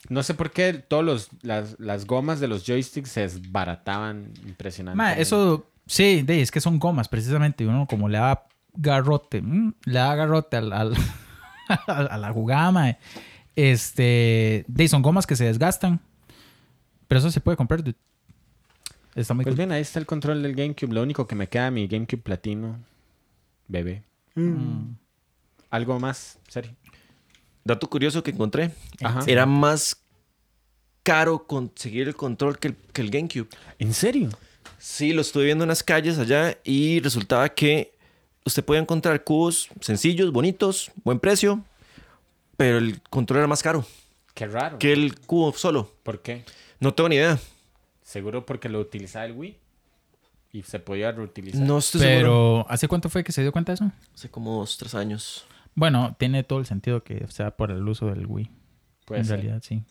Speaker 2: no sé por qué todos los, las, las gomas de los joysticks se desbarataban impresionante.
Speaker 1: Mae, eso, sí, Dey, es que son gomas precisamente. Y uno como le da garrote, mm, le da garrote al, al- <laughs> a la jugada, mae. Este, Dey, son gomas que se desgastan. Pero eso se puede comprar, dude. Está muy
Speaker 2: Pues
Speaker 1: cool.
Speaker 2: bien, ahí está el control del GameCube. Lo único que me queda mi GameCube platino, bebé.
Speaker 1: Mm.
Speaker 2: Algo más, serio.
Speaker 3: Dato curioso que encontré.
Speaker 2: Ajá.
Speaker 3: Era más caro conseguir el control que el, que el GameCube.
Speaker 2: ¿En serio?
Speaker 3: Sí, lo estuve viendo en las calles allá y resultaba que usted podía encontrar cubos sencillos, bonitos, buen precio, pero el control era más caro
Speaker 2: Qué raro.
Speaker 3: que el cubo solo.
Speaker 2: ¿Por qué?
Speaker 3: No tengo ni idea.
Speaker 2: Seguro porque lo utilizaba el Wii y se podía reutilizar.
Speaker 3: No estoy seguro.
Speaker 1: Pero, ¿hace cuánto fue que se dio cuenta de eso?
Speaker 3: Hace como dos, tres años.
Speaker 1: Bueno, tiene todo el sentido que sea por el uso del Wii.
Speaker 2: Puede
Speaker 1: en
Speaker 2: ser.
Speaker 1: realidad, sí.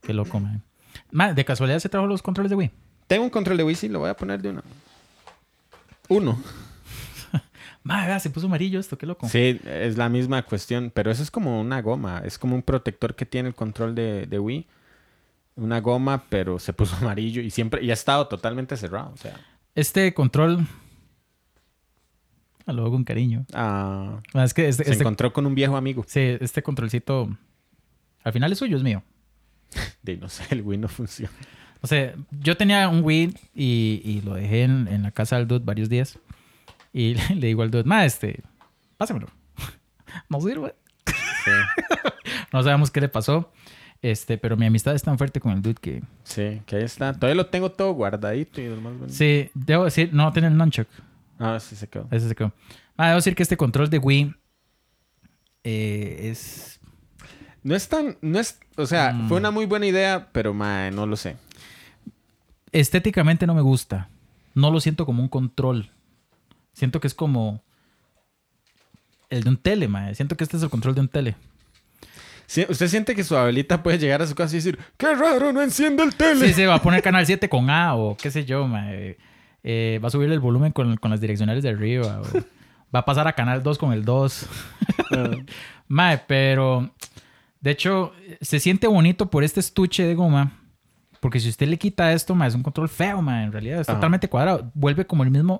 Speaker 1: Qué loco, man. Ma, de casualidad se trajo los controles de Wii.
Speaker 2: Tengo un control de Wii, sí, lo voy a poner de una. Uno.
Speaker 1: Ma, vea, se puso amarillo esto, qué loco.
Speaker 2: Sí, es la misma cuestión, pero eso es como una goma, es como un protector que tiene el control de, de Wii. Una goma, pero se puso <laughs> amarillo y siempre y ha estado totalmente cerrado, o sea.
Speaker 1: Este control. ah, Lo hago con cariño.
Speaker 2: ah,
Speaker 1: Ma, es que este,
Speaker 2: se
Speaker 1: este-
Speaker 2: encontró con un viejo amigo.
Speaker 1: sí, este controlcito. Al final es suyo, es mío.
Speaker 2: De no sé, el Wii no funciona.
Speaker 1: O sea, yo tenía un Wii y, y lo dejé en, en la casa del Dude varios días. Y <laughs> le, le digo al Dude, ma, este, pásamelo. <laughs> No sirve. <laughs> no sabemos qué le pasó. Este, pero mi amistad es tan fuerte con el Dude que...
Speaker 2: Sí, que ahí está. Todavía lo tengo todo guardadito y lo más bonito.
Speaker 1: Sí, debo decir, no tiene el nunchuck.
Speaker 2: Ah, sí se quedó.
Speaker 1: Ese se quedó. Ah, debo decir que este control de Wii eh, es...
Speaker 2: No es tan, no es, o sea,
Speaker 1: Mm.
Speaker 2: fue una muy buena idea, pero mae, no lo sé.
Speaker 1: Estéticamente no me gusta. No lo siento como un control. Siento que es como... El de un tele, mae. Siento que este es el control de un tele.
Speaker 2: Si- ¿Usted siente que su abuelita puede llegar a su casa y decir, qué raro, no enciende el tele?
Speaker 1: Sí, se va a poner Canal 7 con A o qué sé yo, mae. Eh, va a subir el volumen con, con las direccionales de arriba. o va a pasar a Canal 2 con el 2. <laughs> mae, pero... De hecho, se siente bonito por este estuche de goma. Porque si usted le quita esto, mae, es un control feo, mae. En realidad es
Speaker 2: Ajá.
Speaker 1: totalmente cuadrado. Vuelve como el mismo...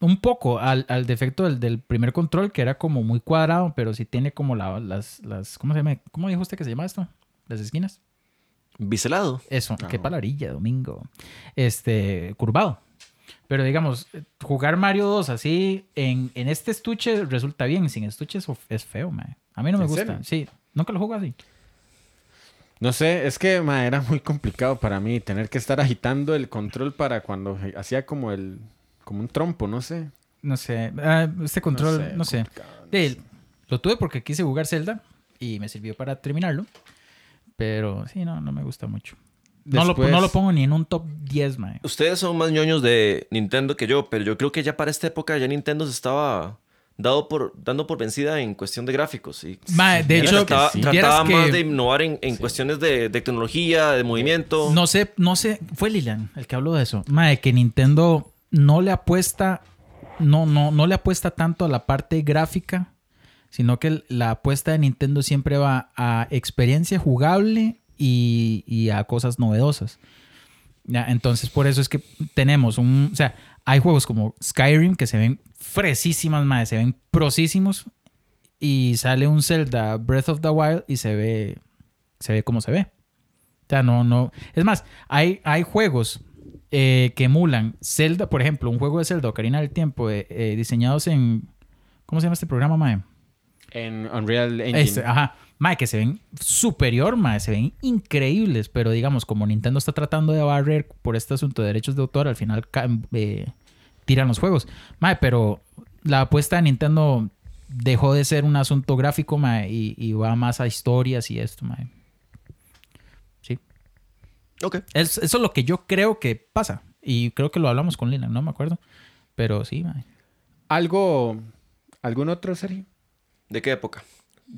Speaker 1: Un poco al, al defecto del, del primer control, que era como muy cuadrado, pero sí tiene como la- las, las... ¿Cómo se llama? ¿Cómo dijo usted que se llama esto? Las esquinas.
Speaker 3: Biselado.
Speaker 1: Eso, qué
Speaker 2: Ah.
Speaker 1: palabrilla, domingo. Este, curvado. Pero digamos, jugar Mario 2 así en, en este estuche resulta bien. Sin estuche es, of- es feo, mae. A mí no me
Speaker 2: ¿En
Speaker 1: gusta.
Speaker 2: serio?
Speaker 1: Sí, nunca lo juego así.
Speaker 2: No sé, es que mae, era muy complicado para mí tener que estar agitando el control para cuando hacía como el, como un trompo, no sé.
Speaker 1: No sé. ah, este control, no sé.
Speaker 2: complicado, no
Speaker 1: De-
Speaker 2: sé.
Speaker 1: Lo tuve porque quise jugar Zelda y me sirvió para terminarlo. Pero sí, no, no me gusta mucho. No,
Speaker 2: Después-
Speaker 1: lo, no lo pongo ni en un top 10, mae.
Speaker 3: Ustedes son más ñoños de Nintendo que yo, pero yo creo que ya para esta época ya Nintendo se estaba dado por, dando por vencida en cuestión de gráficos. Y
Speaker 1: Mae, de
Speaker 2: Sí,
Speaker 1: hecho,
Speaker 2: creo que
Speaker 3: trataba,
Speaker 2: sí.
Speaker 3: trataba
Speaker 1: vieras que-
Speaker 3: más de innovar en, en cuestiones de, de tecnología, de movimiento.
Speaker 1: No sé, no sé, fue Lilan el que habló de eso. Mae, que Nintendo no le apuesta, no, no, no le apuesta tanto a la parte gráfica, sino que el- la apuesta de Nintendo siempre va a experiencia jugable y, y a cosas novedosas. Ya, entonces, por eso es que tenemos un. O sea, hay juegos como Skyrim que se ven fresísimas, mae, se ven prosísimos. Y sale un Zelda Breath of the Wild y se ve. Se ve como se ve. O sea, no, no. Es más, hay, hay juegos eh, que emulan Zelda, por ejemplo, un juego de Zelda, Ocarina del Tiempo, eh, eh, diseñados en. ¿Cómo se llama este programa, Mae?
Speaker 2: En Unreal Engine.
Speaker 1: Este, ajá. Mae, que se ven superior, Mae, se ven increíbles, pero digamos, como Nintendo está tratando de barrer por este asunto de derechos de autor, al final ca- eh, tiran los juegos. Mae, pero la apuesta de Nintendo dejó de ser un asunto gráfico, Mae, y, y va más a historias y esto, Mae. Sí.
Speaker 3: Ok.
Speaker 1: Es- eso es lo que yo creo que pasa. Y creo que lo hablamos con Lina, no me acuerdo. Pero sí, mae.
Speaker 2: ¿Algo, algún otro, Sergio?
Speaker 3: ¿De qué época?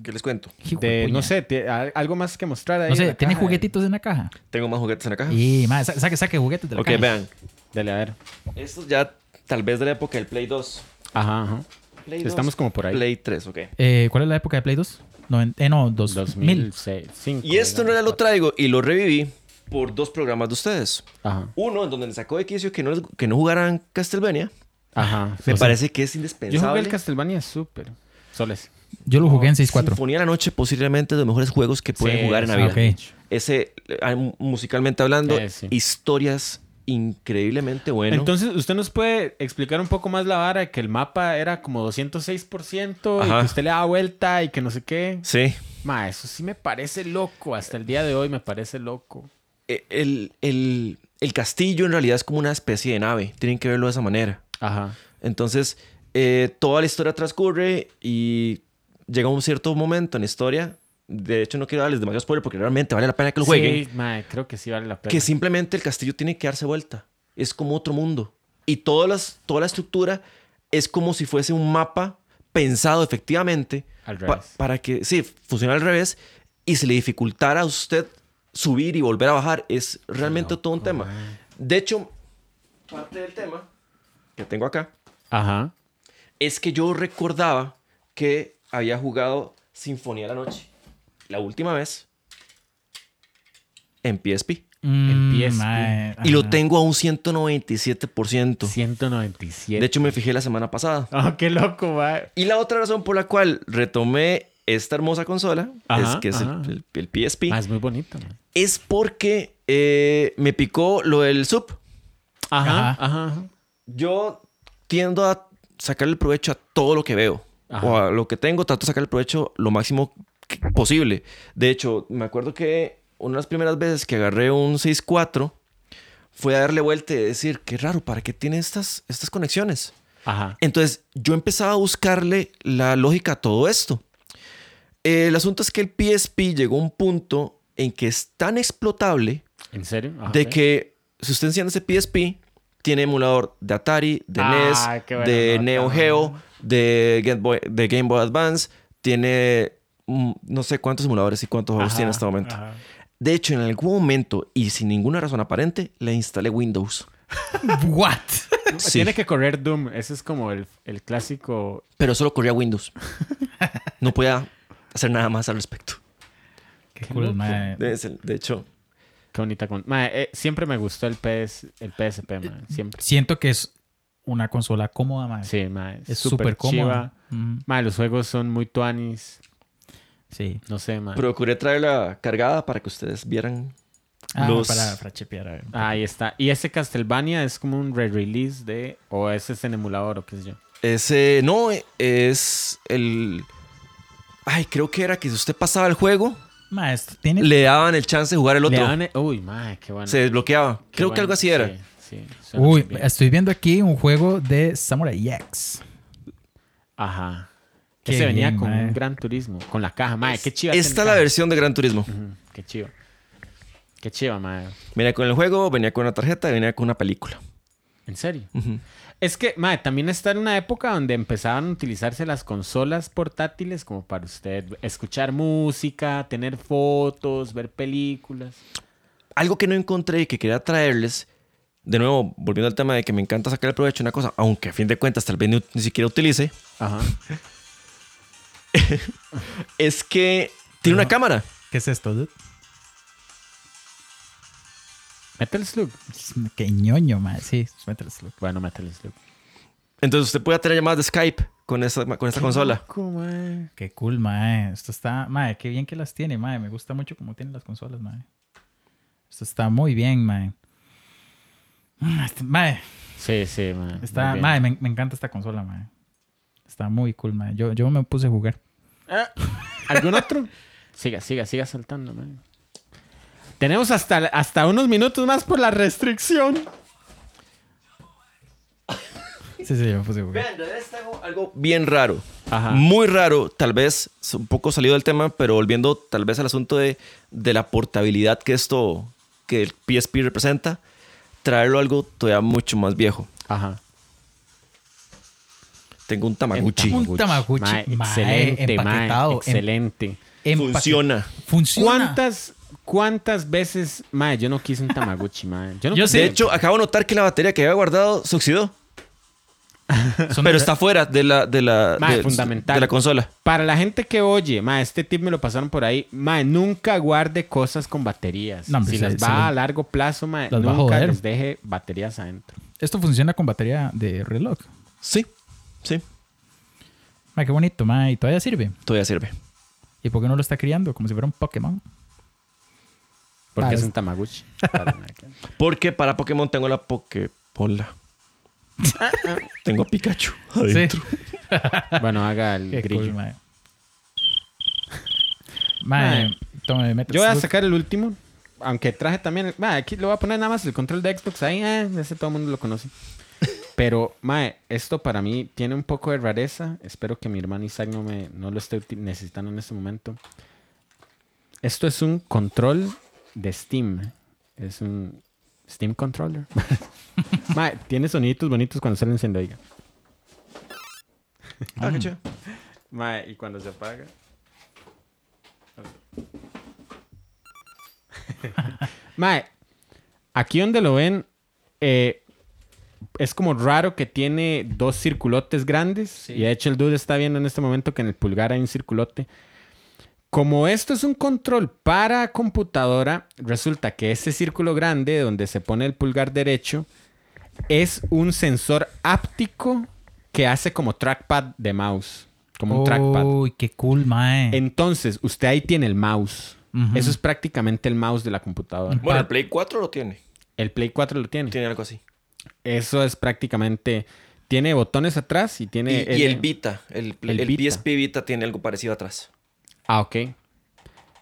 Speaker 3: ¿Qué les cuento?
Speaker 1: Hijo de
Speaker 2: De,
Speaker 1: puña.
Speaker 2: no sé, te- al- algo más que mostrar ahí.
Speaker 1: No
Speaker 2: en
Speaker 1: sé,
Speaker 2: la
Speaker 1: tiene
Speaker 2: caja?
Speaker 1: juguetitos en la caja.
Speaker 3: Tengo más juguetes en la caja.
Speaker 1: Y, mae, sa- saque, saque juguetes de la
Speaker 3: ok,
Speaker 1: caja.
Speaker 3: vean.
Speaker 2: Dale, a ver.
Speaker 3: Estos ya tal vez de la época del Play 2.
Speaker 2: Ajá, ajá.
Speaker 3: Play
Speaker 2: Estamos como por ahí.
Speaker 3: Play 3, ok.
Speaker 1: Eh, ¿Cuál es la época de Play 2? Noven- eh, no, 2000.
Speaker 2: 2005.
Speaker 3: Y esto no
Speaker 2: digamos.
Speaker 3: era lo traigo y lo reviví por dos programas de ustedes.
Speaker 2: Ajá.
Speaker 3: Uno, en donde le sacó de quicio que no, les- que no jugaran Castlevania.
Speaker 2: Ajá.
Speaker 3: Me
Speaker 2: O sea,
Speaker 3: parece que es
Speaker 2: Yo
Speaker 3: indispensable.
Speaker 2: jugué el Castlevania súper. Soles.
Speaker 1: Yo lo jugué en 6.4.
Speaker 3: Sinfonía de la Noche posiblemente de los mejores juegos que pueden
Speaker 2: Sí,
Speaker 3: jugar en la
Speaker 2: sí,
Speaker 3: vida.
Speaker 1: Ah, ok.
Speaker 3: Ese, eh, musicalmente hablando,
Speaker 2: Eh, sí.
Speaker 3: historias increíblemente buenas.
Speaker 2: Entonces, ¿usted nos puede explicar un poco más la vara de que el mapa era como 206% y
Speaker 3: Ajá.
Speaker 2: que usted le da vuelta y que no sé qué?
Speaker 3: sí.
Speaker 2: Ma, eso sí me parece loco. Hasta el día de hoy me parece loco.
Speaker 3: Eh, El, el- el castillo en realidad es como una especie de nave. Tienen que verlo de esa manera.
Speaker 2: Ajá.
Speaker 3: Entonces, eh, toda la historia transcurre y llega un cierto momento en la historia. De hecho, no quiero darles demasiado spoiler porque realmente vale la pena que lo jueguen.
Speaker 2: Sí, ma, creo que sí vale la pena.
Speaker 3: que simplemente el castillo tiene que darse vuelta. Es como otro mundo. Y todas las, toda la estructura es como si fuese un mapa pensado efectivamente
Speaker 2: Al
Speaker 3: pa-
Speaker 2: revés.
Speaker 3: para que, sí, funciona al revés y se le dificultara a usted subir y volver a bajar. Es realmente todo un tema. De hecho, parte del tema que tengo acá
Speaker 2: Ajá.
Speaker 3: es que yo recordaba que había jugado Sinfonía de la Noche la última vez en PSP.
Speaker 1: Mm, ah.
Speaker 2: PSP.
Speaker 1: mae,
Speaker 3: Y lo
Speaker 1: ajá.
Speaker 3: tengo a un 197%.
Speaker 2: 197.
Speaker 3: De hecho,
Speaker 2: pues.
Speaker 3: me fijé la semana pasada.
Speaker 2: Oh, qué loco, va.
Speaker 3: Y la otra razón por la cual retomé esta hermosa consola
Speaker 2: Ajá,
Speaker 3: es que es
Speaker 2: ajá.
Speaker 3: el, el- el PSP.
Speaker 2: es muy bonito. ma.
Speaker 3: es porque eh, me picó lo del sub.
Speaker 2: Ajá,
Speaker 1: Ajá.
Speaker 2: ajá. ajá.
Speaker 3: Yo tiendo a sacarle provecho a todo lo que veo.
Speaker 2: Ajá.
Speaker 3: O a lo que tengo, trato de sacarle provecho lo máximo que- posible. De hecho, me acuerdo que una de las primeras veces que agarré un 6.4 fue a darle vuelta y decir, qué raro, ¿para qué tiene estas, estas conexiones?
Speaker 2: Ajá.
Speaker 3: Entonces yo empezaba a buscarle la lógica a todo esto. Eh, el asunto es que el PSP llegó a un punto en que es tan explotable
Speaker 2: ¿En serio? Ajá,
Speaker 3: de
Speaker 2: ok.
Speaker 3: que si usted enciende ese PSP, tiene emulador de Atari, de
Speaker 2: Ah,
Speaker 3: NES,
Speaker 2: qué buena
Speaker 3: de
Speaker 2: nota,
Speaker 3: Neo
Speaker 2: man.
Speaker 3: Geo, de Game, Boy, de Game Boy Advance, tiene mm, no sé cuántos emuladores y cuántos juegos
Speaker 2: Ajá,
Speaker 3: tiene hasta el momento.
Speaker 2: ajá.
Speaker 3: De hecho, en algún momento y sin ninguna razón aparente, le instalé Windows.
Speaker 1: <laughs>
Speaker 3: <laughs>
Speaker 1: What?
Speaker 3: Sí.
Speaker 2: Tiene que correr Doom. Ese es como el, el clásico.
Speaker 3: Pero solo corría Windows. No podía hacer nada más al respecto.
Speaker 1: Qué cool,
Speaker 2: loco.
Speaker 1: mae.
Speaker 3: De, es el- de hecho,
Speaker 2: Qué bonita. Con... Mae, eh, siempre me gustó el, PS, el PSP, mae. Siempre.
Speaker 1: Siento que es una consola cómoda, mae.
Speaker 2: Sí, mae.
Speaker 1: es súper cómoda.
Speaker 2: chiva.
Speaker 1: Mm,
Speaker 2: Mae, los juegos son muy tuanis.
Speaker 1: sí.
Speaker 2: No sé, mae.
Speaker 3: procuré traerla cargada para que ustedes vieran
Speaker 1: Ah,
Speaker 3: los...
Speaker 1: para, para chepear. a ver.
Speaker 2: Ahí está. Y ese Castlevania es como un re-release de. O ese es en emulador o qué sé yo.
Speaker 3: Ese, no, eh, es el... Ay, creo que era que si usted pasaba el juego,
Speaker 1: Mae, esto tiene
Speaker 3: le daban el chance de jugar el
Speaker 2: Le
Speaker 3: otro.
Speaker 2: dan- e-, Uy, mae, qué bueno.
Speaker 3: Se desbloqueaba.
Speaker 2: Qué
Speaker 3: creo que
Speaker 2: bueno.
Speaker 3: algo así era.
Speaker 2: Sí, sí, suena
Speaker 1: Uy,
Speaker 2: bien.
Speaker 1: estoy viendo aquí un juego de Samurai X.
Speaker 2: Ajá.
Speaker 1: Qué
Speaker 2: Que se venía
Speaker 1: bien,
Speaker 2: con
Speaker 1: mae.
Speaker 2: un gran turismo, con la caja, mae, qué chiva.
Speaker 3: Esta es la
Speaker 2: caja.
Speaker 3: versión de Gran Turismo.
Speaker 2: Ujú, Qué chiva. Qué chiva, mae.
Speaker 3: Venía con el juego, venía con una tarjeta, venía con una película.
Speaker 2: En serio.
Speaker 3: Ujú.
Speaker 2: Es que, mae, también está en una época donde empezaban a utilizarse las consolas portátiles como para usted escuchar música, tener fotos, ver películas.
Speaker 3: Algo que no encontré y que quería traerles, de nuevo, volviendo al tema de que me encanta sacar el provecho de una cosa, aunque a fin de cuentas tal vez ni, ni siquiera utilice,
Speaker 2: Ajá.
Speaker 3: es que tiene una
Speaker 1: Ajá.
Speaker 3: cámara.
Speaker 1: ¿Qué es esto, dude?
Speaker 2: Metal Slug.
Speaker 1: Qué ñoño, mae. Sí, mételo. Slug.
Speaker 2: Bueno, Metal Slug.
Speaker 3: Entonces usted puede tener llamadas de Skype con esta, con esta consola.
Speaker 2: Loco, mae.
Speaker 1: Qué cool, mae. Esto está, mae, qué bien que las tiene, mae. Me gusta mucho cómo tienen las consolas, mae. Esto está muy bien, mae. Mm, este- Mae,
Speaker 2: Sí, sí, mae.
Speaker 1: está,
Speaker 2: Muy bien.
Speaker 1: mae, me, me encanta esta consola, mae. Está muy cool, mae. Yo, yo me puse a jugar.
Speaker 2: ¿Algún otro? Siga, siga, siga saltando, mae. Tenemos hasta, hasta unos minutos más por la restricción.
Speaker 1: Sí, sí, yo me puse a jugar.
Speaker 3: Vean, de verdad está algo bien raro.
Speaker 2: Ajá.
Speaker 3: Muy raro, tal vez es un poco salido del tema, pero volviendo tal vez al asunto de, de la portabilidad que esto, que el PSP representa, traerlo a algo todavía mucho más viejo.
Speaker 2: Ajá.
Speaker 3: Tengo un Tamaguchi.
Speaker 1: Un Tamagotchi,
Speaker 2: Mae,
Speaker 1: mae,
Speaker 2: excelente, mae,
Speaker 1: empaquetado, em-
Speaker 2: Excelente.
Speaker 1: Empaque-
Speaker 3: Funciona.
Speaker 1: Funciona.
Speaker 2: ¿Cuántas, ¿Cuántas veces, mae, yo no quise un Tamaguchi, mae? Yo, no
Speaker 1: Yo
Speaker 2: quise-
Speaker 1: sí.
Speaker 3: De hecho, acabo de notar que la batería que había guardado se oxidó,
Speaker 1: Son-
Speaker 3: pero está fuera de la, de la,
Speaker 2: Mae,
Speaker 3: de-
Speaker 2: fundamental.
Speaker 3: de la consola.
Speaker 2: Para la gente que oye, mae, este tip me lo pasaron por ahí, mae, nunca guarde cosas con baterías.
Speaker 1: No, hombre,
Speaker 2: si
Speaker 1: se-
Speaker 2: las
Speaker 1: se
Speaker 2: va a
Speaker 1: le-
Speaker 2: largo plazo, mae,
Speaker 1: las va a
Speaker 2: nunca
Speaker 1: joder.
Speaker 2: les deje baterías adentro.
Speaker 1: Esto funciona con batería de reloj.
Speaker 3: Sí, sí,
Speaker 1: Mae, qué bonito, mae. Y todavía sirve.
Speaker 3: todavía sirve.
Speaker 1: ¿Y por qué no lo está criando? Como si fuera un Pokémon.
Speaker 2: Porque
Speaker 1: Para-
Speaker 2: es un
Speaker 1: <laughs>
Speaker 2: Tamaguchi. Para, mae, que-
Speaker 3: Porque para Pokémon tengo la
Speaker 2: <laughs>
Speaker 3: Pokébola. tengo a Pikachu adentro.
Speaker 1: Sí.
Speaker 2: bueno, haga el
Speaker 1: Qué
Speaker 2: grillo.
Speaker 1: cool, mae. Mae, tome, mete
Speaker 2: Yo voy a
Speaker 1: salud.
Speaker 2: sacar el último. Aunque traje también. mae, aquí le voy a poner nada más el control de Xbox. Ahí, eh, ese todo el mundo lo conoce. Pero, mae, esto para mí tiene un poco de rareza. Espero que mi hermano Isaac no, me, no lo esté uti- necesitando en este momento. Esto es un control de Steam. Es un Steam controller. <laughs> mae, tiene soniditos bonitos cuando se lo enciende, oiga.
Speaker 3: Ah, qué chido.
Speaker 2: Mae, y cuando se apaga. Mae, aquí donde lo ven, eh, es como raro que tiene dos circulotes grandes. Y de hecho, el dude está viendo en este momento que en el pulgar hay un circulote. Como esto es un control para computadora, resulta que ese círculo grande donde se pone el pulgar derecho es un sensor áptico que hace como trackpad
Speaker 1: Oh.
Speaker 2: de mouse. Como un trackpad.
Speaker 1: Uy, qué cool, mae.
Speaker 2: Entonces, usted ahí tiene el mouse.
Speaker 1: Ujú.
Speaker 2: Eso es prácticamente el mouse de la computadora.
Speaker 1: Ujú.
Speaker 3: Bueno,
Speaker 1: Pa-
Speaker 3: el Play 4 lo tiene.
Speaker 2: El Play 4 lo tiene.
Speaker 3: Tiene algo así.
Speaker 2: Eso es prácticamente... Tiene botones atrás y
Speaker 3: Y,
Speaker 2: tiene...
Speaker 3: y el Vita, el,
Speaker 2: el
Speaker 3: el
Speaker 2: Vita.
Speaker 3: PSP Vita tiene algo parecido atrás.
Speaker 2: Ah, ok.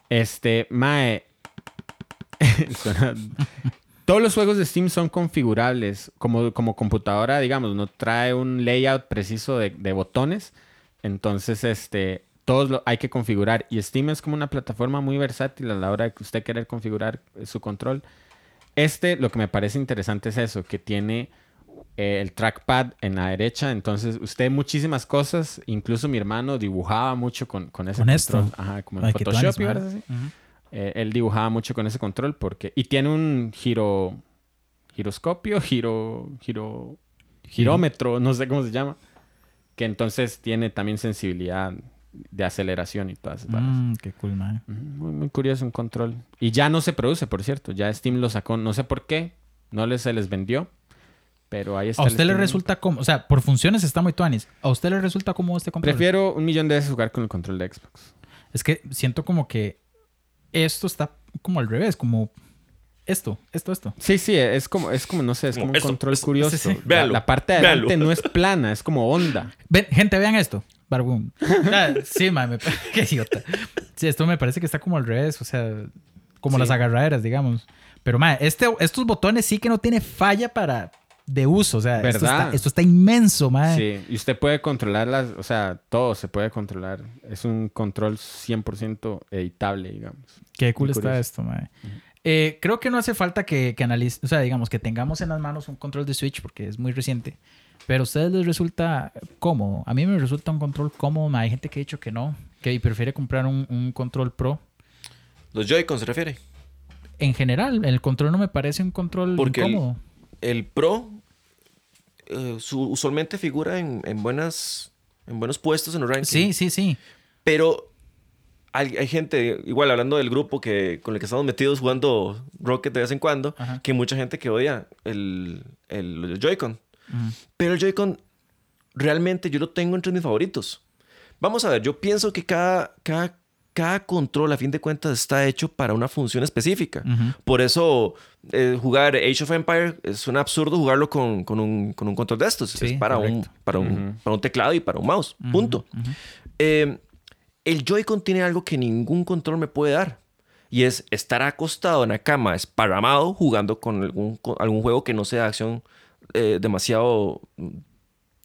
Speaker 2: Este, Mae. <laughs> Suena- Todos los juegos de Steam son configurables. Como, como computadora, digamos, no trae un layout preciso de, de botones. Entonces, este, todos lo hay que configurar. Y Steam es como una plataforma muy versátil a la hora de que usted querer configurar eh, su control. Este, lo que me parece interesante es eso, que tiene eh, el trackpad en la derecha. Entonces, usted muchísimas cosas, incluso mi hermano dibujaba mucho con, con ese
Speaker 1: Con esto.
Speaker 2: control. Ajá, como en
Speaker 1: Ay, qué
Speaker 2: Photoshop y
Speaker 1: planes,
Speaker 2: varas así.
Speaker 1: Ujú.
Speaker 2: Eh, él dibujaba mucho con ese control porque... Y tiene un giro... Giroscopio, giro... giro girómetro, no sé cómo se llama. Que entonces tiene también sensibilidad de aceleración y todas esas varas.
Speaker 1: Mm, qué cool, mae.
Speaker 2: Ujú, Muy, muy curioso un control. Y ya no se produce, por cierto. Ya Steam lo sacó, no sé por qué. No les, se les vendió. Pero ahí está.
Speaker 1: ¿A
Speaker 2: el
Speaker 1: usted le
Speaker 2: Steam.
Speaker 1: resulta como, o sea, por funciones está muy tuanis. ¿A usted le resulta como este control?
Speaker 2: Prefiero un millón de veces jugar con el control de Xbox.
Speaker 1: Es que siento como que esto está como al revés, como esto, esto, esto.
Speaker 2: Sí, sí, es como, es como no sé, es como
Speaker 3: Como
Speaker 2: un
Speaker 3: esto,
Speaker 2: control
Speaker 3: esto,
Speaker 2: curioso.
Speaker 1: sí, sí.
Speaker 2: La-
Speaker 3: Véalo,
Speaker 2: la, parte de
Speaker 3: véalo.
Speaker 2: adelante no es plana, es como <laughs> onda.
Speaker 1: Ven, gente, vean esto. Barboom. Ah, sí, mae, me- <laughs> qué idiota. Sí, esto me parece que está como al revés, o sea, como
Speaker 2: Sí.
Speaker 1: las agarraderas, digamos. Pero mae, este, estos botones sí que no tiene falla para de uso, o sea, esto
Speaker 2: ¿Verdad?
Speaker 1: está, esto está inmenso, mae.
Speaker 2: Sí, y usted puede controlar las, o sea, todo se puede controlar. Es un control 100% editable, digamos.
Speaker 1: Qué cool
Speaker 2: Muy
Speaker 1: está
Speaker 2: curioso.
Speaker 1: esto, mae. Eh, creo que no hace falta que, que analice, o sea, digamos, que tengamos en las manos un control de Switch porque es muy reciente. Pero a ustedes les resulta cómodo. A mí me resulta un control cómodo. mae. Hay gente que ha dicho que no, que prefiere comprar un, un control pro.
Speaker 3: ¿Los Joy-Con se refiere?
Speaker 1: En general, el control no me parece un control
Speaker 3: Porque el-
Speaker 1: incómodo.
Speaker 3: El Pro eh, su- usualmente figura en, en buenas, en buenos puestos en los rankings.
Speaker 1: Sí, sí, sí.
Speaker 3: Pero hay, hay gente, igual hablando del grupo que, con el que estamos metidos jugando Rocket de vez en cuando,
Speaker 1: Ajá.
Speaker 3: que hay mucha gente que odia el, el Joy-Con.
Speaker 1: Ujú.
Speaker 3: Pero el Joy-Con realmente yo lo tengo entre mis favoritos. Vamos a ver, yo pienso que cada, cada, cada control a fin de cuentas está hecho para una función específica.
Speaker 1: Ujú.
Speaker 3: Por eso eh, jugar Age of Empire es un absurdo jugarlo con, con un, con un control de estos.
Speaker 1: Sí,
Speaker 3: es para un,
Speaker 1: correcto.
Speaker 3: para, un,
Speaker 2: Ujú.
Speaker 3: para un teclado y para un mouse.
Speaker 1: Ujú,
Speaker 3: Punto.
Speaker 1: ujú.
Speaker 3: Eh, el Joy-Con tiene algo que ningún control me puede dar. Y es estar acostado en la cama, esparramado, jugando con algún, con algún juego que no sea de acción eh, demasiado...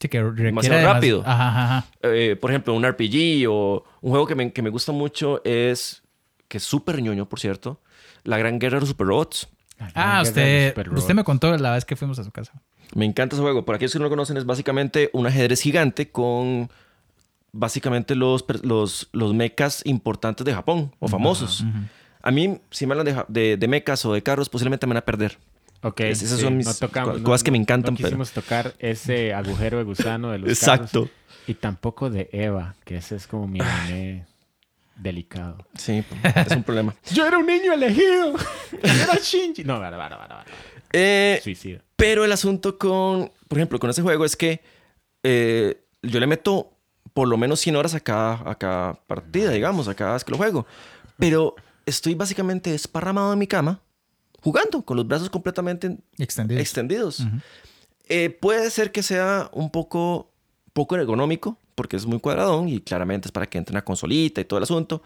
Speaker 1: Sí, que requiere
Speaker 3: Demasiado
Speaker 1: demasi-
Speaker 3: rápido.
Speaker 1: Ajá, ajá, ajá.
Speaker 3: eh, por ejemplo, un RPG o un juego que me, que me gusta mucho es... Que es súper ñoño, por cierto. La Gran Guerra de los Super Robots.
Speaker 1: Ah, usted,
Speaker 2: Super
Speaker 1: usted me contó la vez que fuimos a su casa.
Speaker 3: Me encanta ese juego. Para aquellos que no lo conocen, es básicamente un ajedrez gigante con básicamente los, per- los, los mechas importantes de Japón o famosos. A mí, si me hablan de, ja- de, de mechas o de carros, posiblemente me van a perder.
Speaker 2: Ok,
Speaker 3: Es- esas
Speaker 2: sí,
Speaker 3: son mis
Speaker 2: no tocamos,
Speaker 3: co-
Speaker 2: no-
Speaker 3: cosas que me
Speaker 2: no-
Speaker 3: encantan,
Speaker 2: No quisimos tocar ese
Speaker 3: <laughs>
Speaker 2: agujero de gusano de los carros.
Speaker 3: Exacto.
Speaker 2: Y tampoco de Eva, que ese es como mi anime delicado.
Speaker 3: Sí, pues, es un problema.
Speaker 2: Yo era un niño <laughs> elegido. era Shinji. No, vara, vara, vara, vara.
Speaker 3: Eh,
Speaker 2: Suicida.
Speaker 3: Pero el asunto con, por ejemplo, con ese juego es que eh, yo le meto por lo menos 100 horas a cada, a cada partida, digamos, a cada vez que lo juego. Pero estoy básicamente desparramado en mi cama, jugando, con los brazos completamente
Speaker 1: Extendido.
Speaker 3: extendidos.
Speaker 1: Ujú.
Speaker 3: Eh, puede ser que sea un poco, poco ergonómico, porque es muy cuadradón y claramente es para que entre una consolita y todo el asunto.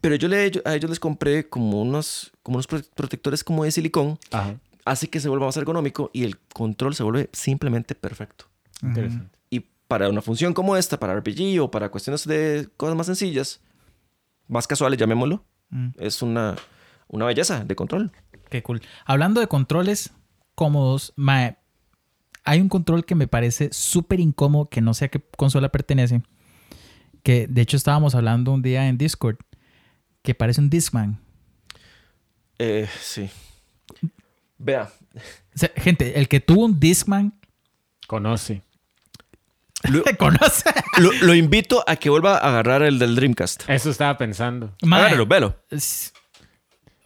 Speaker 3: Pero yo le, a ellos les compré como unos, como unos prote- protectores como de silicón,
Speaker 2: Ajá.
Speaker 3: hace que se vuelva más ergonómico y el control se vuelve simplemente perfecto.
Speaker 1: Ujú.
Speaker 2: Interesante.
Speaker 3: Y para una función como esta, para RPG o para cuestiones de cosas más sencillas, más casuales, llamémoslo,
Speaker 1: Mm.
Speaker 3: es una, una belleza de control.
Speaker 1: Qué cool. Hablando de controles cómodos, mae, hay un control que me parece súper incómodo, que no sé a qué consola pertenece, que de hecho estábamos hablando un día en Discord, que parece un Discman.
Speaker 3: Eh, sí. Vea,
Speaker 1: O sea, gente, el que tuvo un Discman, <laughs>
Speaker 2: Conoce.
Speaker 3: lo,
Speaker 1: ¿te conoce?
Speaker 3: lo- lo invito a que vuelva a agarrar el del Dreamcast.
Speaker 2: Eso estaba pensando.
Speaker 1: Mae,
Speaker 3: Agárrelo, velo.
Speaker 1: es-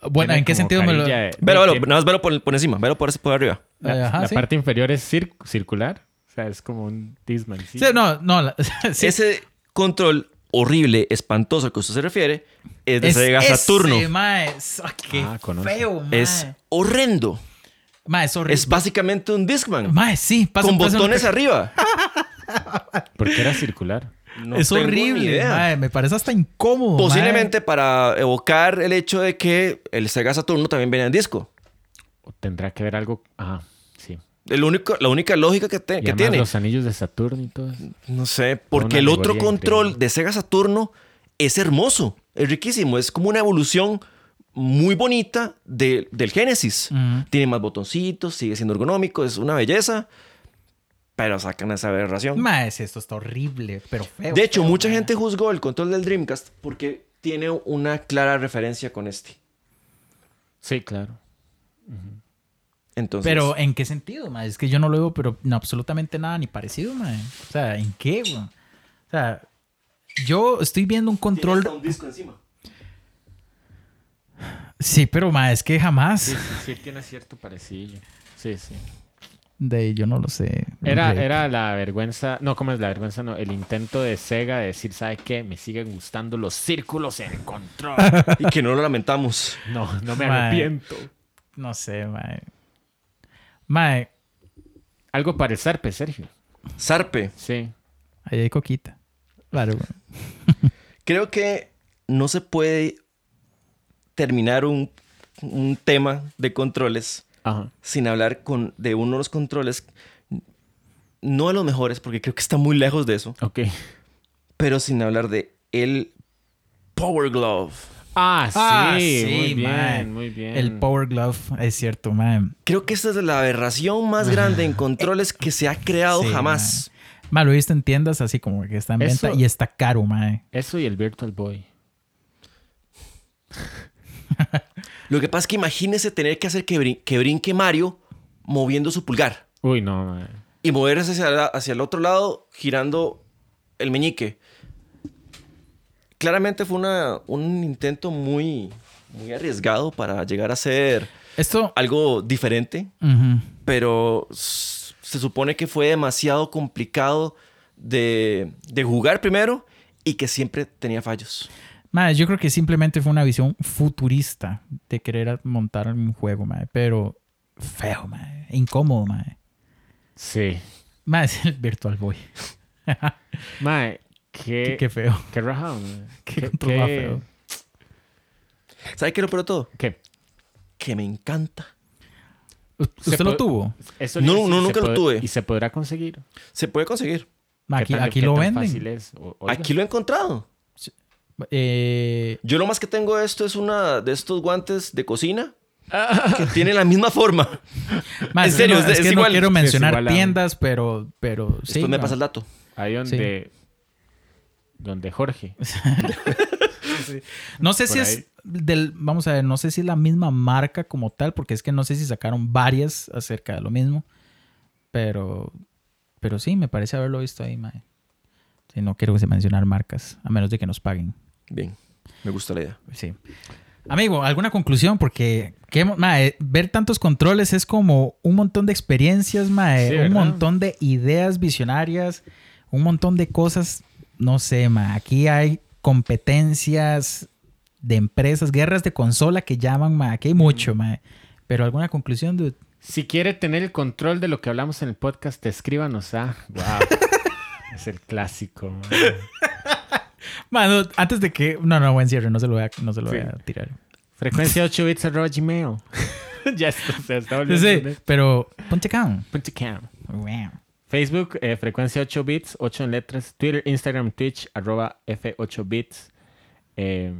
Speaker 1: Bueno,
Speaker 2: Tiene
Speaker 1: ¿en qué
Speaker 2: como
Speaker 1: sentido me lo...?
Speaker 2: carilla de-
Speaker 3: Velo,
Speaker 2: de-
Speaker 3: velo.
Speaker 2: tiene-
Speaker 3: Nada más velo por, por encima, velo por, por arriba.
Speaker 2: La,
Speaker 1: Ajá,
Speaker 2: la
Speaker 1: sí.
Speaker 2: parte inferior es cir- circular. O sea, es como un Disman.
Speaker 1: <laughs>
Speaker 2: Sí.
Speaker 1: Sí, no, no. la- sí.
Speaker 3: Ese control horrible, espantoso al que usted se refiere es de Sega
Speaker 1: ese,
Speaker 3: Saturno.
Speaker 1: mae. Es- ah, qué
Speaker 2: Ah, conozco.
Speaker 1: feo, mae.
Speaker 3: Es horrendo.
Speaker 1: Mae, es horrible.
Speaker 3: Es básicamente un Discman
Speaker 1: Mae, sí. pasa-
Speaker 3: con
Speaker 1: pasa una-
Speaker 3: botones
Speaker 1: <laughs>
Speaker 3: arriba.
Speaker 2: Porque era circular.
Speaker 3: No
Speaker 1: es
Speaker 3: tengo ni
Speaker 1: horrible,
Speaker 3: idea.
Speaker 1: mae. Me parece hasta incómodo, mae.
Speaker 3: Posiblemente para evocar el hecho de que el Sega Saturno también venía en disco.
Speaker 2: O tendrá que ver algo. Ajá, sí.
Speaker 3: El único, la única lógica que, te-
Speaker 2: Y
Speaker 3: que
Speaker 2: además
Speaker 3: tiene.
Speaker 2: Los anillos de Saturno y todo eso.
Speaker 3: No sé, porque
Speaker 2: Una
Speaker 3: el otro
Speaker 2: alegoría
Speaker 3: control
Speaker 2: increíble.
Speaker 3: de Sega Saturno es hermoso, es riquísimo, es como una evolución muy bonita de- del Genesis.
Speaker 1: Ujú.
Speaker 3: Tiene más botoncitos, sigue siendo ergonómico, es una belleza, pero sacan esa aberración.
Speaker 1: Mae, sí, esto está horrible, pero feo.
Speaker 3: de hecho,
Speaker 1: feo,
Speaker 3: mucha
Speaker 1: mae.
Speaker 3: gente juzgó el control del Dreamcast porque tiene una clara referencia con este.
Speaker 2: Sí, claro.
Speaker 3: Entonces,
Speaker 1: Pero, ¿en qué sentido, mae? Es que yo no lo veo, pero no, absolutamente nada ni parecido, mae. O sea, ¿en qué, güey? O sea, yo estoy viendo un
Speaker 3: tiene
Speaker 1: control...
Speaker 3: hasta un disco encima.
Speaker 1: Sí, pero, mae, es que jamás...
Speaker 2: Sí, sí, sí, tiene cierto parecido. Sí, sí.
Speaker 1: De yo no lo sé.
Speaker 2: Era,
Speaker 1: Jake.
Speaker 2: era la vergüenza, no, ¿cómo es la vergüenza? No, el intento de Sega de decir, ¿sabe qué? Me siguen gustando los círculos en el
Speaker 1: <laughs>
Speaker 2: control.
Speaker 3: Y que no lo lamentamos.
Speaker 2: No, no me
Speaker 1: Mae.
Speaker 2: arrepiento.
Speaker 1: No sé, mae. Mae,
Speaker 2: Algo para el zarpe, Sergio.
Speaker 3: Sarpe,
Speaker 2: Sí.
Speaker 1: ahí hay coquita. Claro, güey.
Speaker 3: Creo que no se puede terminar un, un tema de controles
Speaker 2: Ajá.
Speaker 3: sin hablar con, de uno de los controles, no de los mejores, porque creo que está muy lejos de eso,
Speaker 2: Ok.
Speaker 3: pero sin hablar de el Power Glove.
Speaker 2: Ah, sí.
Speaker 1: Ah,
Speaker 2: muy
Speaker 1: sí,
Speaker 2: bien,
Speaker 1: mae.
Speaker 2: muy bien.
Speaker 1: El Power Glove, es cierto, mae.
Speaker 3: Creo que esta es la aberración más grande en controles que se ha creado
Speaker 1: Sí,
Speaker 3: jamás.
Speaker 1: Mae, lo he visto en tiendas así como que está en
Speaker 2: Eso-
Speaker 1: venta y está caro, mae.
Speaker 2: Eso y el Virtual Boy.
Speaker 3: Lo que pasa es que imagínese tener que hacer que, brin- que brinque Mario moviendo su pulgar
Speaker 2: Uy, no, mae.
Speaker 3: y moverse hacia, la- hacia el otro lado girando el meñique. Claramente fue una, un intento muy, muy arriesgado para llegar a ser
Speaker 1: Esto.
Speaker 3: algo diferente,
Speaker 1: Ujú.
Speaker 3: pero s- se supone que fue demasiado complicado de, de jugar primero y que siempre tenía fallos.
Speaker 1: Mae, yo creo que simplemente fue una visión futurista de querer montar un juego, mae. Pero feo, mae. Incómodo, mae.
Speaker 2: Sí.
Speaker 1: Mae, <laughs> es el Virtual Boy.
Speaker 2: Mae, qué,
Speaker 1: Qué, qué feo.
Speaker 2: qué rajado, mae.
Speaker 1: <laughs> Qué control más feo.
Speaker 3: ¿Sabe qué es lo peor de todo?
Speaker 2: qué-
Speaker 3: Que me encanta.
Speaker 1: U-
Speaker 2: Se
Speaker 1: ¿Usted lo
Speaker 2: pod-
Speaker 1: tuvo?
Speaker 2: eso
Speaker 3: No,
Speaker 2: le-
Speaker 3: no,
Speaker 2: se
Speaker 3: nunca lo
Speaker 2: pod-
Speaker 3: tuve.
Speaker 2: Y se podrá conseguir.
Speaker 3: Se puede conseguir.
Speaker 1: Mae, Aquí,
Speaker 2: ¿Qué tan-
Speaker 1: aquí
Speaker 2: qué
Speaker 1: lo
Speaker 2: tan
Speaker 1: venden.
Speaker 2: fácil es? O- oiga.
Speaker 3: Aquí lo he encontrado.
Speaker 1: Eh,
Speaker 3: Yo lo más que tengo de esto es una de estos guantes de cocina que tiene la misma forma.
Speaker 1: Más,
Speaker 3: En
Speaker 1: es
Speaker 3: serio,
Speaker 1: que no-
Speaker 3: es-
Speaker 1: es,
Speaker 3: es
Speaker 1: que no
Speaker 3: igual.
Speaker 1: quiero
Speaker 3: Sí,
Speaker 2: es
Speaker 1: mencionar
Speaker 2: igual a-
Speaker 1: tiendas, pero, pero sí.
Speaker 3: Después me
Speaker 1: no.
Speaker 3: pasa el dato.
Speaker 2: Ahí donde. Donde Jorge.
Speaker 1: No sé si
Speaker 2: por
Speaker 1: es
Speaker 2: ahí.
Speaker 1: del, vamos a ver, no sé si es la misma marca como tal, porque es que no sé si sacaron varias acerca de lo mismo, pero, pero sí, me parece haberlo visto ahí, mae. Sí, no quiero que se mencionar marcas, a menos de que nos paguen.
Speaker 3: Bien, me gusta la idea.
Speaker 1: Sí. Amigo, ¿alguna conclusión? Porque qué mo- mae, ver tantos controles es como un montón de experiencias, mae,
Speaker 2: Sí,
Speaker 1: un
Speaker 2: ¿verdad?
Speaker 1: montón de ideas visionarias, un montón de cosas. No sé, mae, aquí hay competencias de empresas, guerras de consola que llaman, mae, aquí hay mucho, mae. Pero alguna conclusión, dude?
Speaker 2: Si quiere tener el control de lo que hablamos en el podcast,
Speaker 1: <laughs>
Speaker 2: escríbanos a. Wow. es el clásico. mae.
Speaker 1: Mano, antes de que no, no, buen cierre, no se lo voy a, no se lo voy a tirar.
Speaker 2: Frecuencia 8 bits arroba gmail. <laughs> ya esto se
Speaker 1: Sí,
Speaker 2: está
Speaker 1: sí,
Speaker 2: volviendo. un-
Speaker 1: pero ponte down.
Speaker 2: Punto cam.
Speaker 1: Wow.
Speaker 2: Facebook, eh, frecuencia 8 bits, 8 en letras. Twitter, Instagram, Twitch, arroba F8 bits. Eh,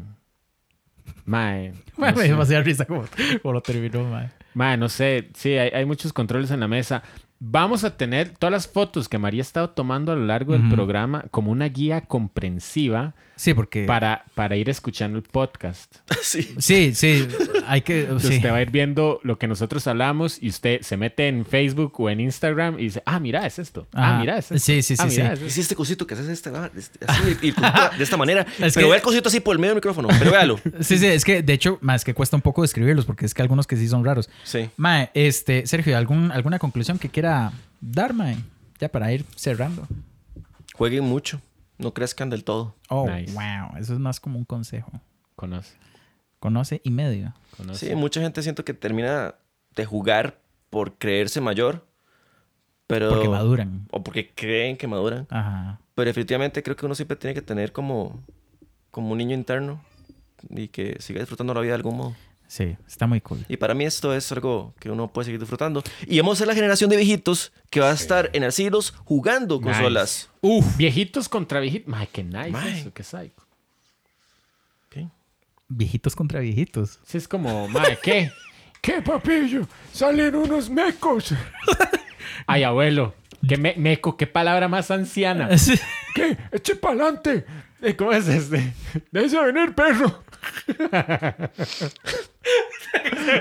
Speaker 2: mae.
Speaker 1: Mae, <laughs> me
Speaker 2: no sé.
Speaker 1: dio demasiada risa como, como lo terminó, mae.
Speaker 2: Mae, no sé. Sí, hay, hay muchos controles en la mesa. Vamos a tener todas las fotos que María ha estado tomando a lo largo del
Speaker 1: Ujú.
Speaker 2: programa como una guía comprensiva
Speaker 1: Sí, porque
Speaker 2: para, para ir escuchando el podcast.
Speaker 3: Sí.
Speaker 1: Sí, sí, hay
Speaker 2: <laughs>
Speaker 1: que.
Speaker 2: Entonces
Speaker 1: sí.
Speaker 2: usted va a ir viendo lo que nosotros hablamos y usted se mete en Facebook o en Instagram y dice, ah, mira, es esto. Ah,
Speaker 1: Ajá.
Speaker 2: mira, es esto.
Speaker 1: Sí, sí,
Speaker 2: Ah,
Speaker 1: sí,
Speaker 2: mira,
Speaker 1: sí.
Speaker 2: es
Speaker 3: Es
Speaker 2: esto".
Speaker 3: este cosito que haces este, este- así, y- y de esta manera.
Speaker 1: <laughs> Es
Speaker 3: pero
Speaker 1: que-
Speaker 3: vea el cosito así por el medio del micrófono. Pero véalo.
Speaker 1: Sí, sí, es que de hecho, más que cuesta un poco describirlos porque es que algunos que <laughs> sí son raros.
Speaker 3: Sí.
Speaker 1: Mae, este, Sergio, ¿algún, ¿alguna conclusión que quiera dar, Mae? Ya para ir cerrando.
Speaker 3: Jueguen mucho. No crezcan del todo.
Speaker 1: Oh,
Speaker 2: Nice.
Speaker 1: wow. Eso es más como un consejo.
Speaker 2: Conoce.
Speaker 1: Conoce y medio.
Speaker 2: conoce.
Speaker 3: Sí, mucha gente siento que termina de jugar por creerse mayor, pero...
Speaker 1: Porque maduran.
Speaker 3: O porque creen que maduran.
Speaker 1: Ajá.
Speaker 3: Pero definitivamente creo que uno siempre tiene que tener como, como un niño interno y que siga disfrutando la vida de algún modo.
Speaker 1: Sí, está muy cool.
Speaker 3: Y para mí esto es algo que uno puede seguir disfrutando. Y vamos a ser la generación de viejitos que va a estar en asilos jugando
Speaker 2: Nice.
Speaker 3: consolas.
Speaker 2: Uf. Viejitos contra viejitos. Mae, qué nice
Speaker 3: Mae.
Speaker 2: eso, qué psycho.
Speaker 1: Viejitos contra viejitos. <laughs>
Speaker 2: Sí, es como, mae, ¿qué? <laughs> ¿Qué, papillo? Salen unos mecos. <laughs> Ay, abuelo. ¿Qué me- meco? ¿Qué palabra más anciana? <laughs> ¿Qué? ¡Eche pa'lante! Eh, ¿Cómo es este? <laughs> ¡Déjese venir, perro! <laughs>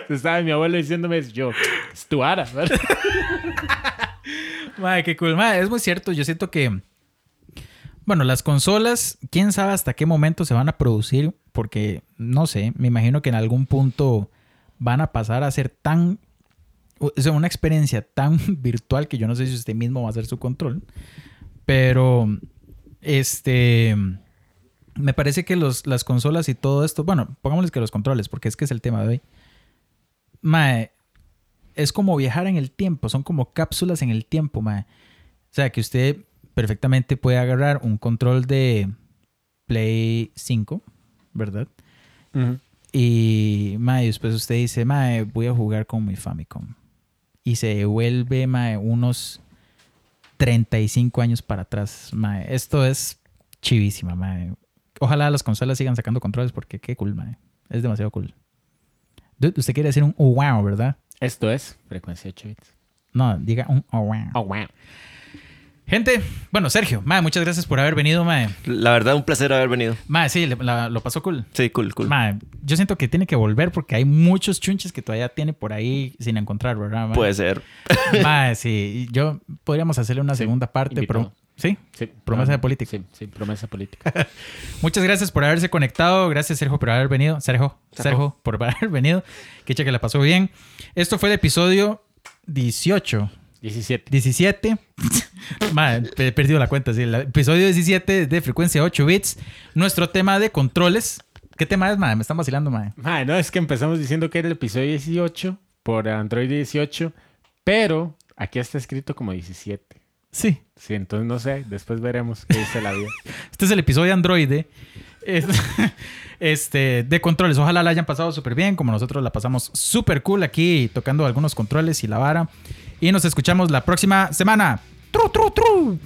Speaker 2: Estaba mi abuelo diciéndome eso, yo, es tu ara, <laughs> ¿verdad?
Speaker 1: Madre, qué cool. Madre, es muy cierto. Yo siento que. Bueno, las consolas, quién sabe hasta qué momento se van a producir, porque no sé, me imagino que en algún punto van a pasar a ser tan. O sea, una experiencia tan <laughs> virtual que yo no sé si usted mismo va a hacer su control. Pero. Este. Me parece que los, las consolas y todo esto. Bueno, pongámosles que los controles, porque es que es el tema de hoy. Mae, es como viajar en el tiempo, son como cápsulas en el tiempo, mae. O sea, que usted perfectamente puede agarrar un control de Play 5, ¿verdad? Y, mae, después usted dice, mae, voy a jugar con mi Famicom. Y se devuelve, mae, unos 35 años para atrás, mae. Esto es chivísima, mae. Ojalá las consolas sigan sacando controles porque qué cool, mae. Es demasiado cool. Dude, usted quiere decir un oh, wow, ¿verdad?
Speaker 2: Esto es Frecuencia 8 bits.
Speaker 1: No, diga un oh, wow.
Speaker 2: Oh, wow.
Speaker 1: Gente, bueno, Sergio, mae, muchas gracias por haber venido, mae.
Speaker 3: La verdad, un placer haber venido.
Speaker 1: Mae, sí, le- la- lo pasó cool.
Speaker 3: Sí, cool, cool.
Speaker 1: Mae, yo siento que tiene que volver porque hay muchos chunches que todavía tiene por ahí sin encontrar, ¿verdad? mae?
Speaker 2: Pues.
Speaker 3: Puede ser.
Speaker 1: <laughs> Mae, sí, yo podríamos hacerle una
Speaker 2: Sí,
Speaker 1: segunda parte, pero
Speaker 2: invitado.
Speaker 1: sí.
Speaker 2: Sí,
Speaker 1: Promesa
Speaker 2: ah,
Speaker 1: de política.
Speaker 2: Sí, sí, promesa política.
Speaker 1: Muchas gracias por haberse conectado. Gracias, Sergio, por haber venido. Sergio,
Speaker 3: Sergio.
Speaker 1: Sergio, por <laughs> haber venido. Que que la pasó bien. Esto fue el episodio 18.
Speaker 2: 17.
Speaker 1: 17. Madre, he perdido la cuenta. Sí, el episodio 17 de frecuencia 8 bits. Nuestro tema de controles. ¿Qué tema es, madre? Me están vacilando, madre.
Speaker 2: Mae, no, es que empezamos diciendo que era el episodio 18 por Android 18, pero aquí está escrito como 17.
Speaker 1: Sí.
Speaker 2: Sí, entonces no sé, después veremos qué dice la vida.
Speaker 1: Este es el episodio androide. Es- <laughs> Este, de controles. Ojalá la hayan pasado súper bien, como nosotros la pasamos súper cool aquí, tocando algunos controles y la vara. Y nos escuchamos la próxima semana. ¡Tru, tru, tru!